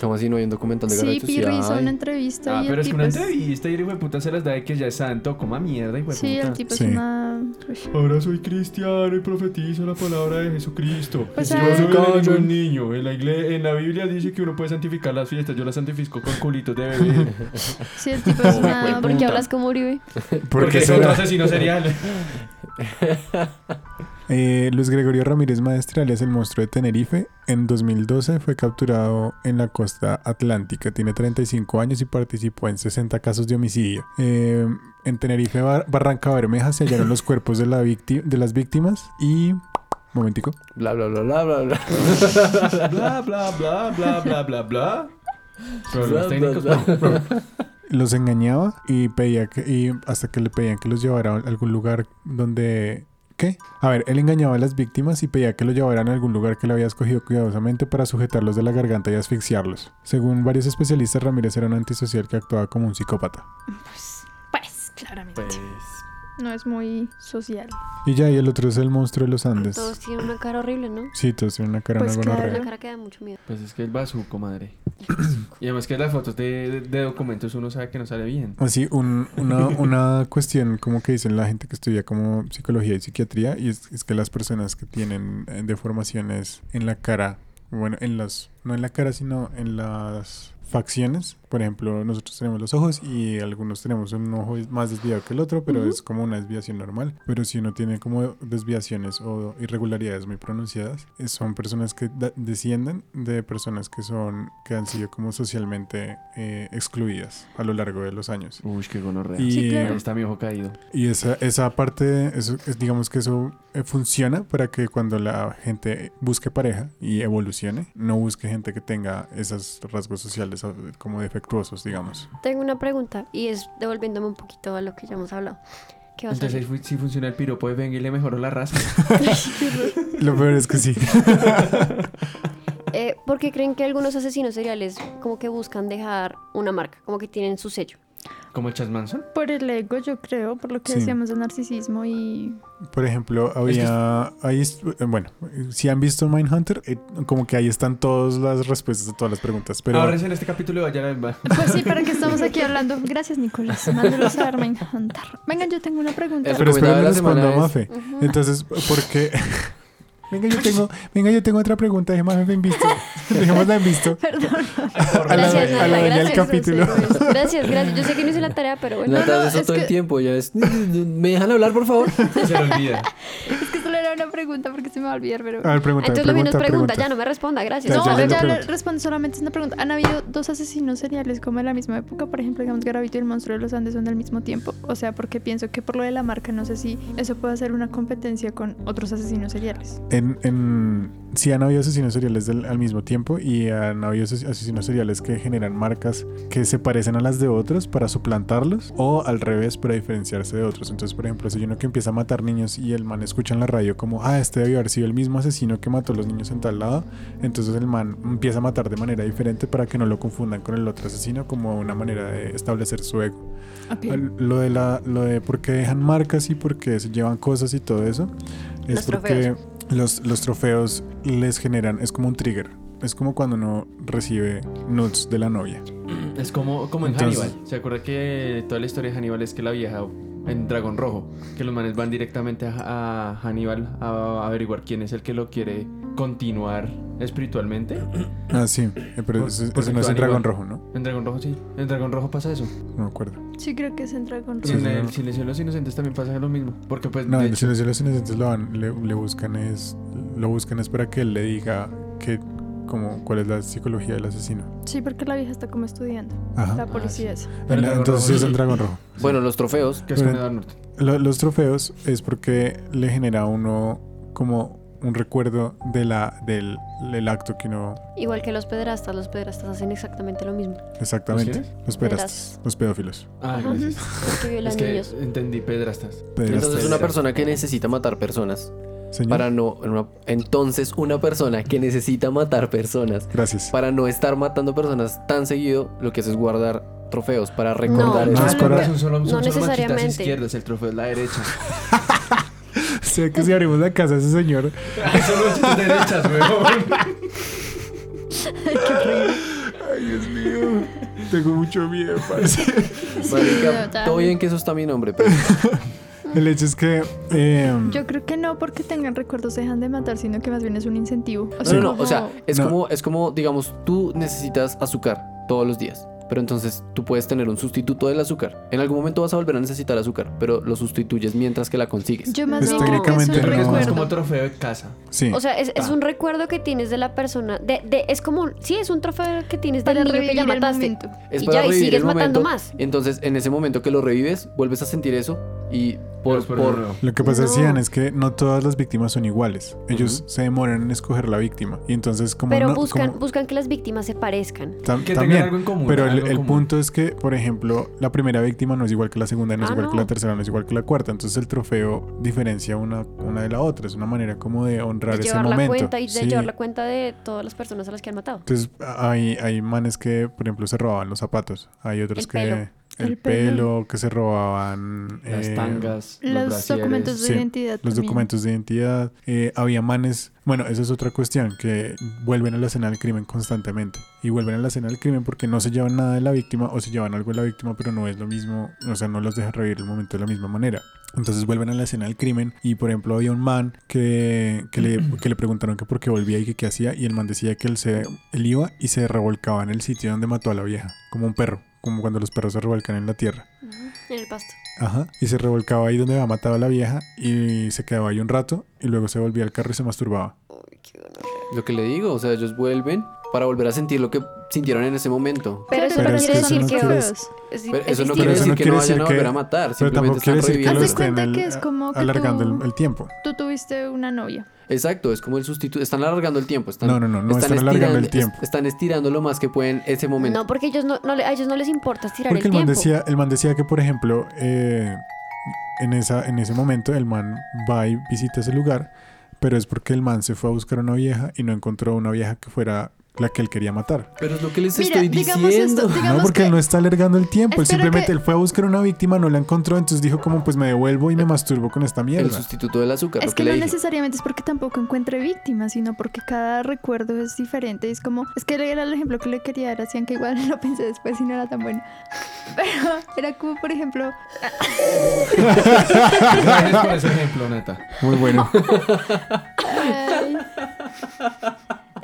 Speaker 3: Como así no hay un documental de
Speaker 6: Sí,
Speaker 3: Garavito? Sí,
Speaker 6: Pirri hizo
Speaker 3: ay.
Speaker 6: una entrevista
Speaker 4: Ah,
Speaker 6: y
Speaker 4: pero
Speaker 6: el
Speaker 4: es que
Speaker 6: tipo
Speaker 4: una
Speaker 6: es-
Speaker 4: entrevista y el hijo de puta se las da de que ya es santo, coma mierda, hijo de
Speaker 6: Sí, el
Speaker 4: puta.
Speaker 6: tipo
Speaker 2: Sí.
Speaker 6: es una... Uy.
Speaker 4: Ahora soy cristiano y profetizo la palabra de Jesucristo.
Speaker 6: Pues,
Speaker 4: y
Speaker 6: ah.
Speaker 4: no se vele
Speaker 3: Callo.
Speaker 4: ningún niño. En la, igle- en la Biblia dice que uno puede santificar las fiestas. Yo las santifico con culitos de [LAUGHS] bebé.
Speaker 6: Sí, el tipo es una...
Speaker 1: ¿Por qué hablas como Uribe?
Speaker 2: Porque
Speaker 4: es
Speaker 2: eso
Speaker 4: otro
Speaker 2: era-
Speaker 4: asesino serial. [LAUGHS]
Speaker 2: Eh, Luis Gregorio Ramírez Maestre, alias el monstruo de Tenerife, en 2012 fue capturado en la costa atlántica. Tiene 35 años y participó en 60 casos de homicidio. Eh, en Tenerife, Bar- Barranca Bermeja, se hallaron los cuerpos de, la vícti- de las víctimas y... Momentico.
Speaker 3: Bla, bla, bla, bla, bla, bla.
Speaker 4: bla, bla, bla, bla, bla, bla, bla. Problemas técnicos. no.
Speaker 2: los engañaba y pedía que, y hasta que le pedían que los llevara a algún lugar donde ¿qué? A ver, él engañaba a las víctimas y pedía que los llevaran a algún lugar que le había escogido cuidadosamente para sujetarlos de la garganta y asfixiarlos. Según varios especialistas, Ramírez era un antisocial que actuaba como un psicópata.
Speaker 6: Pues, pues, claramente.
Speaker 4: Pues,
Speaker 6: No es muy social.
Speaker 2: Y ya, y el otro es el monstruo de los Andes.
Speaker 1: Todos tienen una cara horrible, ¿no?
Speaker 2: Sí, todos tienen una cara
Speaker 6: Pues
Speaker 2: una gonorrea.
Speaker 6: claro.
Speaker 1: Una cara que da mucho miedo.
Speaker 4: [LAUGHS] pues es que el bazuco, madre. Y además que las fotos de, de- de documentos uno sabe que no sale bien.
Speaker 2: Así, un- una, una cuestión como que dicen la gente que estudia como psicología y psiquiatría, y es, es que las personas que tienen eh, deformaciones en la cara, bueno, en las, no en la cara, sino en las facciones, por ejemplo, nosotros tenemos los ojos y algunos tenemos un ojo más desviado que el otro, pero es como una desviación normal, pero si uno tiene como desviaciones o irregularidades muy pronunciadas, eh, son personas que da- descienden de personas que son, que han sido como socialmente eh, excluidas a lo largo de los años.
Speaker 4: Uy, qué gonorrea.
Speaker 2: Y,
Speaker 6: Sí,
Speaker 4: Ahí
Speaker 6: claro.
Speaker 4: está mi ojo caído.
Speaker 2: y esa, esa parte, eso, es- digamos que eso eh, funciona para que cuando la gente busque pareja y evolucione, no busque gente que tenga esos rasgos sociales eh, como defectuosos, digamos.
Speaker 1: Tengo una pregunta y es devolviéndome un poquito a lo que ya hemos hablado. ¿Qué va a
Speaker 4: Entonces
Speaker 1: salir?
Speaker 4: ahí fu- sí funciona el piropo de venga y le mejoró la raza.
Speaker 2: Lo peor es que sí. [LAUGHS]
Speaker 1: Eh, ¿Por qué creen que algunos asesinos seriales como que buscan dejar una marca? Como que tienen su sello.
Speaker 4: Como el Chas Manson.
Speaker 6: Por el ego, yo creo, por lo que
Speaker 2: Sí.
Speaker 6: decíamos del narcisismo y...
Speaker 2: Por ejemplo, había... ahí est- bueno, si han visto Mindhunter, eh, como que ahí están todas las respuestas a todas las preguntas. Pero
Speaker 4: Ahora es en este capítulo de Vayan al Bar.
Speaker 6: Pues sí, ¿para qué estamos aquí hablando? Gracias, Nicolás. Mándalos a ver, Mindhunter. Vengan, yo tengo una pregunta.
Speaker 3: El
Speaker 2: Pero espero
Speaker 3: recomendado
Speaker 2: que
Speaker 3: de la
Speaker 2: responda
Speaker 3: semana
Speaker 2: Mafe. Entonces, ¿por qué? [LAUGHS] venga, yo tengo, venga, yo tengo otra pregunta, déjame en visto. Dejémosla en visto.
Speaker 6: Perdón.
Speaker 2: A la,
Speaker 1: Gracias,
Speaker 2: a la
Speaker 1: Nata,
Speaker 2: doña del
Speaker 1: gracias,
Speaker 2: capítulo.
Speaker 1: gracias, Gracias, gracias. Yo sé que no hice la tarea, pero bueno.
Speaker 3: Nata
Speaker 6: no,
Speaker 3: hace eso
Speaker 6: es
Speaker 3: todo el
Speaker 6: que-
Speaker 3: tiempo, ya es. [LAUGHS] ¿Me dejan hablar, por
Speaker 4: [LAUGHS]
Speaker 3: favor?
Speaker 4: Se le olvida.
Speaker 6: Es que solo era una pregunta porque se me va a olvidar, pero...
Speaker 2: A ver, pregunta,
Speaker 1: Entonces lo que
Speaker 2: pregunta,
Speaker 1: nos
Speaker 2: pregunta.
Speaker 1: pregunta, ya no me responda, gracias.
Speaker 2: Ah, Ya,
Speaker 6: No,
Speaker 2: ya,
Speaker 6: ya,
Speaker 2: ya lo
Speaker 6: le
Speaker 2: pregunto.
Speaker 6: respondo solamente es una pregunta. Han habido dos asesinos seriales como en la misma época, por ejemplo, digamos Garavito y el monstruo de los Andes son del mismo tiempo. O sea, porque pienso que por lo de la marca, no sé si eso puede hacer una competencia con otros asesinos seriales.
Speaker 2: En, en, sí han habido asesinos seriales del- al mismo tiempo y han habido ases- asesinos seriales que generan marcas que se parecen a las de otros para suplantarlos o al revés para diferenciarse de otros. Entonces, por ejemplo, si hay uno que empieza a matar niños y el man escucha en la radio como, ah, este debió haber sido el mismo asesino que mató a los niños en tal lado, entonces el man empieza a matar de manera diferente para que no lo confundan con el otro asesino como una manera de establecer su ego. Al- Lo de, la, lo de por qué dejan marcas y por qué se llevan cosas y todo eso es
Speaker 1: Los
Speaker 2: porque
Speaker 1: trofeos.
Speaker 2: Los, los trofeos les generan, es como un trigger. Es como cuando uno recibe nudes de la novia.
Speaker 4: Es como, como en
Speaker 2: Entonces-
Speaker 4: Hannibal. ¿Se acuerda que toda la historia de Hannibal es que la vieja en Dragón Rojo, que los manes van directamente a, a Hannibal a averiguar quién es el que lo quiere continuar espiritualmente?
Speaker 2: Ah, sí, eh, pero
Speaker 4: Por-
Speaker 2: ese,
Speaker 4: por
Speaker 2: ese no es el
Speaker 4: ejemplo,
Speaker 2: dragón
Speaker 4: Aníbal.
Speaker 2: rojo, ¿no?
Speaker 4: En Dragón Rojo sí, en Dragón Rojo pasa eso.
Speaker 2: No me acuerdo.
Speaker 6: Sí, creo que es entrar con
Speaker 4: Y
Speaker 2: Sí,
Speaker 4: en
Speaker 2: sí,
Speaker 4: el
Speaker 2: sí.
Speaker 4: Silencio de los Inocentes también pasa lo mismo. Porque pues
Speaker 2: No,
Speaker 4: de
Speaker 2: en
Speaker 4: hecho,
Speaker 2: los los inocentes lo, van- le, le buscan es, lo buscan es para que él le diga que, como, cuál es la psicología del asesino.
Speaker 6: Sí, porque la vieja está como estudiando.
Speaker 2: Ajá.
Speaker 6: La policía esa.
Speaker 4: Pero el dragón
Speaker 2: Entonces Ah, sí
Speaker 4: rojo
Speaker 2: es el
Speaker 4: sí.
Speaker 2: dragón rojo.
Speaker 3: Bueno, los trofeos.
Speaker 4: que es con
Speaker 2: Pero-
Speaker 4: Edward Norton.
Speaker 2: Lo- los trofeos es porque le genera a uno como un recuerdo de la, del, del acto que uno...
Speaker 1: Igual que los pedrastas, los pedrastas hacen exactamente lo mismo.
Speaker 2: Exactamente.
Speaker 4: ¿Los
Speaker 2: Los pedrastas. Los pedófilos.
Speaker 4: Ah,
Speaker 1: Ajá.
Speaker 4: gracias.
Speaker 1: Porque violan
Speaker 4: Es que
Speaker 1: niños.
Speaker 4: entendí pedrastas.
Speaker 2: Pederastas.
Speaker 3: Entonces, una persona que necesita matar personas.
Speaker 2: Señor,
Speaker 3: Para no. una- entonces, una persona que necesita matar personas.
Speaker 2: Gracias.
Speaker 3: Para no estar matando personas tan seguido, lo que hace es guardar trofeos para recordar
Speaker 1: No,
Speaker 3: eso.
Speaker 2: Ah, no es correcto.
Speaker 4: Son solo, son
Speaker 1: No
Speaker 4: solo manchitas
Speaker 1: necesariamente.
Speaker 4: izquierdas, el trofeo es la
Speaker 1: [LAUGHS]
Speaker 4: derecha.
Speaker 2: [LAUGHS] sé que si abrimos la casa a ese señor,
Speaker 4: Solo manchitas derechas, weón.
Speaker 2: tengo mucho miedo, parce.
Speaker 3: Marica,
Speaker 6: total.
Speaker 3: todo bien que eso está mi nombre,
Speaker 1: [LAUGHS]
Speaker 3: pero
Speaker 2: [LAUGHS] El hecho es que... eh,
Speaker 6: Yo creo que no porque tengan recuerdos dejan de matar, sino que más bien es un incentivo. O
Speaker 3: No,
Speaker 6: sea,
Speaker 3: no, no,
Speaker 6: como-
Speaker 3: o sea, es
Speaker 2: No.
Speaker 3: como es como digamos tú necesitas azúcar todos los días, pero entonces tú puedes tener un sustituto del azúcar. En algún momento vas a volver a necesitar azúcar, pero lo sustituyes mientras que la consigues.
Speaker 6: Yo más
Speaker 2: Pues
Speaker 6: bien creo que es un
Speaker 2: técnicamente
Speaker 4: Yo creo que es más como
Speaker 6: recuerdo.
Speaker 4: trofeo de casa.
Speaker 2: sí.
Speaker 1: O sea, es, es un recuerdo que tienes de la persona. De, de, es como, sí, es un trofeo que tienes del
Speaker 6: Para
Speaker 1: niño que
Speaker 6: revivir
Speaker 1: ya
Speaker 6: el
Speaker 1: mataste.
Speaker 6: momento.
Speaker 3: Es
Speaker 1: Y
Speaker 3: para
Speaker 1: ya, y
Speaker 3: revivir
Speaker 1: sigues
Speaker 3: el momento.
Speaker 1: matando más.
Speaker 3: Entonces, en ese momento que lo revives, vuelves a sentir eso y por,
Speaker 4: Pero
Speaker 3: por-
Speaker 4: no.
Speaker 2: Lo que pasa,
Speaker 1: No.
Speaker 2: Cian, es que no todas las víctimas son iguales. Ellos se demoran en escoger la víctima. Y entonces, como
Speaker 1: Pero
Speaker 2: no-
Speaker 1: buscan,
Speaker 2: como-
Speaker 1: buscan que las víctimas se parezcan.
Speaker 2: tam-
Speaker 4: Que tengan
Speaker 2: también.
Speaker 4: algo en común,
Speaker 2: pero el,
Speaker 4: algo en
Speaker 2: el
Speaker 4: común.
Speaker 2: punto es que, por ejemplo, la primera víctima no es igual que la segunda, no es
Speaker 1: Ah,
Speaker 2: igual que
Speaker 1: no.
Speaker 2: la tercera, no es igual que la cuarta. Entonces el trofeo diferencia una, una de la otra. Es una manera como de honrar
Speaker 1: De
Speaker 2: ese
Speaker 1: llevar la
Speaker 2: momento.
Speaker 1: cuenta y de
Speaker 2: Sí.
Speaker 1: llevar la cuenta de todas las personas a las que han matado.
Speaker 2: Entonces hay, hay manes que, por ejemplo, se robaban los zapatos. Hay otros
Speaker 1: El
Speaker 2: que...
Speaker 1: pelo.
Speaker 2: El,
Speaker 6: El
Speaker 2: pelo,
Speaker 6: pelo.
Speaker 2: que se robaban...
Speaker 4: Las
Speaker 2: eh,
Speaker 4: tangas, los,
Speaker 6: Los
Speaker 4: brasieres.
Speaker 6: documentos de
Speaker 2: sí,
Speaker 6: identidad.
Speaker 2: los
Speaker 6: también.
Speaker 2: documentos de identidad, eh, había manes, bueno, esa es otra cuestión, que vuelven a la escena del crimen constantemente. Y vuelven a la escena del crimen porque no se llevan nada de la víctima o se llevan algo de la víctima, pero no es lo mismo, o sea, no los deja revivir el momento de la misma manera. Entonces vuelven a la escena del crimen y por ejemplo había un man que, que, le,
Speaker 6: [CLEARS THROAT]
Speaker 2: que le preguntaron que por qué volvía y que qué hacía y el man decía que él, se, él iba y se revolcaba en el sitio donde mató a la vieja, como un perro, como cuando los perros se revolcan en la tierra.
Speaker 1: En el pasto.
Speaker 2: Ajá. Y se revolcaba ahí donde había matado a la vieja y se quedaba ahí un rato y luego se volvía al carro y se masturbaba.
Speaker 1: Uy, qué bueno.
Speaker 3: lo que le digo, o sea, ellos vuelven para volver a sentir lo que sintieron en ese momento.
Speaker 1: Pero eso
Speaker 2: Pero
Speaker 1: no
Speaker 2: es que
Speaker 1: quiere
Speaker 2: eso no
Speaker 1: decir que...
Speaker 2: quiere-
Speaker 1: es- es
Speaker 3: Pero eso no
Speaker 1: distinto.
Speaker 2: eso
Speaker 3: quiere decir
Speaker 2: no
Speaker 3: que
Speaker 2: quiere
Speaker 3: no vayan
Speaker 2: decir
Speaker 3: a
Speaker 2: que-
Speaker 3: volver a matar,
Speaker 2: Pero tampoco
Speaker 3: simplemente
Speaker 2: quiere
Speaker 3: están
Speaker 2: decir que
Speaker 3: reviviendo.
Speaker 2: lo
Speaker 6: Haz de
Speaker 2: estén
Speaker 6: cuenta
Speaker 2: al-
Speaker 6: que es como que
Speaker 2: alargando
Speaker 6: tú-
Speaker 2: el, el tiempo.
Speaker 6: Tú tuviste una novia.
Speaker 3: Exacto, es como el sustituto. Están alargando el tiempo. Están,
Speaker 2: No, no, no, no están alargando el tiempo.
Speaker 3: est- están estirando lo más que pueden ese momento.
Speaker 1: No, porque ellos no, no le- a ellos no les importa estirar
Speaker 2: Porque el
Speaker 1: el
Speaker 2: man,
Speaker 1: tiempo.
Speaker 2: decía, el man decía que, por ejemplo, eh, en, esa, en ese momento el man va y visita ese lugar, pero es porque el man se fue a buscar una vieja y no encontró una vieja que fuera la que él quería matar.
Speaker 3: Pero es lo que les
Speaker 6: Mira,
Speaker 3: estoy
Speaker 6: digamos
Speaker 3: diciendo.
Speaker 6: esto, digamos
Speaker 2: no, porque
Speaker 6: que
Speaker 2: él no está alargando el tiempo. Él
Speaker 6: Espero
Speaker 2: simplemente
Speaker 6: que-
Speaker 2: él fue a buscar una víctima, no la encontró, entonces dijo como pues me devuelvo
Speaker 6: Eh,
Speaker 2: y me masturbo con esta
Speaker 3: El
Speaker 2: mierda.
Speaker 3: sustituto del azúcar.
Speaker 6: Es
Speaker 3: lo que,
Speaker 6: que no
Speaker 3: le dije.
Speaker 6: necesariamente es porque tampoco encuentre víctimas, sino porque cada recuerdo es diferente. Es como, es que era el ejemplo que le quería dar, hacían que igual [LAUGHS] lo pensé después y no era tan bueno. [LAUGHS] Pero era como, por ejemplo,
Speaker 4: Gracias por ese ejemplo, neta.
Speaker 2: Muy bueno.
Speaker 6: ay,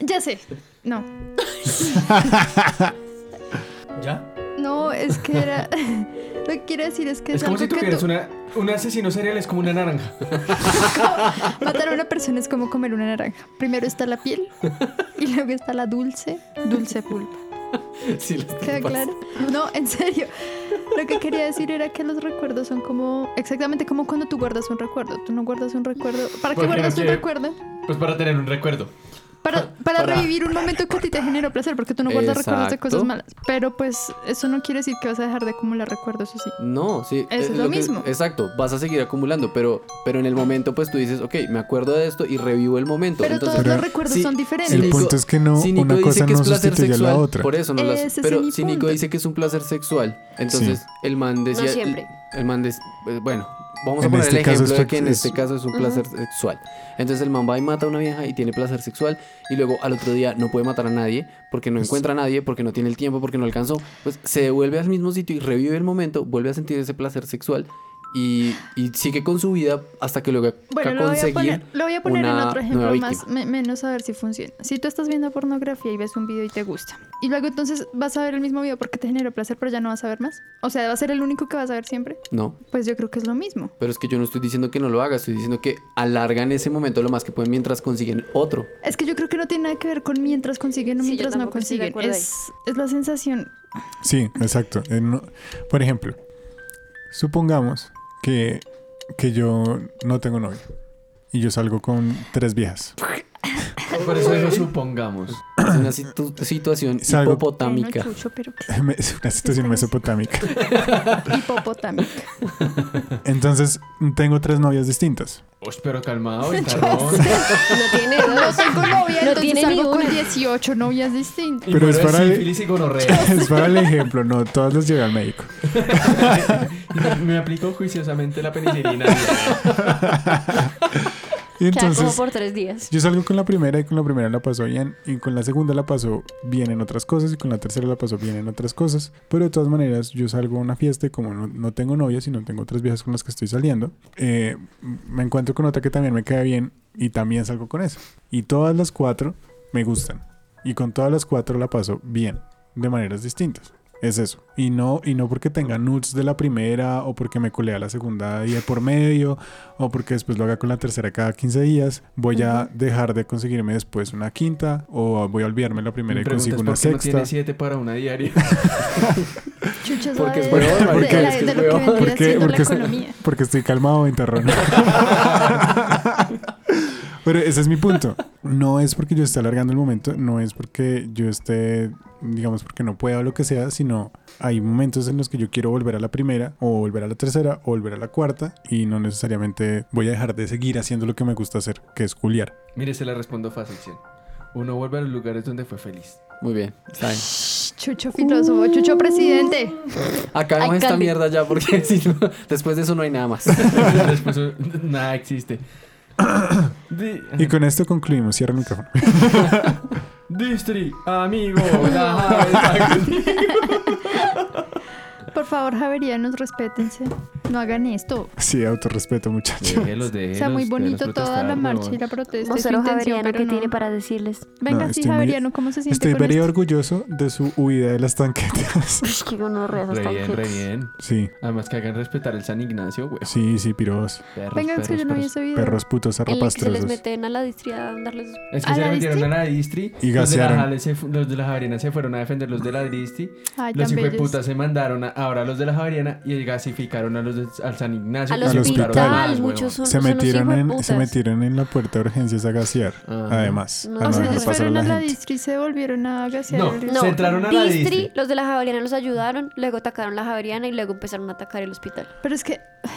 Speaker 6: ya sé, no,
Speaker 4: [LAUGHS] ¿Ya?
Speaker 6: no, es que era, [LAUGHS] lo que quiero decir es que
Speaker 4: Es
Speaker 6: es,
Speaker 4: como
Speaker 6: algo
Speaker 4: si
Speaker 6: que
Speaker 4: tuvieras
Speaker 6: tú-
Speaker 4: una... Un asesino serial es como una naranja.
Speaker 6: matar a una persona es como comer una naranja. Primero está la piel y luego está la dulce, dulce pulpa.
Speaker 3: [LAUGHS] Sí, las
Speaker 6: [LAUGHS] ¿Queda
Speaker 3: tripas.
Speaker 6: claro? No, en serio. Lo que quería decir era que los recuerdos son como exactamente como cuando tú guardas un recuerdo. Tú no guardas un recuerdo. ¿Para
Speaker 4: Porque
Speaker 6: qué
Speaker 4: no
Speaker 6: guardas un
Speaker 4: quiere-
Speaker 6: recuerdo?
Speaker 4: Pues para tener un recuerdo.
Speaker 6: Para, para,
Speaker 3: Ah, para-
Speaker 6: revivir un momento que a ti te generó placer, porque tú no guardas recuerdos de cosas
Speaker 3: Exacto.
Speaker 6: malas. Pero pues eso no quiere decir que vas a dejar de acumular recuerdos, eso sí.
Speaker 3: No, sí. eh,
Speaker 6: Eso es
Speaker 3: que-
Speaker 6: lo mismo.
Speaker 3: exacto, vas a seguir acumulando, pero, pero en el momento pues tú dices, ok, me acuerdo de esto y revivo el momento.
Speaker 6: Pero
Speaker 3: Entonces,
Speaker 6: todos
Speaker 2: Pero-
Speaker 6: los recuerdos
Speaker 3: Sí,
Speaker 6: son
Speaker 3: sí,
Speaker 6: diferentes.
Speaker 2: El punto es que no,
Speaker 3: si Nico
Speaker 2: una
Speaker 3: dice
Speaker 2: cosa
Speaker 3: que
Speaker 2: no
Speaker 3: es placer
Speaker 2: sustituye a
Speaker 3: sexual,
Speaker 2: la otra.
Speaker 3: por e-. eso no
Speaker 6: Ese
Speaker 3: las...
Speaker 6: es
Speaker 3: Pero
Speaker 6: mi
Speaker 3: si Nico
Speaker 6: punto.
Speaker 3: dice que es un placer sexual, entonces el man decía...
Speaker 1: siempre.
Speaker 3: El man decía... Bueno, vamos a
Speaker 2: En
Speaker 3: poner
Speaker 2: este
Speaker 3: el
Speaker 2: caso
Speaker 3: ejemplo
Speaker 2: es
Speaker 3: de que en
Speaker 2: plac-
Speaker 3: este caso es un placer sexual. Entonces el man va y mata a una vieja y tiene placer sexual y luego al otro día no puede matar a nadie porque no
Speaker 2: Pues
Speaker 3: encuentra a nadie, porque no tiene el tiempo, porque no alcanzó. Pues se devuelve al mismo sitio y revive el momento, vuelve a sentir ese placer sexual y, y sigue con su vida hasta que logra
Speaker 6: Bueno, lo voy a
Speaker 3: conseguir
Speaker 6: poner, lo voy a poner en
Speaker 3: una nueva
Speaker 6: otro ejemplo
Speaker 3: víctima.
Speaker 6: más, me- menos a ver si funciona. Si tú estás viendo pornografía y ves un video y te gusta, y luego entonces vas a ver el mismo video porque te generó placer, pero ya no vas a ver más. O sea, va a ser el único que vas a ver siempre.
Speaker 3: No.
Speaker 6: Pues yo creo que es lo mismo.
Speaker 3: Pero es que yo no estoy diciendo que no lo haga, estoy diciendo que alargan ese momento lo más que pueden mientras consiguen otro.
Speaker 6: Es que yo creo que no tiene nada que ver con mientras consiguen o
Speaker 1: Sí, yo
Speaker 6: mientras no
Speaker 1: tampoco estoy de
Speaker 6: consiguen.
Speaker 1: acuerdo
Speaker 6: Es, es la sensación.
Speaker 2: Sí, exacto. Eh, no- por ejemplo, supongamos que, que yo no tengo novio y yo salgo con tres viejas. [LAUGHS]
Speaker 4: Por eso eso supongamos.
Speaker 3: Es una situ- situación
Speaker 2: Es algo-
Speaker 3: hipopotámica.
Speaker 6: Ay, no, chucho, pero qué
Speaker 2: Me- Es una situación mesopotámica.
Speaker 6: hipopotámica.
Speaker 2: Entonces, tengo tres novias distintas. [LAUGHS]
Speaker 4: Uy, pero Oh, calmado, guitarrón.
Speaker 1: No tiene
Speaker 6: [LAUGHS] No
Speaker 1: dos.
Speaker 6: tengo novia,
Speaker 1: No
Speaker 6: entonces
Speaker 1: tiene
Speaker 6: salgo
Speaker 1: ni
Speaker 6: con
Speaker 1: una.
Speaker 6: 18 novias distintas.
Speaker 4: Y
Speaker 2: Pero es
Speaker 4: muero de
Speaker 2: para-
Speaker 4: sífilis y gonorrea.
Speaker 2: Es para el ejemplo, no, todas las llevé al médico.
Speaker 4: [LAUGHS] Me aplicó juiciosamente la penicilina.
Speaker 2: Y
Speaker 1: Queda como
Speaker 2: entonces,
Speaker 1: por tres días.
Speaker 2: yo salgo con la primera y con la primera la pasó bien y con la segunda la pasó bien en otras cosas y con la tercera la pasó bien en otras cosas. Pero de todas maneras, yo salgo a una fiesta y como no, no tengo novias y no tengo otras viejas con las que estoy saliendo, eh, me encuentro con otra que también me queda bien y también salgo con esa. Y todas las cuatro me gustan. Y con todas las cuatro la paso bien, de maneras distintas. Es eso. Y no, y no porque tenga nudes de la primera, o porque me colea la segunda día por medio, o porque después lo haga con la tercera cada 15 días, voy a dejar de conseguirme después una quinta, o voy a olvidarme la primera
Speaker 4: Me
Speaker 2: y
Speaker 4: preguntas
Speaker 2: consigo una
Speaker 4: por qué no
Speaker 2: sexta.
Speaker 4: tiene siete para una diaria. [LAUGHS]
Speaker 6: Chuchas
Speaker 3: Porque es
Speaker 6: porque de,
Speaker 3: huevón,
Speaker 6: de-
Speaker 2: marica,
Speaker 6: de la-
Speaker 3: es que
Speaker 6: de
Speaker 3: es
Speaker 6: lo que
Speaker 3: huevón.
Speaker 6: vendría
Speaker 2: ¿Por qué?
Speaker 6: siendo la
Speaker 2: Porque,
Speaker 3: [LAUGHS]
Speaker 6: economía.
Speaker 2: [LAUGHS] porque estoy calmado,
Speaker 6: [LAUGHS]
Speaker 2: ventarrón. Pero ese es mi punto. No es porque yo esté alargando el momento, no es porque yo esté, digamos, porque no pueda o lo que sea, sino hay momentos en los que yo quiero volver a la primera, o volver a la tercera, o volver a la cuarta, y no necesariamente voy a dejar de seguir haciendo lo que me gusta hacer, que es culiar.
Speaker 4: Mire, se la respondo fácil, Cien. Uno vuelve a los lugares donde fue feliz. [LAUGHS]
Speaker 3: Muy bien, está bien.
Speaker 6: Chucho filósofo, Chucho presidente.
Speaker 3: Acabemos
Speaker 1: Ay,
Speaker 3: esta
Speaker 1: Candy.
Speaker 3: mierda ya porque [LAUGHS] si no, después de eso no hay nada más.
Speaker 4: Después, eh, [LAUGHS] nada existe. [COUGHS] Di-
Speaker 2: Y con esto concluimos. Cierra el micrófono. [LAUGHS]
Speaker 4: Distri, amigo.
Speaker 2: [LAUGHS]
Speaker 6: Por favor, javerianos, respétense. No hagan esto.
Speaker 2: Sí, autorrespeto, muchachos.
Speaker 6: [LAUGHS] O sea, muy bonito toda la marcha y la protesta. y su
Speaker 1: Monsero
Speaker 6: intención,
Speaker 1: Javeriano,
Speaker 6: pero
Speaker 1: ¿qué
Speaker 6: no.
Speaker 1: tiene para decirles?
Speaker 2: No,
Speaker 6: Venga, sí,
Speaker 2: estoy muy-
Speaker 6: javeriano, ¿cómo se siente
Speaker 2: Estoy
Speaker 6: con
Speaker 2: very
Speaker 6: esto?
Speaker 2: orgulloso de su huida de las tanquetas. [LAUGHS]
Speaker 1: Ush, qué gonorrea esas
Speaker 4: Re bien, re
Speaker 1: tanquetas.
Speaker 4: bien.
Speaker 2: Sí,
Speaker 4: Además que hagan respetar el San Ignacio, güey.
Speaker 2: sí, sí, piros.
Speaker 4: Perros,
Speaker 6: Venga, es que
Speaker 4: perros,
Speaker 6: yo no vi
Speaker 4: perros.
Speaker 6: ese video.
Speaker 2: Perros putos
Speaker 1: En la que se les
Speaker 2: arrapastrosos.
Speaker 1: meten a la distria a darles...
Speaker 4: Es
Speaker 6: ¿A
Speaker 4: que se
Speaker 6: la
Speaker 4: le metieron a
Speaker 6: Distri?
Speaker 4: la Distri.
Speaker 2: Y
Speaker 4: los de la
Speaker 2: gasearon.
Speaker 4: Jale se fu- Los de la Javeriana se fueron a defender los de la Distri.
Speaker 6: Ay,
Speaker 4: Los
Speaker 6: tan bellos.
Speaker 4: putas se mandaron a, ahora a los de la Javeriana y gasificaron a los de- al San Ignacio.
Speaker 1: A
Speaker 4: y
Speaker 1: los
Speaker 2: Al
Speaker 4: los
Speaker 2: hospital.
Speaker 4: botaron más,
Speaker 1: hospital,
Speaker 4: huevón.
Speaker 1: muchos son
Speaker 2: Se
Speaker 1: son unos
Speaker 2: metieron, en, se
Speaker 1: hijueputas.
Speaker 2: metieron en la puerta de urgencias a gasear.
Speaker 4: Ajá.
Speaker 2: Además,
Speaker 1: No,
Speaker 2: a
Speaker 6: O
Speaker 2: Ah, no
Speaker 6: sea,
Speaker 1: Ajá,
Speaker 2: dejar
Speaker 6: ellos
Speaker 2: pasar a
Speaker 6: fueron a
Speaker 2: la
Speaker 6: la
Speaker 2: gente.
Speaker 6: distri y se volvieron a gasear.
Speaker 4: No,
Speaker 6: el-
Speaker 1: No,
Speaker 4: Se entraron a la distri.
Speaker 1: los de la Javeriana los ayudaron, luego atacaron la Javeriana y luego empezaron a atacar el hospital.
Speaker 6: Pero es que... ay,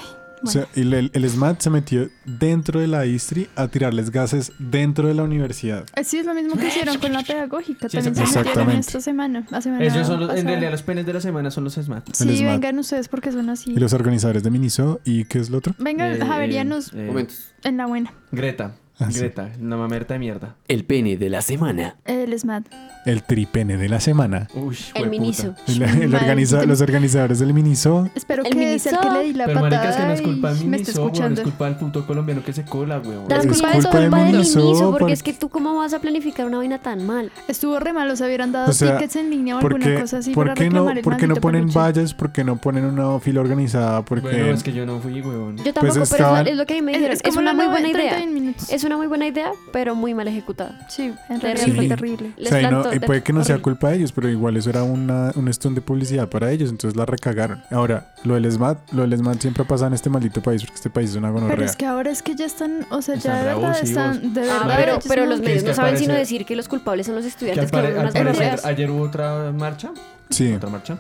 Speaker 2: O sea, y el, el SMAT se metió dentro de la ISTRI a tirarles gases dentro de la universidad.
Speaker 6: eh, Sí, es lo mismo que hicieron con la pedagógica.
Speaker 4: Sí,
Speaker 6: También se
Speaker 2: exacto.
Speaker 6: metieron
Speaker 2: Exactamente.
Speaker 6: esta semana. la semana
Speaker 4: Ellos son los- en
Speaker 6: pasada.
Speaker 4: realidad los penes de la semana son los SMAT.
Speaker 2: El
Speaker 6: Sí,
Speaker 2: SMAT.
Speaker 6: vengan ustedes porque son así.
Speaker 2: Y los organizadores de Miniso, ¿y qué es lo otro?
Speaker 6: Vengan,
Speaker 4: Eh,
Speaker 6: javerianos,
Speaker 4: eh,
Speaker 3: Momentos.
Speaker 6: en la buena.
Speaker 4: Greta.
Speaker 2: Ah, sí.
Speaker 4: Greta, una mamerta de mierda.
Speaker 3: El pene de la semana.
Speaker 6: El SMAT.
Speaker 2: El tripene de la semana.
Speaker 4: Uy,
Speaker 1: El Miniso.
Speaker 2: El- el
Speaker 6: Maldito.
Speaker 2: organiza- los organizadores del Miniso.
Speaker 6: Espero
Speaker 1: El
Speaker 6: que sea el que
Speaker 1: Miniso.
Speaker 6: le di la
Speaker 4: Pero marica,
Speaker 6: patada
Speaker 4: es que no es culpa
Speaker 6: y
Speaker 4: del
Speaker 6: me está
Speaker 4: Miniso, weón, es
Speaker 6: escuchando.
Speaker 4: culpa del puto colombiano que se cola, weón.
Speaker 1: Las
Speaker 2: Es
Speaker 1: culpa
Speaker 6: culpa
Speaker 1: es
Speaker 6: del
Speaker 1: culpa del
Speaker 2: Miniso,
Speaker 1: inicio, porque
Speaker 2: porque-
Speaker 1: es que tú cómo vas a planificar una vaina tan mal.
Speaker 6: Estuvo re mal, los habían dado
Speaker 2: O sea,
Speaker 6: tickets en línea o
Speaker 2: ¿Por
Speaker 6: alguna
Speaker 2: qué,
Speaker 6: cosa así
Speaker 2: por
Speaker 6: para
Speaker 2: qué no,
Speaker 6: reclamar el
Speaker 2: por qué no
Speaker 6: maldito
Speaker 2: ponen
Speaker 6: peluche.
Speaker 2: vallas? ¿Por qué no ponen una fila organizada? Porque
Speaker 4: Bueno, es que yo no fui, weón.
Speaker 1: Yo tampoco, pero es
Speaker 2: estaban-
Speaker 1: lo, es lo que a mí me
Speaker 6: Es,
Speaker 1: dijeron.
Speaker 6: es
Speaker 1: Es,
Speaker 6: como
Speaker 1: una muy buena
Speaker 6: 30
Speaker 1: idea.
Speaker 6: minutos.
Speaker 1: Es una muy buena idea, pero muy mal ejecutada.
Speaker 6: sí, en realidad
Speaker 1: Terrible.
Speaker 6: fue
Speaker 2: Sí.
Speaker 6: terrible.
Speaker 1: Les
Speaker 2: O sea, y, no-
Speaker 1: plantó-
Speaker 2: y puede que no sea
Speaker 1: horrible.
Speaker 2: culpa de ellos, pero igual eso era una, un stunt de publicidad para ellos, entonces la recagaron. Ahora, lo del SMAT, lo del SMAT siempre pasa en este maldito país, porque este país es una gonorrea.
Speaker 6: Pero es que ahora es que ya están, o sea, ya
Speaker 4: Están
Speaker 6: de verdad
Speaker 4: abusivos.
Speaker 6: están, de
Speaker 1: Ah,
Speaker 6: verdad.
Speaker 1: pero,
Speaker 6: ellos
Speaker 1: pero
Speaker 6: no-
Speaker 1: los medios
Speaker 4: que
Speaker 1: no saben
Speaker 4: aparece-
Speaker 1: sino decir que los culpables son los
Speaker 4: Que
Speaker 1: estudiantes que,
Speaker 4: apare-
Speaker 1: fueron
Speaker 4: al
Speaker 1: unas
Speaker 4: parecer,
Speaker 1: gonorreas.
Speaker 4: ayer hubo otra marcha,
Speaker 2: sí,
Speaker 4: otra marcha,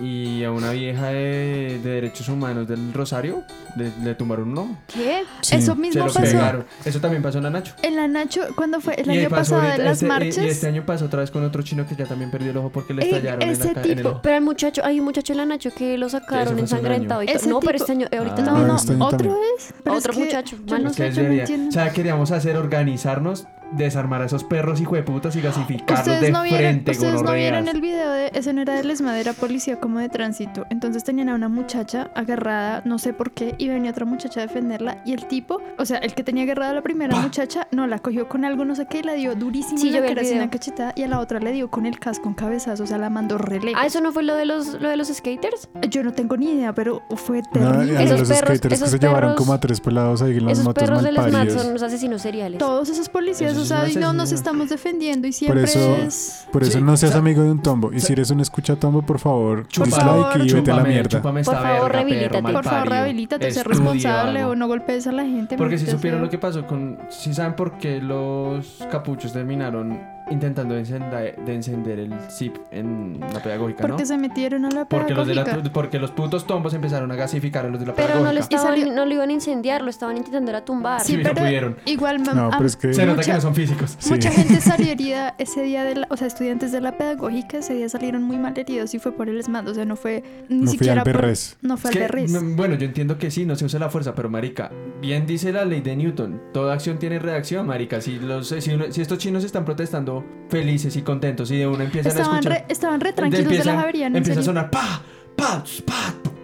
Speaker 4: y a una vieja de, de derechos humanos del Rosario le, le tumbaron un ojo.
Speaker 1: ¿Qué?
Speaker 2: sí.
Speaker 6: Eso
Speaker 4: Se
Speaker 6: mismo
Speaker 4: lo
Speaker 6: pasó
Speaker 4: pegaron. Eso también pasó en la Nacho.
Speaker 6: en la Nacho, cuando fue? El
Speaker 4: Y
Speaker 6: año
Speaker 4: pasó
Speaker 6: pasado de
Speaker 4: ahorita-
Speaker 6: las
Speaker 4: este- y-
Speaker 6: marchas.
Speaker 4: Y este año pasó otra vez con otro chino que ya también perdió el ojo porque le
Speaker 6: Ey,
Speaker 4: estallaron en,
Speaker 6: ese
Speaker 4: la, ca- en el
Speaker 6: tipo.
Speaker 4: ojo.
Speaker 1: Pero el muchacho, hay un muchacho en la Nacho que lo
Speaker 4: Eso fue
Speaker 1: sacaron
Speaker 4: hace un
Speaker 1: ensangrentado y
Speaker 6: Ese
Speaker 1: todo. No, pero
Speaker 6: tipo-
Speaker 1: este año, ahorita
Speaker 4: Ah.
Speaker 1: no.
Speaker 6: No,
Speaker 2: Ah,
Speaker 6: no,
Speaker 2: este año
Speaker 6: ¿otra
Speaker 2: también.
Speaker 6: vez? Pero
Speaker 1: Otro
Speaker 6: es que
Speaker 1: muchacho,
Speaker 6: Yo
Speaker 1: malo.
Speaker 6: no
Speaker 4: Es que
Speaker 6: sé,
Speaker 4: es
Speaker 6: yo no
Speaker 4: debería-
Speaker 6: entiendo.
Speaker 4: O sea, queríamos hacer organizarnos, desarmar a esos perros hijueputas y
Speaker 6: [GASPS]
Speaker 4: gasificarlos de
Speaker 6: Ustedes no vieron,
Speaker 4: frente,
Speaker 6: ustedes no
Speaker 4: gonorreas.
Speaker 6: vieron el video de ese no era de Lesma, era policía como de tránsito. Entonces tenían a una muchacha agarrada, no sé por qué, y venía otra muchacha a defenderla y el tipo, o sea, el que tenía agarrada a la primera muchacha, no la cogió con algo, no sé qué, y la dio durísimo
Speaker 1: Sí,
Speaker 6: en
Speaker 1: yo
Speaker 6: la
Speaker 1: vi el
Speaker 6: cara así, una
Speaker 1: video.
Speaker 6: cachetada y a la otra le dio con el casco un cabezazo, o sea, la mandó relé.
Speaker 1: Ah, eso no fue lo de los, lo de los skaters.
Speaker 6: Yo no tengo ni idea, pero fue
Speaker 2: No, a
Speaker 6: terrible.
Speaker 1: Esos
Speaker 2: los
Speaker 1: perros-
Speaker 2: skaters que
Speaker 1: esos
Speaker 2: se llevaron
Speaker 1: perros-
Speaker 2: como a tres pelados ahí en las
Speaker 1: Esos
Speaker 2: motos
Speaker 1: perros de
Speaker 2: mal
Speaker 1: las MAD son
Speaker 2: paridos.
Speaker 1: unos asesinos seriales.
Speaker 6: Todos esos policías,
Speaker 4: Eso
Speaker 6: o
Speaker 4: sí
Speaker 6: sea,
Speaker 4: es
Speaker 6: y no
Speaker 4: asesino.
Speaker 6: nos estamos defendiendo y siempre
Speaker 2: eso-
Speaker 6: es...
Speaker 2: Por eso
Speaker 4: Sí,
Speaker 2: no seas
Speaker 4: o sea,
Speaker 2: amigo de un tombo. Y
Speaker 4: sea-
Speaker 2: si eres un escucha tombo, por favor,
Speaker 4: Chupa-
Speaker 2: dislike y vete a la
Speaker 4: chúpame-
Speaker 2: mierda.
Speaker 4: chúpame esta
Speaker 1: Por favor,
Speaker 4: verga, perro,
Speaker 1: rehabilítate.
Speaker 4: mal
Speaker 6: Por favor,
Speaker 4: parido.
Speaker 6: rehabilítate, sé
Speaker 4: Estudia
Speaker 6: responsable
Speaker 4: algo.
Speaker 6: o no golpees a la gente.
Speaker 4: Porque si
Speaker 6: maldita
Speaker 4: supieron
Speaker 6: sea.
Speaker 4: lo que pasó con... Si saben por qué los capuchos terminaron intentando encender, de encender el zip en la pedagógica,
Speaker 6: Porque
Speaker 4: ¿no?
Speaker 6: se metieron a la
Speaker 4: Porque los, de la-
Speaker 6: pedagógica.
Speaker 4: porque los putos tombos empezaron a gasificar a los de la
Speaker 1: Pero no lo,
Speaker 4: pedagógica.
Speaker 1: estaban,
Speaker 6: salió-
Speaker 1: no lo iban a incendiar, lo estaban intentando era tumbar.
Speaker 4: Sí, no pudieron.
Speaker 6: igual mam-
Speaker 2: No, pero
Speaker 6: am-
Speaker 2: es que...
Speaker 4: Se nota
Speaker 6: Mucha-
Speaker 4: que no son físicos.
Speaker 2: sí.
Speaker 4: [LAUGHS]
Speaker 6: mucha gente salió herida ese día, de la, o sea, estudiantes de la pedagógica ese día salieron muy mal heridos y fue por el ESMAD, o sea, no fue ni
Speaker 2: No fui
Speaker 6: siquiera
Speaker 2: al
Speaker 6: por-
Speaker 2: Berres.
Speaker 6: No fue
Speaker 4: Es
Speaker 6: al
Speaker 4: que,
Speaker 6: berriz.
Speaker 4: mm, bueno, yo entiendo que sí, no se usa la fuerza, pero marica, bien dice la ley de Newton, toda acción tiene reacción, marica. Si los eh, si, uno- si estos chinos están protestando felices y contentos y de una empiezan a
Speaker 6: Estaban
Speaker 4: escuchar
Speaker 6: re, estaban re tranquilos de la
Speaker 4: empiezan-
Speaker 6: Javeriana. en
Speaker 4: Empieza a
Speaker 6: serio.
Speaker 4: sonar pa, pa, tss, pa,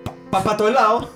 Speaker 4: pa, pa, pa, todo el lado.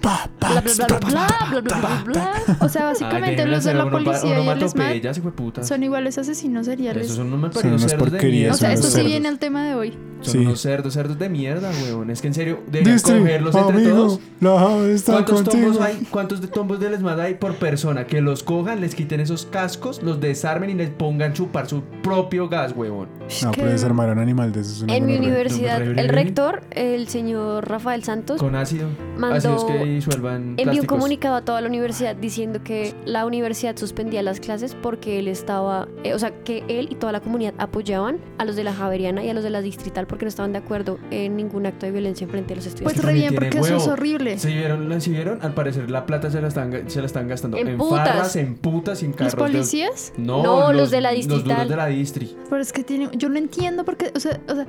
Speaker 1: Bla, bla, bla, bla, bla, bla, bla, bla, bla.
Speaker 6: O sea, básicamente los de la policía y el ESMAD
Speaker 4: Ya se fue puta.
Speaker 6: son iguales asesinos seriales.
Speaker 4: Esos son unos
Speaker 2: Son unos
Speaker 4: cerdos de
Speaker 2: porquerías,
Speaker 4: mierda.
Speaker 6: o sea,
Speaker 2: son
Speaker 6: esto
Speaker 2: unos
Speaker 6: sí
Speaker 2: cerdos.
Speaker 6: viene al tema de hoy.
Speaker 4: Son
Speaker 2: Sí.
Speaker 4: unos cerdos, cerdos de mierda, weón. Es que en serio, deberían
Speaker 2: Distri,
Speaker 4: cogerlos entre todos.
Speaker 2: amigo, la Java está
Speaker 4: ¿Cuántos
Speaker 2: contigo.
Speaker 4: tombos hay? ¿Cuántos de tombos de lesmada hay por persona? Que los cojan, les quiten esos cascos, los desarmen y les pongan chupar su propio gas, huevón.
Speaker 2: No,
Speaker 1: que-
Speaker 2: pero desarmar a un animal de esos es una
Speaker 1: En mi
Speaker 2: gonorrea.
Speaker 1: universidad,
Speaker 4: ¿Dónde?
Speaker 1: el rector, el señor Rafael Santos,
Speaker 4: Con ácido.
Speaker 1: Mandó-
Speaker 4: Ácidos que disuelvan
Speaker 1: envió un
Speaker 4: plásticos.
Speaker 1: comunicado a toda la universidad diciendo que la universidad suspendía las clases porque él estaba, eh, o sea, que él y toda la comunidad apoyaban a los de la Javeriana y a los de la Distrital porque no estaban de acuerdo en ningún acto de violencia frente a los
Speaker 6: Pues
Speaker 1: estudiantes.
Speaker 6: re bien,
Speaker 4: tiene
Speaker 6: porque eso es
Speaker 4: huevo.
Speaker 6: horrible.
Speaker 4: ¿Se vieron? ¿La- ¿Se vieron? Al parecer la plata se la están, ga- se la están gastando
Speaker 1: En
Speaker 4: en,
Speaker 1: putas.
Speaker 4: farras, en putas, en
Speaker 6: ¿Los
Speaker 4: carros. de-
Speaker 6: policías?
Speaker 4: No,
Speaker 1: No, los de la
Speaker 4: Los duros
Speaker 1: distrital.
Speaker 4: de la distri.
Speaker 6: Pero es que tienen... Yo no entiendo por qué... O sea, o sea,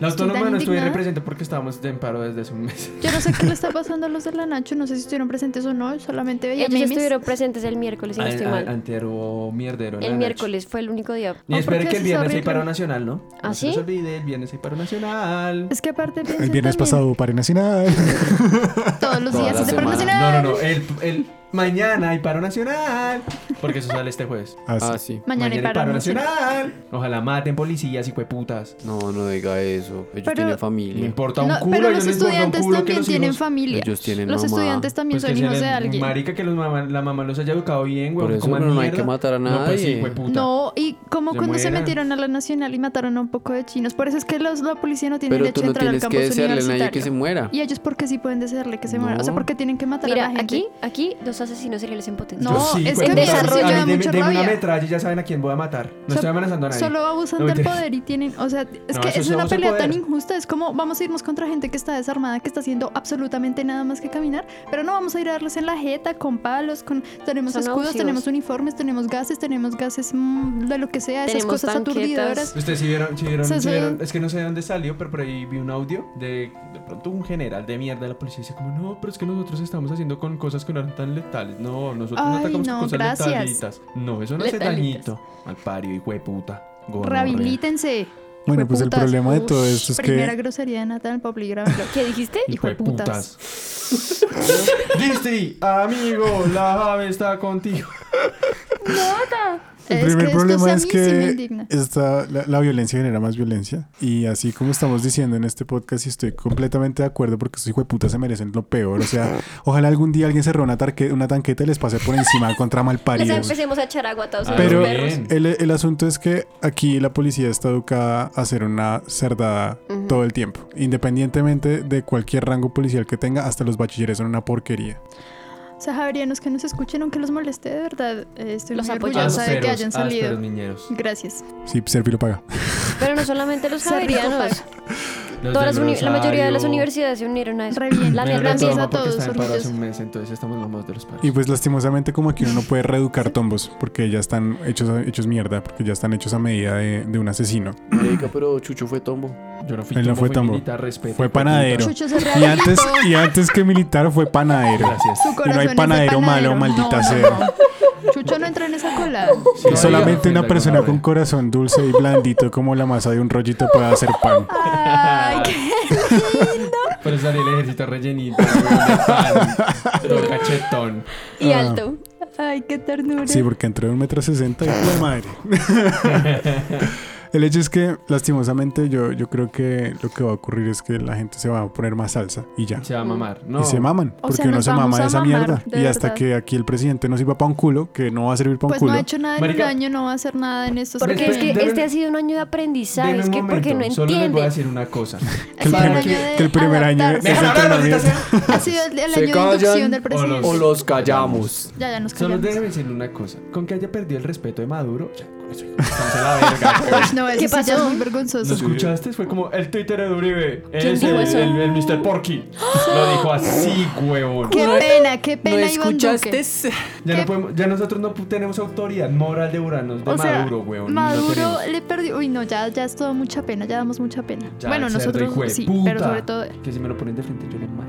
Speaker 4: La
Speaker 6: Estoy
Speaker 4: autónoma
Speaker 6: tan
Speaker 4: no estuve
Speaker 6: indignada.
Speaker 4: represente porque estábamos en paro desde hace un mes.
Speaker 6: yo no sé qué le está pasando a los de la Nacho. No sé si estuvieron presentes o no. Solamente veía
Speaker 1: Ellos
Speaker 6: memes.
Speaker 1: estuvieron presentes el miércoles, si no
Speaker 4: [LAUGHS]
Speaker 1: estoy
Speaker 4: An- an-
Speaker 1: mal.
Speaker 4: Antier hubo mierdero. en la
Speaker 1: El
Speaker 4: noche.
Speaker 1: miércoles fue el único día.
Speaker 4: Y
Speaker 6: Oh,
Speaker 4: esperen
Speaker 6: porque
Speaker 4: que el
Speaker 6: eso es
Speaker 4: viernes hay
Speaker 6: horrible.
Speaker 4: paro nacional, ¿no?
Speaker 1: ¿Ah,
Speaker 4: no
Speaker 1: sí?
Speaker 4: se les olvide, el viernes hay paro nacional.
Speaker 6: Es que aparte
Speaker 2: El
Speaker 6: piensen
Speaker 2: viernes
Speaker 6: también,
Speaker 2: pasado Paré
Speaker 1: [LAUGHS]
Speaker 2: Nacional.
Speaker 6: Todos los
Speaker 3: Toda
Speaker 6: días
Speaker 3: la
Speaker 6: es
Speaker 3: semana.
Speaker 6: de
Speaker 4: No,
Speaker 6: promocionar.
Speaker 4: no, no. El, el mañana hay paro nacional. Porque eso sale este jueves.
Speaker 2: Ah, sí.
Speaker 3: Ah, sí.
Speaker 6: Mañana, hay
Speaker 4: hay
Speaker 6: paro nacional.
Speaker 4: Ojalá maten policías y putas.
Speaker 3: No, no diga eso. Ellos
Speaker 6: Pero-
Speaker 3: tienen
Speaker 4: Me
Speaker 3: familia.
Speaker 4: importa un
Speaker 6: No,
Speaker 4: culo.
Speaker 6: pero
Speaker 4: yo
Speaker 6: los
Speaker 4: les importa un
Speaker 6: estudiantes
Speaker 4: culo que
Speaker 6: también
Speaker 4: los
Speaker 6: tienen
Speaker 4: hijos-
Speaker 6: familia.
Speaker 3: Ellos tienen
Speaker 6: los
Speaker 3: mamá.
Speaker 6: estudiantes también
Speaker 4: Pues
Speaker 6: son
Speaker 4: que
Speaker 6: hijos
Speaker 4: se
Speaker 6: de
Speaker 4: le-
Speaker 6: alguien.
Speaker 4: Marica, que los mamá- la mamá los haya educado bien, güey.
Speaker 3: Por eso, pero no hay que matar a
Speaker 4: No, pues sí,
Speaker 3: nadie.
Speaker 4: hijueputa.
Speaker 6: No, y como
Speaker 4: Se
Speaker 6: cuando se
Speaker 4: mueran.
Speaker 6: metieron a la nacional y mataron a un poco de chinos. Por eso es que los, la policía no tiene
Speaker 3: Pero
Speaker 6: derecho
Speaker 3: tú
Speaker 6: a
Speaker 3: no
Speaker 6: entrar al
Speaker 3: tienes que
Speaker 6: campus
Speaker 3: desearle a nadie
Speaker 6: universitario.
Speaker 3: que se muera.
Speaker 6: Y ellos porque sí pueden desearle que se mueran. O sea,
Speaker 3: No.
Speaker 6: porque tienen que matar a
Speaker 1: Mira,
Speaker 6: la gente.
Speaker 1: aquí, aquí dos asesinos seriales en potencia.
Speaker 6: No,
Speaker 4: Yo sí,
Speaker 6: es
Speaker 4: hijueputa.
Speaker 6: que
Speaker 1: en
Speaker 6: a mí eso sí
Speaker 1: desarrollo
Speaker 4: A mí
Speaker 6: ya
Speaker 4: deme-
Speaker 6: mucha
Speaker 4: deme una
Speaker 6: rabia.
Speaker 4: metralla y ya saben a quién voy a matar. No
Speaker 6: sea,
Speaker 4: estoy amenazando a nadie.
Speaker 6: Solo abusan
Speaker 4: No,
Speaker 6: del
Speaker 4: mentira.
Speaker 6: poder y tienen, o sea, es
Speaker 4: No, eso
Speaker 6: que es
Speaker 4: es
Speaker 6: una
Speaker 4: abuso de
Speaker 6: pelea
Speaker 4: poder.
Speaker 6: tan injusta, es como vamos a irnos contra gente que está desarmada, que está haciendo absolutamente nada más que caminar, pero no vamos a ir a darles en la jeta con palos, con tenemos
Speaker 1: Son
Speaker 6: escudos,
Speaker 1: abusivos.
Speaker 6: tenemos uniformes, tenemos gases, tenemos gases mm, de lo que sea, esas
Speaker 1: Tenemos
Speaker 6: cosas
Speaker 1: tanquetas.
Speaker 6: aturdidoras.
Speaker 4: Ustedes sí vieron, sí vieron,
Speaker 6: O sea,
Speaker 4: sí vieron-
Speaker 6: soy-
Speaker 4: es que no sé de dónde salió, pero por ahí vi un audio de de pronto un general de mierda de la policía dice como, no, pero es que nosotros estamos haciendo con cosas que no eran tan letales. No, nosotros no
Speaker 6: Ay,
Speaker 4: atacamos
Speaker 6: no,
Speaker 4: con cosas
Speaker 6: gracias.
Speaker 4: letalitas. No, eso no hace
Speaker 1: Letalitas.
Speaker 4: dañito. Al pario, hijo de puta. gonorrea.
Speaker 6: Rehabilítense.
Speaker 2: Bueno, pues el
Speaker 6: Hijueputas.
Speaker 2: problema de todo
Speaker 6: Ush,
Speaker 2: esto es
Speaker 6: primera
Speaker 2: que
Speaker 6: grosería de Natal Popli, grábalo.
Speaker 1: ¿Qué dijiste?
Speaker 4: Hijo de
Speaker 6: Hijueputas.
Speaker 4: putas. [LAUGHS] Distri, amigo, la ave está contigo.
Speaker 6: Es
Speaker 2: el primer
Speaker 6: que esto sí
Speaker 2: problema
Speaker 6: a
Speaker 2: es
Speaker 6: mí sí me
Speaker 2: que
Speaker 6: indigna.
Speaker 2: esta, la, la violencia genera más violencia. Y así como estamos diciendo en este podcast, y estoy completamente de acuerdo porque estos hijos de puta se merecen lo peor. O sea, ojalá algún día alguien se roba una, tarque- una tanqueta y les pase por encima contra
Speaker 1: Les
Speaker 2: malparidos.
Speaker 1: empecemos a echar agua a todos
Speaker 4: Ah,
Speaker 1: los
Speaker 2: Pero
Speaker 1: perros.
Speaker 4: bien.
Speaker 2: el, el asunto es que aquí la policía está educada a hacer una cerdada
Speaker 1: Ujú.
Speaker 2: todo el tiempo, independientemente de cualquier rango policial que tenga, hasta los bachilleres son una porquería.
Speaker 6: O sea, Javerianos, que nos escuchen, aunque los moleste, de verdad, eh, estoy
Speaker 1: Los
Speaker 6: muy
Speaker 1: apoyamos.
Speaker 6: orgullosa de que hayan salido.
Speaker 4: ásperos, niñeros.
Speaker 6: Gracias.
Speaker 2: Sí, Serpi lo paga.
Speaker 1: Pero no solamente los
Speaker 6: Ser rico,
Speaker 1: javerianos.
Speaker 4: Los
Speaker 1: Todas las
Speaker 4: del
Speaker 1: uni- la mayoría de las
Speaker 4: Rosario.
Speaker 1: universidades se unieron a eso.
Speaker 6: Re bien.
Speaker 1: La
Speaker 4: Menos
Speaker 1: neta,
Speaker 4: la
Speaker 1: sí.
Speaker 6: gracias.
Speaker 4: toma
Speaker 6: a
Speaker 4: porque
Speaker 6: todos,
Speaker 4: está en paro hace
Speaker 6: orgullosos.
Speaker 4: un mes, entonces estamos los más de los paros.
Speaker 2: Y pues lastimosamente como aquí uno no puede reeducar tombos porque ya están hechos, hechos mierda, porque ya están hechos a medida de, de un asesino.
Speaker 3: Marica, pero Chucho fue tombo.
Speaker 4: Yo no fui
Speaker 2: Él no
Speaker 4: tambo,
Speaker 2: fue
Speaker 4: fui
Speaker 2: tambo.
Speaker 4: militar, respeto,
Speaker 2: Fue
Speaker 4: hijo de puta.
Speaker 2: panadero.
Speaker 6: Chucho se
Speaker 2: Y
Speaker 6: rehabilitó.
Speaker 2: antes, y antes que militar fue panadero.
Speaker 4: Gracias.
Speaker 6: Su corazón
Speaker 2: no hay
Speaker 6: es de
Speaker 2: panadero malo,
Speaker 6: No,
Speaker 2: maldita
Speaker 6: no,
Speaker 2: sea.
Speaker 6: no. Chucho no entra en esa cola.
Speaker 4: Sí,
Speaker 2: Y
Speaker 4: no,
Speaker 2: solamente
Speaker 4: diga,
Speaker 2: una persona
Speaker 4: ofenda,
Speaker 2: con corazón dulce y blandito como la masa de un rollito puede hacer pan.
Speaker 6: Ay, qué-
Speaker 4: gonorrea. Por eso salió el ejército rellenito. weón, de
Speaker 6: [LAUGHS]
Speaker 4: pan, Todo cachetón.
Speaker 1: Y
Speaker 2: Ah.
Speaker 1: alto.
Speaker 6: Ay, qué ternura.
Speaker 2: Sí, porque entró de un metro sesenta y la madre. [LAUGHS] El hecho es que, lastimosamente, yo, yo creo que lo que va a ocurrir es que la gente se va a poner más salsa y ya.
Speaker 4: Se va a mamar. No.
Speaker 2: Y se maman, porque
Speaker 6: sea,
Speaker 2: uno
Speaker 6: nos
Speaker 2: se
Speaker 6: vamos
Speaker 2: mama de
Speaker 6: a
Speaker 2: esa
Speaker 6: mamar,
Speaker 2: mierda.
Speaker 6: de
Speaker 2: y hasta
Speaker 6: verdad.
Speaker 2: que aquí el presidente no sirva para un culo, que no va a servir para un
Speaker 6: Pues
Speaker 2: culo.
Speaker 6: no ha hecho nada en
Speaker 4: Marica.
Speaker 6: un año, no va a hacer nada en estos
Speaker 1: Porque es que
Speaker 4: Deme-
Speaker 1: este ha sido un año de aprendizaje.
Speaker 4: Deme
Speaker 1: Es
Speaker 4: un
Speaker 1: que porque no
Speaker 4: momento, Solo les voy a
Speaker 1: entiende.
Speaker 4: decir una
Speaker 6: [LAUGHS]
Speaker 4: cosa.
Speaker 2: que, el
Speaker 6: ha sido un
Speaker 2: primer,
Speaker 6: año de
Speaker 2: que el primer año es
Speaker 6: adaptarse.
Speaker 4: Dejan hablar, maldita
Speaker 2: entrenamiento.
Speaker 4: sea.
Speaker 6: Ha sido el, el
Speaker 3: Se
Speaker 6: año de
Speaker 3: callan
Speaker 6: inducción del
Speaker 4: o
Speaker 6: presidente.
Speaker 3: O los callamos.
Speaker 6: Ya, ya nos
Speaker 4: Solo
Speaker 6: callamos.
Speaker 4: déjenme decirle una cosa. Con que haya perdido el respeto de Maduro, ya, con eso, hijo de puta, se
Speaker 6: [LAUGHS]
Speaker 4: la verga. weón.
Speaker 6: Uy, no, eso sí
Speaker 1: ¿Qué
Speaker 6: ya
Speaker 1: pasó?
Speaker 6: es muy
Speaker 4: ¿Lo
Speaker 6: vergonzoso.
Speaker 4: escuchaste? Fue como el Twitter de Uribe. es
Speaker 1: dijo
Speaker 4: el,
Speaker 1: eso?
Speaker 4: El, el Mr.
Speaker 6: [GASPS]
Speaker 4: Porky. Lo dijo así, huevón.
Speaker 6: Qué pena, qué pena, Iván Duque.
Speaker 4: Ya,
Speaker 6: ¿Qué?
Speaker 4: no podemos- ya nosotros no pu- tenemos autoridad moral de Uranos, de
Speaker 6: O sea,
Speaker 4: Maduro, weón.
Speaker 6: Maduro
Speaker 4: No tenemos.
Speaker 6: le perdió. Uy, no, ya, ya es todo mucha pena, ya damos mucha pena.
Speaker 4: Ya,
Speaker 6: bueno,
Speaker 4: cerdo, hijo de
Speaker 6: nosotros sí,
Speaker 4: puta.
Speaker 6: pero sobre todo.
Speaker 4: Que si me lo ponen de frente yo lo mato.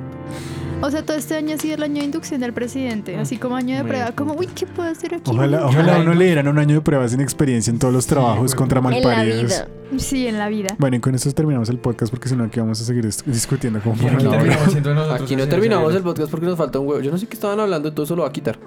Speaker 6: O sea, todo este año ha sido el año de inducción del presidente, así como año de
Speaker 4: Ah, Muy
Speaker 6: prueba,
Speaker 4: bien.
Speaker 6: como, uy, ¿qué puedo hacer aquí?
Speaker 2: Ojalá, ojalá uno le dieran un año de pruebas sin experiencia en todos los trabajos contra
Speaker 1: En la
Speaker 2: malparidos.
Speaker 1: vida.
Speaker 6: Sí, en la vida.
Speaker 2: Bueno, y con esto terminamos el podcast porque si no aquí vamos a seguir dis- discutiendo como por
Speaker 4: Aquí
Speaker 2: una hora.
Speaker 4: terminamos siendo nosotros
Speaker 3: Aquí no
Speaker 4: así,
Speaker 3: terminamos
Speaker 4: así.
Speaker 3: el podcast porque nos falta un huevo. Yo no sé qué estaban hablando, todo eso lo va a quitar.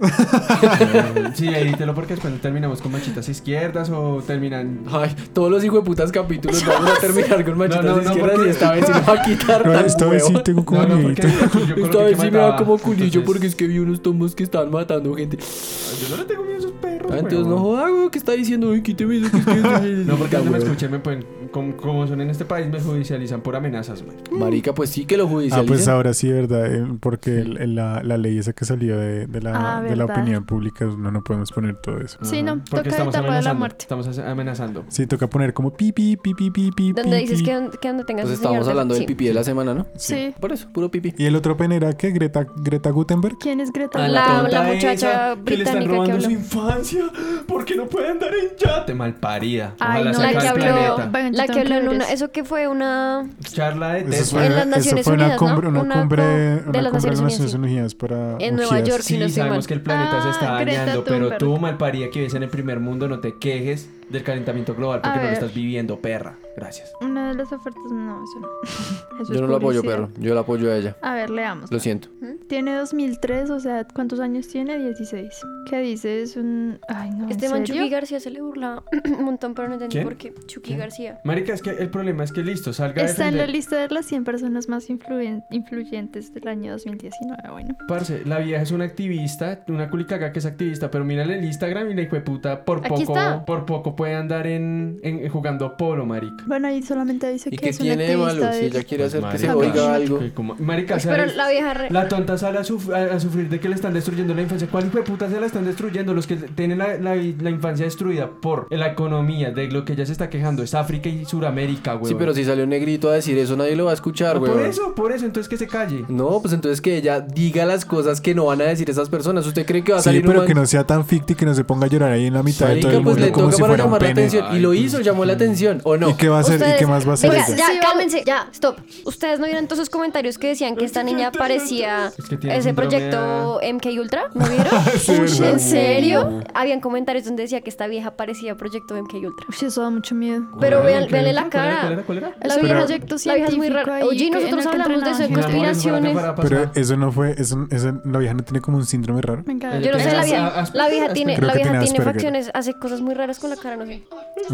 Speaker 4: Em, Sí, edítelo porque después terminamos con machitas izquierdas o terminan.
Speaker 3: [LAUGHS] Ay, todos los hijos de putas capítulos [LAUGHS] vamos a terminar con machitas
Speaker 4: No, no, no,
Speaker 3: izquierdas
Speaker 4: porque-
Speaker 3: y esta vez sí lo va a [LAUGHS] quitar.
Speaker 2: No,
Speaker 3: tan
Speaker 2: esta vez sí
Speaker 3: huevón.
Speaker 2: tengo como Ah,
Speaker 4: No, no,
Speaker 2: miedito.
Speaker 4: porque yo coloqué
Speaker 3: Esta
Speaker 4: que
Speaker 3: vez sí me da
Speaker 4: mataba,
Speaker 3: como culillo
Speaker 4: entonces-
Speaker 3: porque es que vi unos tomos que estaban matando gente.
Speaker 4: Yo no le tengo miedo a esos perros.
Speaker 3: Ah, entonces
Speaker 4: huevón.
Speaker 3: no joda, güey, ¿qué está diciendo? Uy, quíteme eso, [LAUGHS] que es que-
Speaker 4: No, porque
Speaker 3: Puta,
Speaker 4: donde me
Speaker 3: huevón.
Speaker 4: escuchen me pueden. Como, como son en este país, me judicializan por amenazas, güey.
Speaker 3: Marica, pues sí que lo
Speaker 2: Ah, pues
Speaker 3: judicialicen.
Speaker 2: ahora sí, ¿verdad? Eh, Porque el- el- la, la ley esa que salió de, de la,
Speaker 6: Ah,
Speaker 2: de la
Speaker 6: ¿verdad?
Speaker 2: opinión pública, no, no podemos poner todo eso.
Speaker 6: Sí, no,
Speaker 4: Ah, Porque
Speaker 6: toca
Speaker 4: estamos
Speaker 6: etapa de la
Speaker 4: amenazando.
Speaker 6: muerte.
Speaker 4: Estamos as- amenazando.
Speaker 2: Sí, toca poner como pi, pi, pi, pi, pi, pi,
Speaker 1: Donde
Speaker 2: pi,
Speaker 1: dices
Speaker 2: pi.
Speaker 1: que, don- que donde tengas
Speaker 3: Pues
Speaker 1: un
Speaker 3: estábamos
Speaker 1: señor
Speaker 3: hablando
Speaker 1: de-
Speaker 3: del
Speaker 1: sí.
Speaker 3: pipí de la semana, ¿no?
Speaker 6: Sí.
Speaker 3: Por eso, puro pipí.
Speaker 2: Y el otro pen era que Greta, Greta Gutenberg.
Speaker 6: ¿Quién es Greta?
Speaker 1: Ah,
Speaker 6: Thunberg?
Speaker 1: la-
Speaker 4: tonta
Speaker 1: muchacha
Speaker 4: que le están
Speaker 1: británica que
Speaker 4: robando
Speaker 1: habló.
Speaker 4: su infancia porque no puede andar en yate malparida
Speaker 6: Ay,
Speaker 4: ojalá
Speaker 6: no,
Speaker 4: se
Speaker 1: La
Speaker 4: acabe
Speaker 1: que
Speaker 4: el
Speaker 1: habló,
Speaker 4: planeta
Speaker 6: Venga, yo
Speaker 1: la
Speaker 6: tengo
Speaker 1: que
Speaker 6: que
Speaker 1: habló en
Speaker 6: ver
Speaker 1: una,
Speaker 6: eso.
Speaker 1: eso que fue una,
Speaker 4: charla de
Speaker 2: Eso
Speaker 4: teto
Speaker 2: fue,
Speaker 1: En las
Speaker 2: eso
Speaker 1: Naciones
Speaker 2: fue una
Speaker 1: Unidas, ¿no?
Speaker 2: cumbre, una,
Speaker 1: Una
Speaker 2: cumbre,
Speaker 1: co- de
Speaker 2: una
Speaker 1: las
Speaker 2: cumbre de las
Speaker 1: Naciones
Speaker 2: Naciones Unidas para
Speaker 1: En Nueva
Speaker 2: ungidas.
Speaker 1: York.
Speaker 4: sí
Speaker 1: si no estoy
Speaker 4: sabemos
Speaker 1: mal.
Speaker 4: que el planeta se está
Speaker 6: Ah, Greta
Speaker 4: dañando pero
Speaker 6: Thunberg.
Speaker 4: tú malparida que vives en el primer mundo no te quejes del calentamiento global
Speaker 6: A
Speaker 4: porque no lo
Speaker 6: ver.
Speaker 4: estás viviendo perra gracias
Speaker 6: Una de las ofertas, no,
Speaker 4: [LAUGHS]
Speaker 6: eso no. Eso
Speaker 3: Yo
Speaker 6: es
Speaker 3: no lo apoyo,
Speaker 6: publicidad.
Speaker 3: perro. Yo la apoyo a ella.
Speaker 6: A ver, leamos.
Speaker 3: Lo siento.
Speaker 6: Tiene 2003, o sea, ¿cuántos años tiene? 16. ¿Qué dice? Es un... Ay, no, ¿en
Speaker 1: este man
Speaker 6: serio?
Speaker 1: Chucky García se le burlaba [CLEARS THROAT] un montón, pero no entendí
Speaker 4: ¿Quién?
Speaker 1: por qué. Chucky
Speaker 4: ¿Quién?
Speaker 1: García.
Speaker 4: marica es que el problema es que listo salga a
Speaker 6: Está en la
Speaker 4: defender
Speaker 6: lista de las 100 personas más influen- influyentes del año 2019, bueno.
Speaker 4: Parce, la vieja es una activista, una culicaga que es activista, pero mírale el Instagram y la hijueputa por
Speaker 1: Aquí
Speaker 4: poco,
Speaker 1: está.
Speaker 4: por poco puede andar en, en- jugando polo, marica.
Speaker 6: Bueno, ahí solamente dice
Speaker 3: ¿Y
Speaker 6: que
Speaker 3: qué
Speaker 6: es un
Speaker 3: tiene de malo?
Speaker 6: activista
Speaker 3: Si
Speaker 6: del-
Speaker 3: ella quiere hacer que se
Speaker 4: Marica,
Speaker 3: oiga algo.
Speaker 4: que como- Marica,
Speaker 1: Pues, pero
Speaker 4: ¿sabes?
Speaker 1: la vieja re-
Speaker 4: La tonta sale a, suf- a- a sufrir de que le están destruyendo la infancia. ¿Cuál hijo de puta se la están destruyendo? Los que tienen la, la- la infancia destruida por la economía, de lo que ella se está quejando, es África y Suramérica, güey.
Speaker 3: Sí, pero si salió un negrito a decir eso, nadie lo va a escuchar, güey.
Speaker 4: Por eso, por eso, entonces que se calle.
Speaker 3: No, pues entonces que ella diga las cosas que no van a decir esas personas. ¿Usted cree que va a
Speaker 2: Sí,
Speaker 3: salir
Speaker 2: pero
Speaker 3: un
Speaker 2: que
Speaker 3: man-
Speaker 2: no sea tan ficti que no se ponga a llorar ahí en la mitad de
Speaker 3: Marica,
Speaker 2: todo el
Speaker 3: pues
Speaker 2: mundo
Speaker 3: le
Speaker 2: como
Speaker 3: toca
Speaker 2: si
Speaker 3: para
Speaker 2: fuera un
Speaker 3: llamar la
Speaker 2: pene. pues
Speaker 3: atención. y lo hizo, llamó la atención, ¿o no?
Speaker 2: ¿Y qué va a hacer? ¿Y
Speaker 1: Ustedes-
Speaker 2: qué más va a hacer
Speaker 1: Venga,
Speaker 2: ella?
Speaker 1: ya,
Speaker 6: Sí, vamos.
Speaker 1: cálmense. Ya, stop. Ustedes no vieron todos esos comentarios que decían que esta niña parecía
Speaker 4: Es que tiene
Speaker 1: ese
Speaker 4: síndrome
Speaker 1: proyecto MK Ultra.
Speaker 2: [LAUGHS]
Speaker 1: ¿No vieron?
Speaker 2: Sí,
Speaker 1: Uy,
Speaker 2: ¿verdad?
Speaker 1: ¿En serio? Habían comentarios donde decía que esta vieja parecía proyecto MK Ultra.
Speaker 6: Uy, eso da mucho miedo.
Speaker 1: Pero
Speaker 4: Ay,
Speaker 1: vean,
Speaker 4: ¿qué
Speaker 1: véanle
Speaker 4: era?
Speaker 1: la
Speaker 4: ¿Cuál era?
Speaker 1: cara.
Speaker 4: ¿Cuál era? ¿Cuál era?
Speaker 1: La
Speaker 6: Es un
Speaker 1: vieja-
Speaker 6: proyecto
Speaker 1: la vieja es muy
Speaker 6: científico
Speaker 1: rara.
Speaker 6: ahí
Speaker 1: Oye,
Speaker 6: que-
Speaker 1: nosotros
Speaker 6: en el que
Speaker 1: hablamos de eso, de
Speaker 6: entrenaban
Speaker 1: cosas.
Speaker 6: gente.
Speaker 1: Conspiraciones.
Speaker 2: Pero eso no fue, eso, esa- la vieja no tiene como un síndrome raro.
Speaker 6: Me encanta.
Speaker 1: Yo no sé, la
Speaker 4: Ah,
Speaker 1: vieja,
Speaker 4: Asperger,
Speaker 1: la vieja
Speaker 4: Asperger.
Speaker 1: tiene,
Speaker 2: Creo
Speaker 1: la
Speaker 2: que
Speaker 1: vieja
Speaker 2: tiene
Speaker 1: tiene
Speaker 2: Asperger.
Speaker 1: facciones, hace cosas muy raras con la cara, no sé.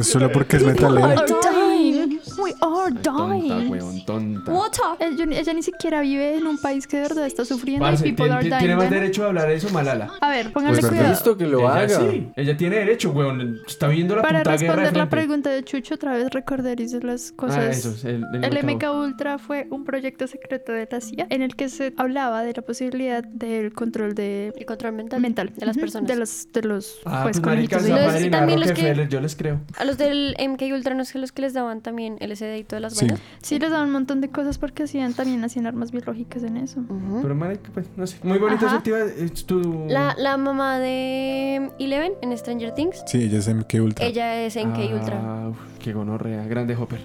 Speaker 2: Solo porque es metalera.
Speaker 6: We are dying. We are
Speaker 4: Tonta,
Speaker 6: dying.
Speaker 4: weón, tonta.
Speaker 6: Ella, ella ni siquiera vive en un país que de verdad está sufriendo
Speaker 4: Parce,
Speaker 6: y people
Speaker 4: tiene,
Speaker 6: are
Speaker 4: tiene-
Speaker 6: dying.
Speaker 4: tiene más
Speaker 6: bueno.
Speaker 4: derecho a hablar eso, Malala.
Speaker 6: A ver, pónganle
Speaker 2: Pues,
Speaker 6: cuidado.
Speaker 3: Listo, que lo
Speaker 4: ella
Speaker 3: haga.
Speaker 4: sí, ella tiene derecho, weón. Está viendo la
Speaker 6: Para
Speaker 4: puta guerra de
Speaker 6: responder la
Speaker 4: frente.
Speaker 6: pregunta de Chucho, otra vez recordaréis las cosas.
Speaker 4: Ah, eso, es el, el
Speaker 6: El MK
Speaker 4: mercado.
Speaker 6: Ultra fue un proyecto secreto de la CIA en el que se hablaba de la posibilidad del control de
Speaker 1: El control mental,
Speaker 6: mental
Speaker 1: de las
Speaker 6: ujú,
Speaker 1: personas.
Speaker 6: de los de los
Speaker 4: Ah,
Speaker 6: pues,
Speaker 4: pues marica,
Speaker 6: conejitos
Speaker 1: esa
Speaker 4: se
Speaker 6: de-
Speaker 1: Los-
Speaker 4: apadrinaron
Speaker 1: también
Speaker 4: a
Speaker 1: los que-
Speaker 4: Rockefeller, yo les creo.
Speaker 1: A los del MK Ultra no sé los que les daban también LSD y todas las
Speaker 2: Sí.
Speaker 1: vainas.
Speaker 6: Sí, les daban un montón de cosas porque hacían también hacían armas biológicas en eso.
Speaker 1: Ujú.
Speaker 4: Pero marica, pues, no sé. Muy bonita esa
Speaker 6: Ajá.
Speaker 4: activa... eh, tu-
Speaker 2: Mm.
Speaker 1: La, la mamá de Eleven en Stranger Things,
Speaker 2: Sí, ella es MK Ultra.
Speaker 1: ella es MK Ultra.
Speaker 4: Ah, uf, qué gonorrea. Grande Hopper.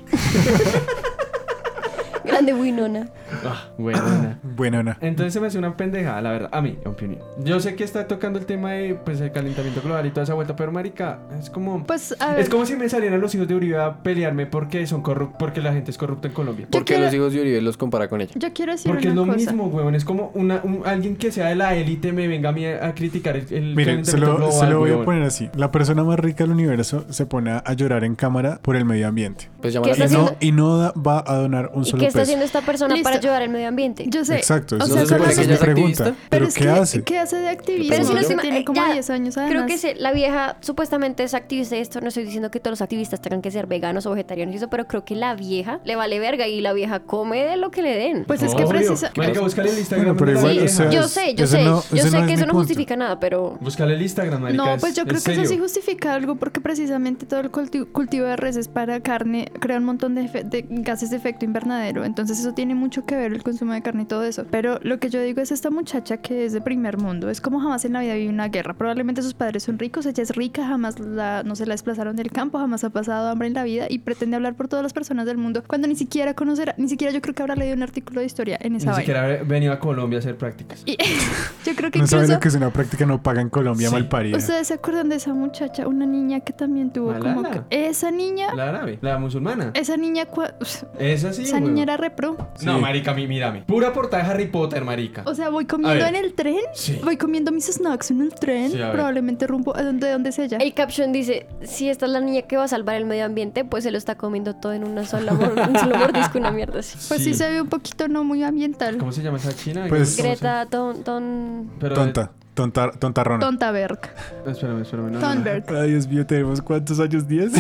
Speaker 1: Grande Winona.
Speaker 4: [LAUGHS] Ah, buena.
Speaker 2: Bueno, no.
Speaker 4: Entonces se me hace una pendejada, la verdad. A mí, en opinión. Yo sé que está tocando el tema de, pues, el calentamiento global y toda esa vuelta, pero marica, es como...
Speaker 6: Pues a ver,
Speaker 4: Es como si me salieran los hijos de Uribe a pelearme porque son corrup- porque la gente es corrupta en Colombia.
Speaker 6: Yo
Speaker 3: Porque
Speaker 6: quiero-
Speaker 3: los hijos de Uribe los compara con ella.
Speaker 6: yo quiero decir
Speaker 4: Porque es
Speaker 6: una
Speaker 4: lo
Speaker 6: cosa.
Speaker 4: mismo, weón. Es como una, un- alguien que sea de la élite me venga a mí a, a criticar el, el
Speaker 2: Miren, se
Speaker 4: calentamiento
Speaker 2: lo,
Speaker 4: global,
Speaker 2: se lo voy a
Speaker 4: weón.
Speaker 2: poner así. La persona más rica del universo se pone a llorar en cámara por el medio ambiente.
Speaker 3: Pues llamar la
Speaker 1: ¿Qué
Speaker 2: Y
Speaker 1: está
Speaker 2: no,
Speaker 1: haciendo?
Speaker 2: y no da- va a donar un
Speaker 1: ¿Y
Speaker 2: solo
Speaker 1: qué está
Speaker 2: peso.
Speaker 1: haciendo esta persona para
Speaker 6: Listo.
Speaker 1: ayudar al medio ambiente?
Speaker 6: Yo sé.
Speaker 2: Exacto,
Speaker 6: o
Speaker 2: eso es,
Speaker 6: sea,
Speaker 2: esa
Speaker 3: supone
Speaker 2: es
Speaker 3: que
Speaker 2: mi
Speaker 3: ella es
Speaker 2: pregunta.
Speaker 3: activista.
Speaker 2: ¿Pero
Speaker 6: es
Speaker 2: qué
Speaker 6: que-
Speaker 2: hace?
Speaker 6: ¿Qué hace de activismo?
Speaker 2: Pues
Speaker 1: Pero si no
Speaker 6: Yo-
Speaker 1: estoy mal-
Speaker 6: tiene como
Speaker 1: ya,
Speaker 6: 10 años
Speaker 1: Creo
Speaker 6: además.
Speaker 1: que se- la vieja supuestamente es activista y esto. No estoy diciendo que todos los activistas tengan que ser veganos o vegetarianos y eso, pero creo que la vieja le vale verga y la vieja come de lo que le den.
Speaker 6: Pues es que
Speaker 4: Obvio.
Speaker 6: precisa
Speaker 4: Marica, búscale el Instagram.
Speaker 2: Bueno, pero
Speaker 4: de la
Speaker 2: igual,
Speaker 1: sí,
Speaker 2: o
Speaker 4: vieja.
Speaker 2: sea,
Speaker 1: yo sé, yo
Speaker 2: ese
Speaker 1: sé,
Speaker 2: no-
Speaker 1: yo
Speaker 2: ese
Speaker 1: sé
Speaker 2: no es
Speaker 1: que
Speaker 2: mi
Speaker 1: eso no
Speaker 2: punto.
Speaker 1: justifica nada, pero
Speaker 4: Búscale el Instagram, marica.
Speaker 6: No,
Speaker 4: es-
Speaker 6: pues yo
Speaker 4: es
Speaker 6: creo que eso sí
Speaker 4: serio.
Speaker 6: justifica algo porque precisamente todo el culti- cultivo de reses para carne crea un montón de, efe- de gases de efecto invernadero. Entonces eso tiene mucho que ver el consumo de carne y todo eso. Pero lo que yo digo es esta muchacha que es de primer mundo. Es como jamás en la vida vive una guerra. Probablemente sus padres son ricos, ella es rica, jamás la, no se la desplazaron del campo, jamás ha pasado hambre en la vida y pretende hablar por todas las personas del mundo cuando ni siquiera conocerá, ni siquiera yo creo que habrá leído un artículo de historia en esa
Speaker 4: Ni
Speaker 6: vaina.
Speaker 4: siquiera he venido a Colombia a hacer prácticas.
Speaker 6: Y [LAUGHS] yo creo que
Speaker 2: No saben
Speaker 6: incluso
Speaker 2: lo que es una práctica no paga en Colombia,
Speaker 4: Sí.
Speaker 2: mal parida.
Speaker 6: ustedes se acuerdan de esa muchacha, una niña que también tuvo como
Speaker 4: Malala.
Speaker 6: que- esa niña,
Speaker 4: La árabe, la musulmana.
Speaker 6: esa niña cua- uf,
Speaker 4: Esa sí,
Speaker 6: esa
Speaker 4: huevón.
Speaker 6: niña era repro.
Speaker 4: No,
Speaker 2: Sí.
Speaker 4: marica, mi- mírame. Pura portada de Harry Potter, marica.
Speaker 6: O sea, voy comiendo
Speaker 4: ver.
Speaker 6: en el tren,
Speaker 4: Sí.
Speaker 6: voy comiendo mis snacks en el tren,
Speaker 4: Sí, a ver.
Speaker 6: probablemente rumbo a donde, donde sea ella.
Speaker 1: El caption dice, si esta es la niña que va a salvar el medio ambiente, pues se lo está comiendo todo en una sola mor- un solo mordisco, una mierda así.
Speaker 6: Pues sí. se ve un poquito no muy ambiental.
Speaker 4: ¿Cómo se llama esa china?
Speaker 2: Pues-
Speaker 4: ¿Cómo se-
Speaker 1: Greta, ton, ton...
Speaker 4: Pero- eh,
Speaker 2: Tonta, tonta, tontarrona.
Speaker 6: Tontaberg.
Speaker 4: Espérame, espérame. no, no, no.
Speaker 6: Thunberg.
Speaker 2: Ay, Dios mío, tenemos cuántos años,
Speaker 6: [LAUGHS]
Speaker 2: 10.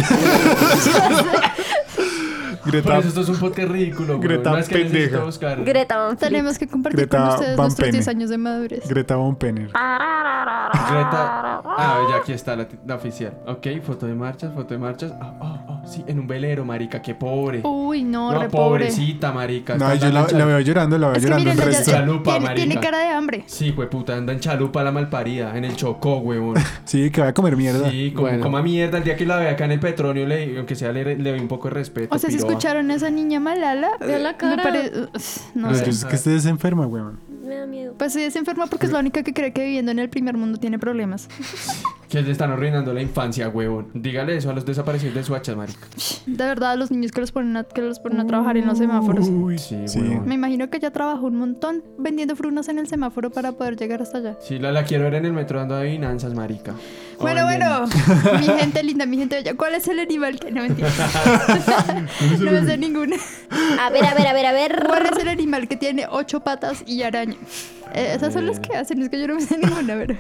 Speaker 4: Por
Speaker 2: Greta,
Speaker 4: eso esto es un podcast ridículo, güey.
Speaker 2: Greta
Speaker 4: no, es que necesito
Speaker 2: pendeja.
Speaker 4: buscar-
Speaker 1: Greta Van Fleet.
Speaker 6: Tenemos que compartir
Speaker 2: Greta
Speaker 6: con ustedes
Speaker 2: Van
Speaker 6: nuestros
Speaker 2: Pene.
Speaker 6: 10 años de madurez.
Speaker 2: Greta Von Penner.
Speaker 4: Ah,
Speaker 1: em-
Speaker 4: Greta. Ah, ya aquí está la, ti- la oficial. Ok, foto de marchas, foto de marchas. Ah, oh, oh, sí, en un velero, marica, qué pobre.
Speaker 6: Uy, no,
Speaker 4: no,
Speaker 6: re pobre.
Speaker 4: pobrecita, marica.
Speaker 2: No,
Speaker 4: está
Speaker 2: yo la,
Speaker 4: andando en
Speaker 2: la
Speaker 4: chalupa.
Speaker 2: veo llorando, la veo
Speaker 6: Es que
Speaker 2: llorando
Speaker 6: miren,
Speaker 2: el
Speaker 6: ya-
Speaker 2: resto.
Speaker 4: ya- Chalupa,
Speaker 6: tiene, tiene
Speaker 4: marica.
Speaker 6: cara de hambre.
Speaker 4: Sí, güey, puta, anda en chalupa la malparida, en el
Speaker 2: [LAUGHS]
Speaker 4: chocó, huevón.
Speaker 2: Sí, que va a comer mierda.
Speaker 4: Sí, como,
Speaker 3: Bueno.
Speaker 4: coma mierda. El día que la vea acá en el petróleo, le, aunque sea, le, le doy un poco de respeto.
Speaker 6: O sea, si
Speaker 4: piroa.
Speaker 6: escucharon a esa niña malala,
Speaker 1: Vea la
Speaker 6: me
Speaker 1: cara.
Speaker 6: pare- no
Speaker 2: Ay,
Speaker 6: sé.
Speaker 2: yo sé que estés enferma, weón.
Speaker 1: Me da miedo.
Speaker 6: Pues sí, es enferma porque es la única que cree que viviendo en el primer mundo tiene problemas.
Speaker 4: Que le están arruinando la infancia, huevón. Dígale eso a los desaparecidos de Suachas, marica.
Speaker 6: De verdad, los niños que los ponen a, que los ponen a trabajar en los semáforos.
Speaker 2: Uy,
Speaker 4: Sí,
Speaker 2: sí.
Speaker 4: huevón.
Speaker 6: Me imagino que ella trabajó un montón vendiendo frunas en el semáforo para poder llegar hasta allá.
Speaker 4: Sí, la, la quiero ver en el metro dando adivinanzas, marica.
Speaker 6: Bueno,
Speaker 4: Oye,
Speaker 6: bueno,
Speaker 4: [LAUGHS]
Speaker 6: mi gente linda, mi gente bella. ¿Cuál es el animal que [LAUGHS] no entiendo? no me sé ninguno.
Speaker 1: A ver, a ver, a ver, a ver.
Speaker 6: ¿Cuál es el animal que tiene ocho patas y araña? Eh, esas son las que hacen, es que yo no me sé ninguna,
Speaker 4: [LAUGHS]
Speaker 6: pero.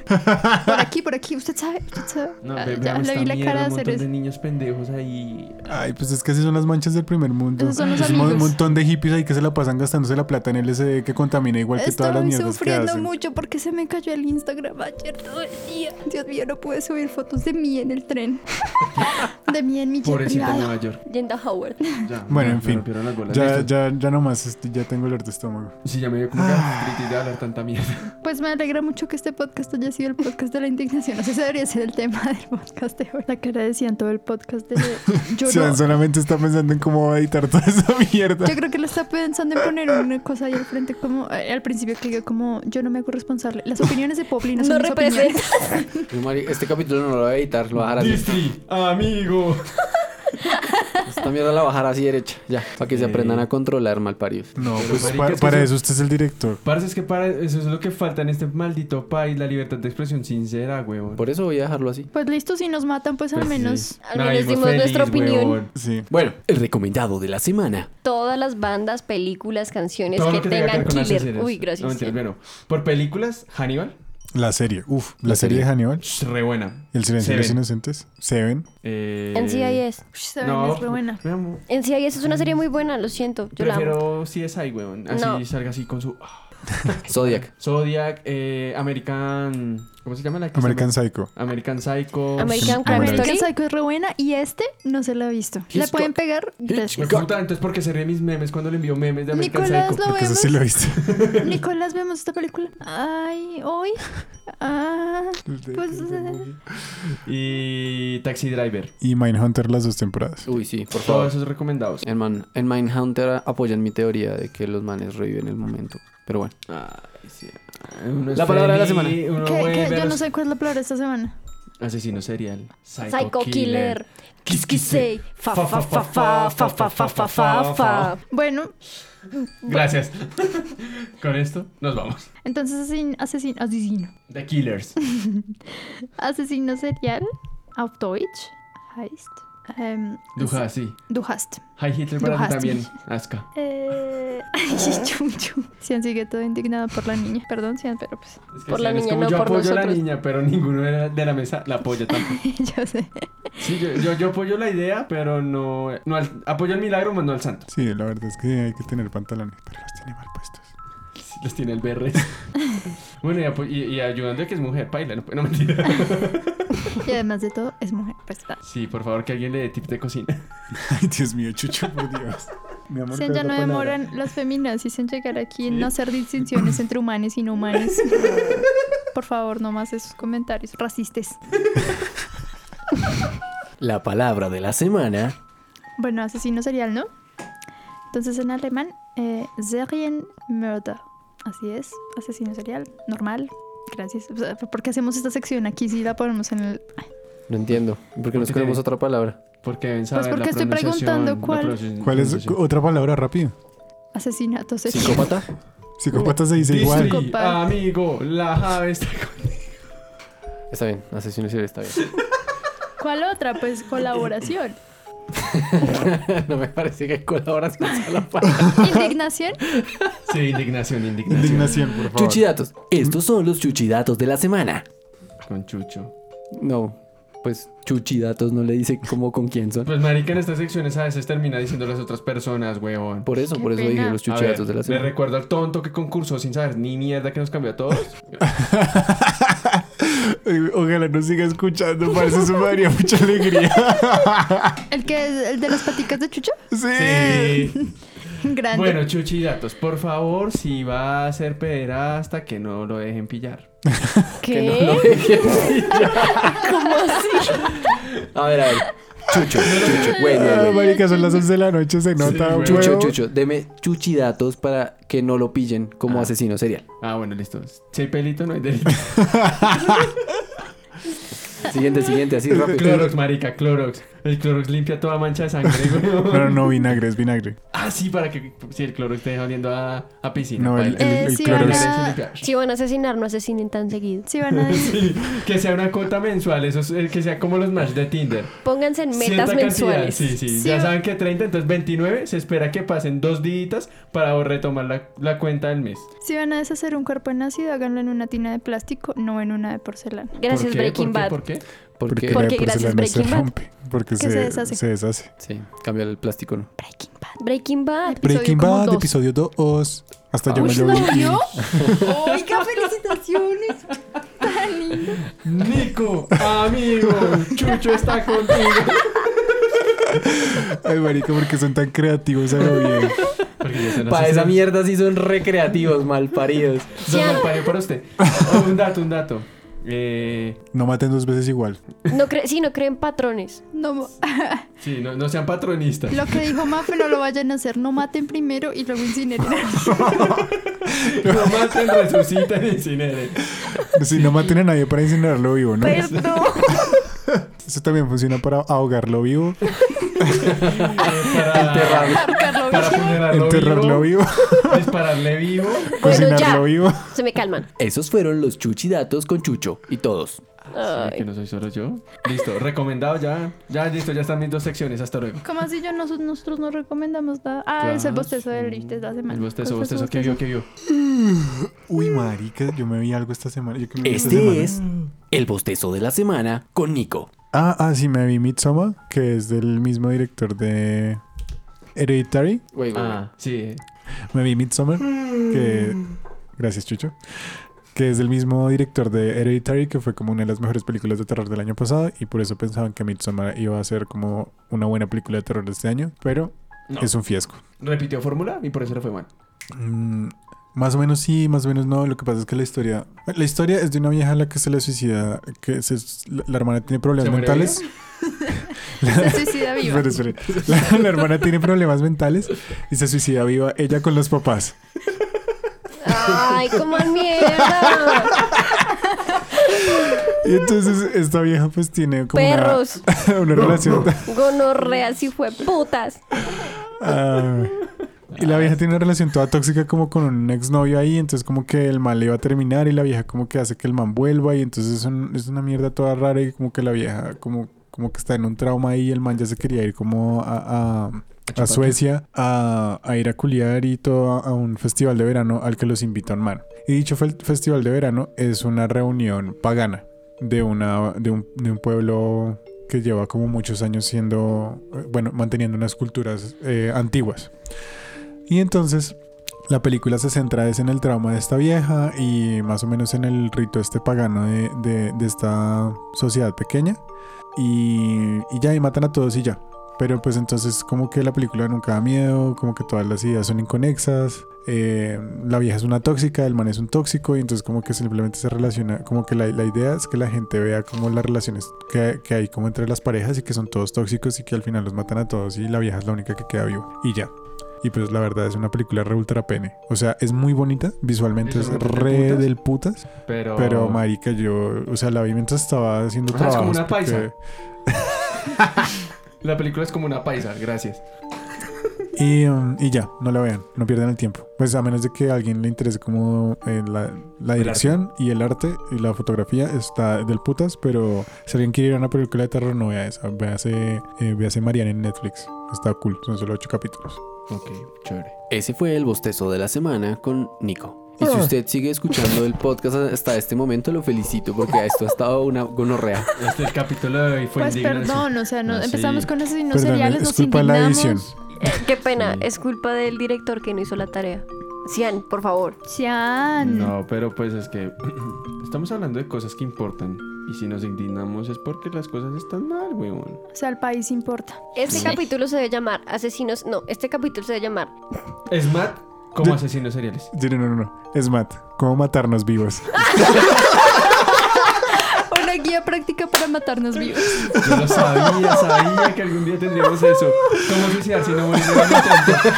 Speaker 6: Por aquí, por aquí, usted sabe, usted sabe.
Speaker 4: No,
Speaker 6: Ah,
Speaker 4: ve-
Speaker 6: ya,
Speaker 4: veamos
Speaker 6: le
Speaker 4: esta
Speaker 6: vi la
Speaker 4: mierda,
Speaker 6: cara de
Speaker 4: un
Speaker 6: hacer
Speaker 4: montón
Speaker 6: eso.
Speaker 4: de niños pendejos ahí.
Speaker 2: Ay, pues es que así son las manchas del primer mundo.
Speaker 6: Esos son los
Speaker 2: un mon-
Speaker 6: amigos.
Speaker 2: montón de hippies ahí que se la pasan gastándose la plata en LSD que contamina igual que todas las
Speaker 6: Estoy
Speaker 2: mierdas que
Speaker 6: sufriendo
Speaker 2: hacen.
Speaker 6: mucho porque se me cayó el Instagram ayer todo el día. Dios mío, no pude subir fotos de mí en el tren. [LAUGHS] de mí en mi jet
Speaker 4: Pobrecita
Speaker 6: privado.
Speaker 4: Nueva
Speaker 6: [LAUGHS]
Speaker 4: York.
Speaker 1: Yenda Howard.
Speaker 4: Ya,
Speaker 2: Bueno,
Speaker 4: me-
Speaker 2: en
Speaker 4: me
Speaker 2: fin.
Speaker 4: rompieron las bolas.
Speaker 2: Ya,
Speaker 4: Listo.
Speaker 2: ya, ya nomás, este, ya tengo dolor de estómago.
Speaker 4: Sí, ya me dio como que artritis de
Speaker 2: Ah.
Speaker 4: hablar tanta mierda.
Speaker 6: Pues me alegra mucho que este podcast haya sido el podcast de la indignación. No sé si debería ser el tema del podcast de hoy. La cara decían todo el podcast [LAUGHS] de yo
Speaker 2: o sea,
Speaker 6: no-
Speaker 2: solamente está pensando en cómo va a editar toda esa [LAUGHS] mierda.
Speaker 6: Yo creo que lo está pensando en poner una cosa ahí al frente como eh, al principio que diga como yo no me hago responsable. Las opiniones de Popli [LAUGHS] no son
Speaker 1: No
Speaker 6: mis
Speaker 1: representa.
Speaker 6: opiniones.
Speaker 3: Yo, Mari, Este capítulo no lo voy a editar, lo voy a dejar así.
Speaker 4: Distri, amigo.
Speaker 3: Esta mierda la voy a dejar así derecha, ya, para que se
Speaker 4: Sí.
Speaker 3: aprendan a controlar malparidos.
Speaker 2: No,
Speaker 4: Pero,
Speaker 2: pues
Speaker 4: marica,
Speaker 2: pa-
Speaker 4: es que
Speaker 2: para
Speaker 4: eso-
Speaker 2: eso usted es el director.
Speaker 4: Parce, es que para eso es lo que falta en este maldito país, la libertad de expresión sincera, huevón.
Speaker 3: Por eso voy a dejarlo así.
Speaker 6: Pues listo, si nos matan, pues al
Speaker 4: Pues sí.
Speaker 6: menos
Speaker 1: Al
Speaker 4: Nah,
Speaker 1: menos
Speaker 4: y fue
Speaker 1: dimos nuestra opinión.
Speaker 4: huevón.
Speaker 2: Sí.
Speaker 3: Bueno, el recomendado de la semana.
Speaker 1: Todas las bandas, películas, canciones
Speaker 4: Todo
Speaker 1: que,
Speaker 4: lo que tenga que
Speaker 1: tengan
Speaker 4: ver con las
Speaker 1: killer.
Speaker 4: series.
Speaker 1: Uy,
Speaker 4: No,
Speaker 1: gracias.
Speaker 4: mentiras, bueno, por películas, Hannibal,
Speaker 2: La serie, uff, la,
Speaker 3: La
Speaker 2: serie de
Speaker 3: serie.
Speaker 2: Hannibal.
Speaker 4: sh, re buena.
Speaker 2: El silencio de los
Speaker 4: Seven.
Speaker 2: inocentes. Seven.
Speaker 4: Eh,
Speaker 1: NCIS.
Speaker 6: Ush, se ven,
Speaker 4: No,
Speaker 6: es re buena.
Speaker 4: veamos.
Speaker 1: NCIS es una serie muy buena, lo siento. Yo la amo.
Speaker 4: Prefiero CSI, huevón. Así
Speaker 1: No.
Speaker 4: salga así con su. ah.
Speaker 3: Zodiac.
Speaker 4: Zodiac, eh, American. ¿Cómo se llama la que se
Speaker 2: American
Speaker 4: llama?
Speaker 2: Psycho.
Speaker 4: American Psycho.
Speaker 1: American Crime
Speaker 2: American
Speaker 1: Story.
Speaker 6: American Psycho es re buena y este no se lo ha visto. ¿La
Speaker 3: Hitchcock.
Speaker 6: pueden pegar?
Speaker 4: Me
Speaker 3: Hitchcock.
Speaker 4: puta, entonces porque se ríe mis memes cuando le envío memes de American
Speaker 6: Nicolás,
Speaker 4: Psycho.
Speaker 6: lo
Speaker 2: Porque eso
Speaker 6: vemos.
Speaker 2: sí Pues lo viste.
Speaker 6: Nicolás, vemos esta película. Ay, hoy. Ah, [LAUGHS] pues eh,
Speaker 4: Y Taxi Driver.
Speaker 2: y Mindhunter las dos temporadas.
Speaker 3: Uy, sí, por
Speaker 4: Todos
Speaker 3: favor.
Speaker 4: esos recomendados.
Speaker 3: En, Man, en Mindhunter apoyan mi teoría de que los manes reviven el momento. Pero bueno.
Speaker 4: Ay, sí. Uno es
Speaker 3: La palabra de la semana.
Speaker 4: Pues uno
Speaker 6: ¿qué-
Speaker 4: vuelve
Speaker 6: qué?
Speaker 4: a
Speaker 6: yo no
Speaker 4: los-
Speaker 6: sé cuál es la palabra esta semana.
Speaker 4: Asesino serial.
Speaker 1: Psycho Killer. Kiss Kiss Say. Fa
Speaker 4: Fa,
Speaker 1: fa fa fa fa fa fa fa fa fa.
Speaker 6: Bueno,
Speaker 4: Gracias. [LAUGHS] Con esto nos vamos.
Speaker 6: entonces asesin- asesino, asesino,
Speaker 4: The Killers.
Speaker 6: asesino serial, auf Deutsch, heist, em,
Speaker 4: Duja, sí.
Speaker 6: du hast.
Speaker 4: Hi Hitler para ti
Speaker 6: Dujas.
Speaker 4: también. Aska.
Speaker 6: Eh, [LAUGHS] ay,
Speaker 1: Ah.
Speaker 6: chum, chum. Sian sigue todo indignado por la niña. Perdón, Sian, pero pues [LAUGHS]
Speaker 4: Es
Speaker 1: Por la
Speaker 4: decían, es
Speaker 1: niña,
Speaker 4: como
Speaker 1: no,
Speaker 4: yo
Speaker 1: por
Speaker 4: apoyo a la
Speaker 1: nosotros.
Speaker 4: niña, pero ninguno de la, de la mesa la apoya tampoco.
Speaker 6: yo sé.
Speaker 4: Sí, yo, yo, yo apoyo la idea, pero no, no al- apoyo el milagro, más no al santo.
Speaker 2: Sí, la verdad es que hay que tener pantalones, pero los tiene mal puestos. [LAUGHS]
Speaker 4: Sí, Los tiene el [LAUGHS] berre. bueno, y, apo- y, y ayudando a que es mujer, paila, no, no [LAUGHS] mentira.
Speaker 6: Y además de todo, es mujer. Pues, ah.
Speaker 4: Sí, por favor, que alguien le dé tip de cocina.
Speaker 2: Ay, Dios mío, Chucho, por Dios. Mi amor,
Speaker 6: Sen,
Speaker 2: ¿cuál
Speaker 6: ya
Speaker 2: es la
Speaker 6: no
Speaker 2: palabra?
Speaker 6: demoran las feminazis en llegar aquí en no hacer distinciones entre humanos y no humanos. Por favor, no más esos comentarios racistas.
Speaker 3: La palabra de la semana
Speaker 6: Bueno, asesino serial, ¿no? Entonces en alemán, eh, Serienmörder. Así es, asesino serial, normal. Gracias. O sea, ¿Por qué hacemos esta sección aquí si la ponemos en el...? Ay,
Speaker 3: No entiendo. ¿Por qué no
Speaker 4: Porque-
Speaker 3: escogemos otra palabra?
Speaker 4: Porque deben saber
Speaker 6: Pues porque
Speaker 4: la
Speaker 6: estoy
Speaker 4: pronunciación,
Speaker 6: preguntando
Speaker 4: la
Speaker 6: cuál-
Speaker 4: pronunciación-
Speaker 2: ¿Cuál es
Speaker 4: pronunciación.
Speaker 2: otra palabra rápida?
Speaker 6: Asesinato serial.
Speaker 3: ¿Psicópata?
Speaker 2: Psicópata se dice
Speaker 4: Dice,
Speaker 2: igual.
Speaker 6: Psicópata.
Speaker 4: Amigo, la jave está
Speaker 2: [LAUGHS]
Speaker 4: con-
Speaker 3: Está bien, asesino serial está bien. [LAUGHS]
Speaker 6: ¿Cuál otra? Pues colaboración.
Speaker 3: no me parece que hay colaboración sea [LAUGHS] la palabra.
Speaker 6: Indignación.
Speaker 4: Sí, indignación, indignación.
Speaker 2: Indignación, por favor.
Speaker 3: Chuchidatos. Estos son los chuchidatos de la semana.
Speaker 4: Con Chucho.
Speaker 3: No, pues chuchidatos no le dice cómo con quién son.
Speaker 4: Pues marica, en estas secciones a veces termina diciendo las otras personas, weón.
Speaker 3: Por eso,
Speaker 6: Qué
Speaker 3: por eso
Speaker 6: pena.
Speaker 3: dije los
Speaker 4: A
Speaker 3: chuchidatos
Speaker 4: ver,
Speaker 3: de la
Speaker 4: Le
Speaker 3: [LAUGHS] semana.
Speaker 4: recuerdo al tonto que concursó sin saber ni mierda que nos cambió a todos.
Speaker 2: Ojalá nos siga escuchando, parece eso me daría mucha alegría.
Speaker 6: ¿El que es el de las paticas de Chucho?
Speaker 2: [LAUGHS]
Speaker 6: [LAUGHS]
Speaker 2: Sí. Ah,
Speaker 6: Grande.
Speaker 4: Bueno, Chuchi datos, por favor, si va a ser pederasta, que no lo dejen pillar.
Speaker 1: ¿Qué?
Speaker 3: A ver, a ver. Chucho, chucho.
Speaker 6: [LAUGHS]
Speaker 3: Bueno,
Speaker 2: Ah,
Speaker 3: bueno.
Speaker 2: marica, son las 11 de la noche, se nota.
Speaker 4: güey.
Speaker 2: huevo.
Speaker 3: Chucho, chucho. Deme chuchidatos para que no lo pillen como
Speaker 4: Ah.
Speaker 3: asesino serial.
Speaker 4: Ah, bueno, listo. Si hay pelito, no hay
Speaker 2: [LAUGHS]
Speaker 4: delito.
Speaker 3: Siguiente,
Speaker 4: [LAUGHS]
Speaker 3: siguiente, así rápido.
Speaker 4: Clorox, marica, Clorox. El Clorox limpia toda mancha
Speaker 2: [LAUGHS]
Speaker 4: de sangre, weón.
Speaker 2: Pero no vinagre, es vinagre.
Speaker 4: Ah, sí, para que si el Clorox te deja oliendo a, a piscina.
Speaker 2: No, el, el,
Speaker 4: baila.
Speaker 6: Eh,
Speaker 2: el
Speaker 6: sí,
Speaker 2: Clorox.
Speaker 6: van a-
Speaker 4: Derecho a limpiar.
Speaker 1: Si van a asesinar, no asesinen tan seguido.
Speaker 6: Si van
Speaker 2: [LAUGHS]
Speaker 6: a decir...
Speaker 4: Sí, que sea una cuota mensual, eso es, eh, que sea como los match de Tinder.
Speaker 1: Pónganse en
Speaker 4: Cierta
Speaker 1: metas
Speaker 4: cantidad,
Speaker 1: mensuales.
Speaker 4: Sí, sí,
Speaker 6: Sí,
Speaker 4: Ya
Speaker 6: o-
Speaker 4: saben que 30, entonces 29 se espera que pasen dos días para retomar la, la cuenta del mes.
Speaker 6: Si van a deshacer un cuerpo en ácido, háganlo en una tina de plástico, no en una de porcelana.
Speaker 1: Gracias,
Speaker 4: ¿Por qué?
Speaker 1: Breaking
Speaker 4: ¿Por qué?
Speaker 1: Bad.
Speaker 4: ¿Por qué?
Speaker 3: Porque,
Speaker 2: la
Speaker 1: Porque
Speaker 2: porcelana
Speaker 1: gracias, Breaking
Speaker 2: se
Speaker 1: Bad.
Speaker 2: rompe. Porque se,
Speaker 6: se deshace.
Speaker 2: se deshace.
Speaker 3: Sí, cambia el plástico, ¿no?
Speaker 1: Breaking
Speaker 4: [LAUGHS]
Speaker 1: Bad.
Speaker 6: Ah, Episodio
Speaker 2: Breaking
Speaker 6: como
Speaker 2: Bad,
Speaker 6: dos.
Speaker 2: episodio 2. Hasta yo
Speaker 6: Uy,
Speaker 2: me lo
Speaker 6: ¿no
Speaker 2: vi.
Speaker 6: vio? ¡Oiga, felicitaciones! ¡Tan lindo!
Speaker 4: Nico, amigo, Chucho está
Speaker 2: [LAUGHS]
Speaker 4: contigo.
Speaker 2: Ay, marica, porque son tan creativos a lo bien.
Speaker 4: Porque yo se los
Speaker 3: Para
Speaker 4: hice.
Speaker 3: esa mierda sí son recreativos, malparidos.
Speaker 4: Don Malpario para usted. Oh, un dato, un dato. Eh,
Speaker 2: No maten dos veces igual.
Speaker 1: No cre sí, no
Speaker 4: [LAUGHS]
Speaker 1: creen patrones.
Speaker 6: No, mo-
Speaker 4: sí, no, no sean
Speaker 1: [LAUGHS]
Speaker 4: patronistas.
Speaker 6: lo que dijo Mafe no lo vayan a hacer. No maten primero y luego [LAUGHS] incineren.
Speaker 4: No maten, resuciten, incineren.
Speaker 2: Si no maten a nadie para incinerarlo vivo, ¿no?
Speaker 1: Perdón.
Speaker 2: Eso también funciona para ahogarlo vivo,
Speaker 4: Eh, para, para funerarlo
Speaker 2: enterrarlo vivo,
Speaker 4: dispararle vivo.
Speaker 1: Bueno,
Speaker 2: cocinarlo
Speaker 1: ya.
Speaker 2: vivo.
Speaker 1: Se me calman.
Speaker 3: Esos fueron los chuchidatos con Chucho y todos.
Speaker 4: ¿Sabe que no soy solo yo. Listo, recomendado ya. Ya, listo, ya están mis dos secciones. Hasta luego.
Speaker 6: Como así yo, nos- nosotros no recomendamos nada. Ah, es el bostezo del Rich de la semana.
Speaker 4: El bostezo,
Speaker 6: Pues,
Speaker 4: bostezo, ¿qué vio, qué vio?
Speaker 2: Uy, marica, yo me vi algo esta semana. Yo que me vi esta semana.
Speaker 3: Este es el bostezo de la semana con Nico.
Speaker 2: Ah, ah, sí, me vi Midsommar, que es del mismo director de Hereditary.
Speaker 4: Ah, sí.
Speaker 2: Me vi Midsommar, que...
Speaker 3: Mm.
Speaker 2: Gracias, Chucho. Que es del mismo director de Hereditary, que fue como una de las mejores películas de terror del año pasado. Y por eso pensaban que Midsommar iba a ser como una buena película de terror de este año. Pero
Speaker 4: No.
Speaker 2: es un fiasco.
Speaker 4: Repitió fórmula y por eso le fue mal.
Speaker 2: Mm, más o menos sí, más o menos no. Lo que pasa es que la historia... La historia es de una vieja a la que se le suicida, que se- la, la hermana tiene problemas
Speaker 4: ¿Se muere
Speaker 2: mentales.
Speaker 6: Se
Speaker 2: [LAUGHS]
Speaker 6: suicida viva.
Speaker 2: Espere, espere. La, la hermana tiene problemas mentales y se suicida viva ella con los papás.
Speaker 1: Ay, como mierda.
Speaker 2: Y entonces esta vieja pues tiene como una-
Speaker 1: Perros.
Speaker 2: [LAUGHS] Una, relación.
Speaker 1: Gonorrea, si fue putas.
Speaker 2: Ah, y la vieja tiene una relación toda tóxica como con un exnovio ahí, entonces como que el man le iba a terminar y la vieja como que hace que el man vuelva y entonces es, un- es una mierda toda rara y como que la vieja como, como que está en un trauma ahí y el man ya se quería ir como a... a- a Suecia a, a ir a culiar y todo a, a un festival de verano al que los invita un man. Y dicho fel- festival de verano es una reunión pagana de, una, de, un, de un pueblo que lleva como muchos años siendo, eh, bueno, manteniendo unas culturas eh, antiguas. Y entonces la película se centra es en el trauma de esta vieja y más o menos en el rito este pagano de, de- de esta sociedad pequeña. Y, y ya, y matan a todos y ya. Pero pues entonces como que la película nunca da miedo, como que todas las ideas son inconexas, eh, la vieja es una tóxica, el man es un tóxico y entonces como que simplemente se relaciona, como que la, la idea es que la gente vea como las relaciones que, que hay como entre las parejas y que son todos tóxicos y que al final los matan a todos y la vieja es la única que queda viva y ya. Y pues la verdad es una película re ultra pene. O sea, es muy bonita, visualmente
Speaker 4: ¿Es
Speaker 2: es
Speaker 4: una película
Speaker 2: re
Speaker 4: de putas?
Speaker 2: del putas.
Speaker 4: Pero.
Speaker 2: Pero marica, yo, o sea, la vi mientras estaba haciendo
Speaker 4: Ah, es como
Speaker 2: trabajos
Speaker 4: una
Speaker 2: porque-
Speaker 4: paisa. La película es como una paisa, gracias.
Speaker 2: Y, um, y ya, no la vean, no pierdan el tiempo. Pues a menos de que a alguien le interese como eh, la, la dirección y el arte y la fotografía está del putas, pero si alguien quiere ir a una película de terror, no vea esa. Véase, eh, véase Mariana en Netflix. Está cool, son solo ocho capítulos.
Speaker 4: Ok, chévere.
Speaker 3: Ese fue el bostezo de la semana con Nico. Y si
Speaker 2: Ah.
Speaker 3: usted sigue escuchando el podcast hasta este momento, lo felicito porque esto ha estado una gonorrea.
Speaker 4: Este el capítulo de hoy fue
Speaker 6: Pues
Speaker 4: indigno.
Speaker 6: perdón, o sea, no,
Speaker 4: Ah, sí.
Speaker 6: empezamos con asesinos
Speaker 2: Perdón,
Speaker 6: seriales,
Speaker 2: es
Speaker 6: nos
Speaker 2: culpa de la
Speaker 6: indignamos.
Speaker 2: edición.
Speaker 1: Eh, qué pena,
Speaker 4: Sí.
Speaker 1: es culpa del director que no hizo la tarea. Cian, por favor.
Speaker 6: Sean.
Speaker 4: No, pero pues es que [CLEARS THROAT] estamos hablando de cosas que importan. Y si nos indignamos es porque las cosas están mal, weón.
Speaker 6: O sea, al país importa.
Speaker 1: Este capítulo se debe llamar Asesinos. No, este capítulo se debe llamar
Speaker 4: Es Matt como
Speaker 2: De-
Speaker 4: asesinos seriales.
Speaker 2: Sí, No, no, no, no. Es Matt, ¿cómo matarnos
Speaker 6: [LAUGHS]
Speaker 2: vivos?
Speaker 6: Una guía práctica para matarnos vivos. [LAUGHS]
Speaker 4: Yo lo sabía, sabía que algún día tendríamos eso. ¿Cómo suicidar si no morir en el intento?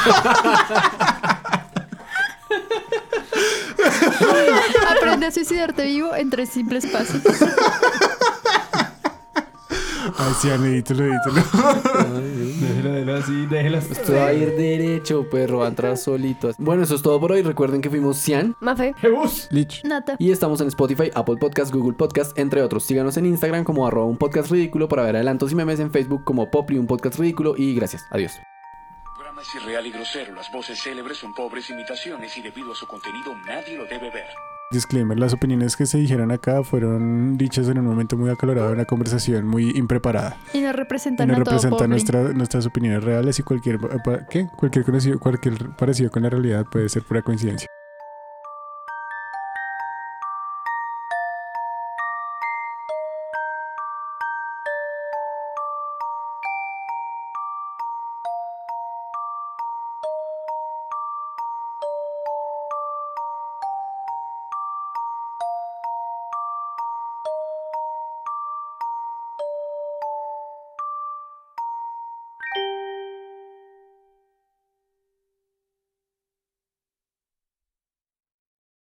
Speaker 6: Aprende a suicidarte vivo en tres simples pasos.
Speaker 2: Ay, sí, edítelo, edítelo.
Speaker 4: Déjelo, déjelo así, déjelo así.
Speaker 3: Esto va a ir derecho, perro, va a entrar solito. Bueno, eso es todo por hoy. Recuerden que fuimos Cian.
Speaker 1: Mafe.
Speaker 4: ¡Jebus!
Speaker 2: Lich.
Speaker 6: Nata.
Speaker 3: Y estamos en Spotify, Apple Podcast, Google Podcast, entre otros. Síganos en Instagram como arroba un podcast ridículo para ver adelantos y memes en Facebook como Popri, un podcast ridículo. Y gracias. Adiós.
Speaker 8: programa es irreal y grosero. Las voces célebres son pobres imitaciones y debido a su contenido nadie lo debe ver.
Speaker 2: Disclaimer, las opiniones que se dijeron acá fueron dichas en un momento muy acalorado, en una conversación muy impreparada.
Speaker 6: Y nos representan
Speaker 2: no
Speaker 6: a todo
Speaker 2: representa
Speaker 6: pobre.
Speaker 2: nuestra- nuestras opiniones reales y cualquier eh, pa- ¿qué? cualquier conocido, cualquier parecido con la realidad puede ser pura coincidencia.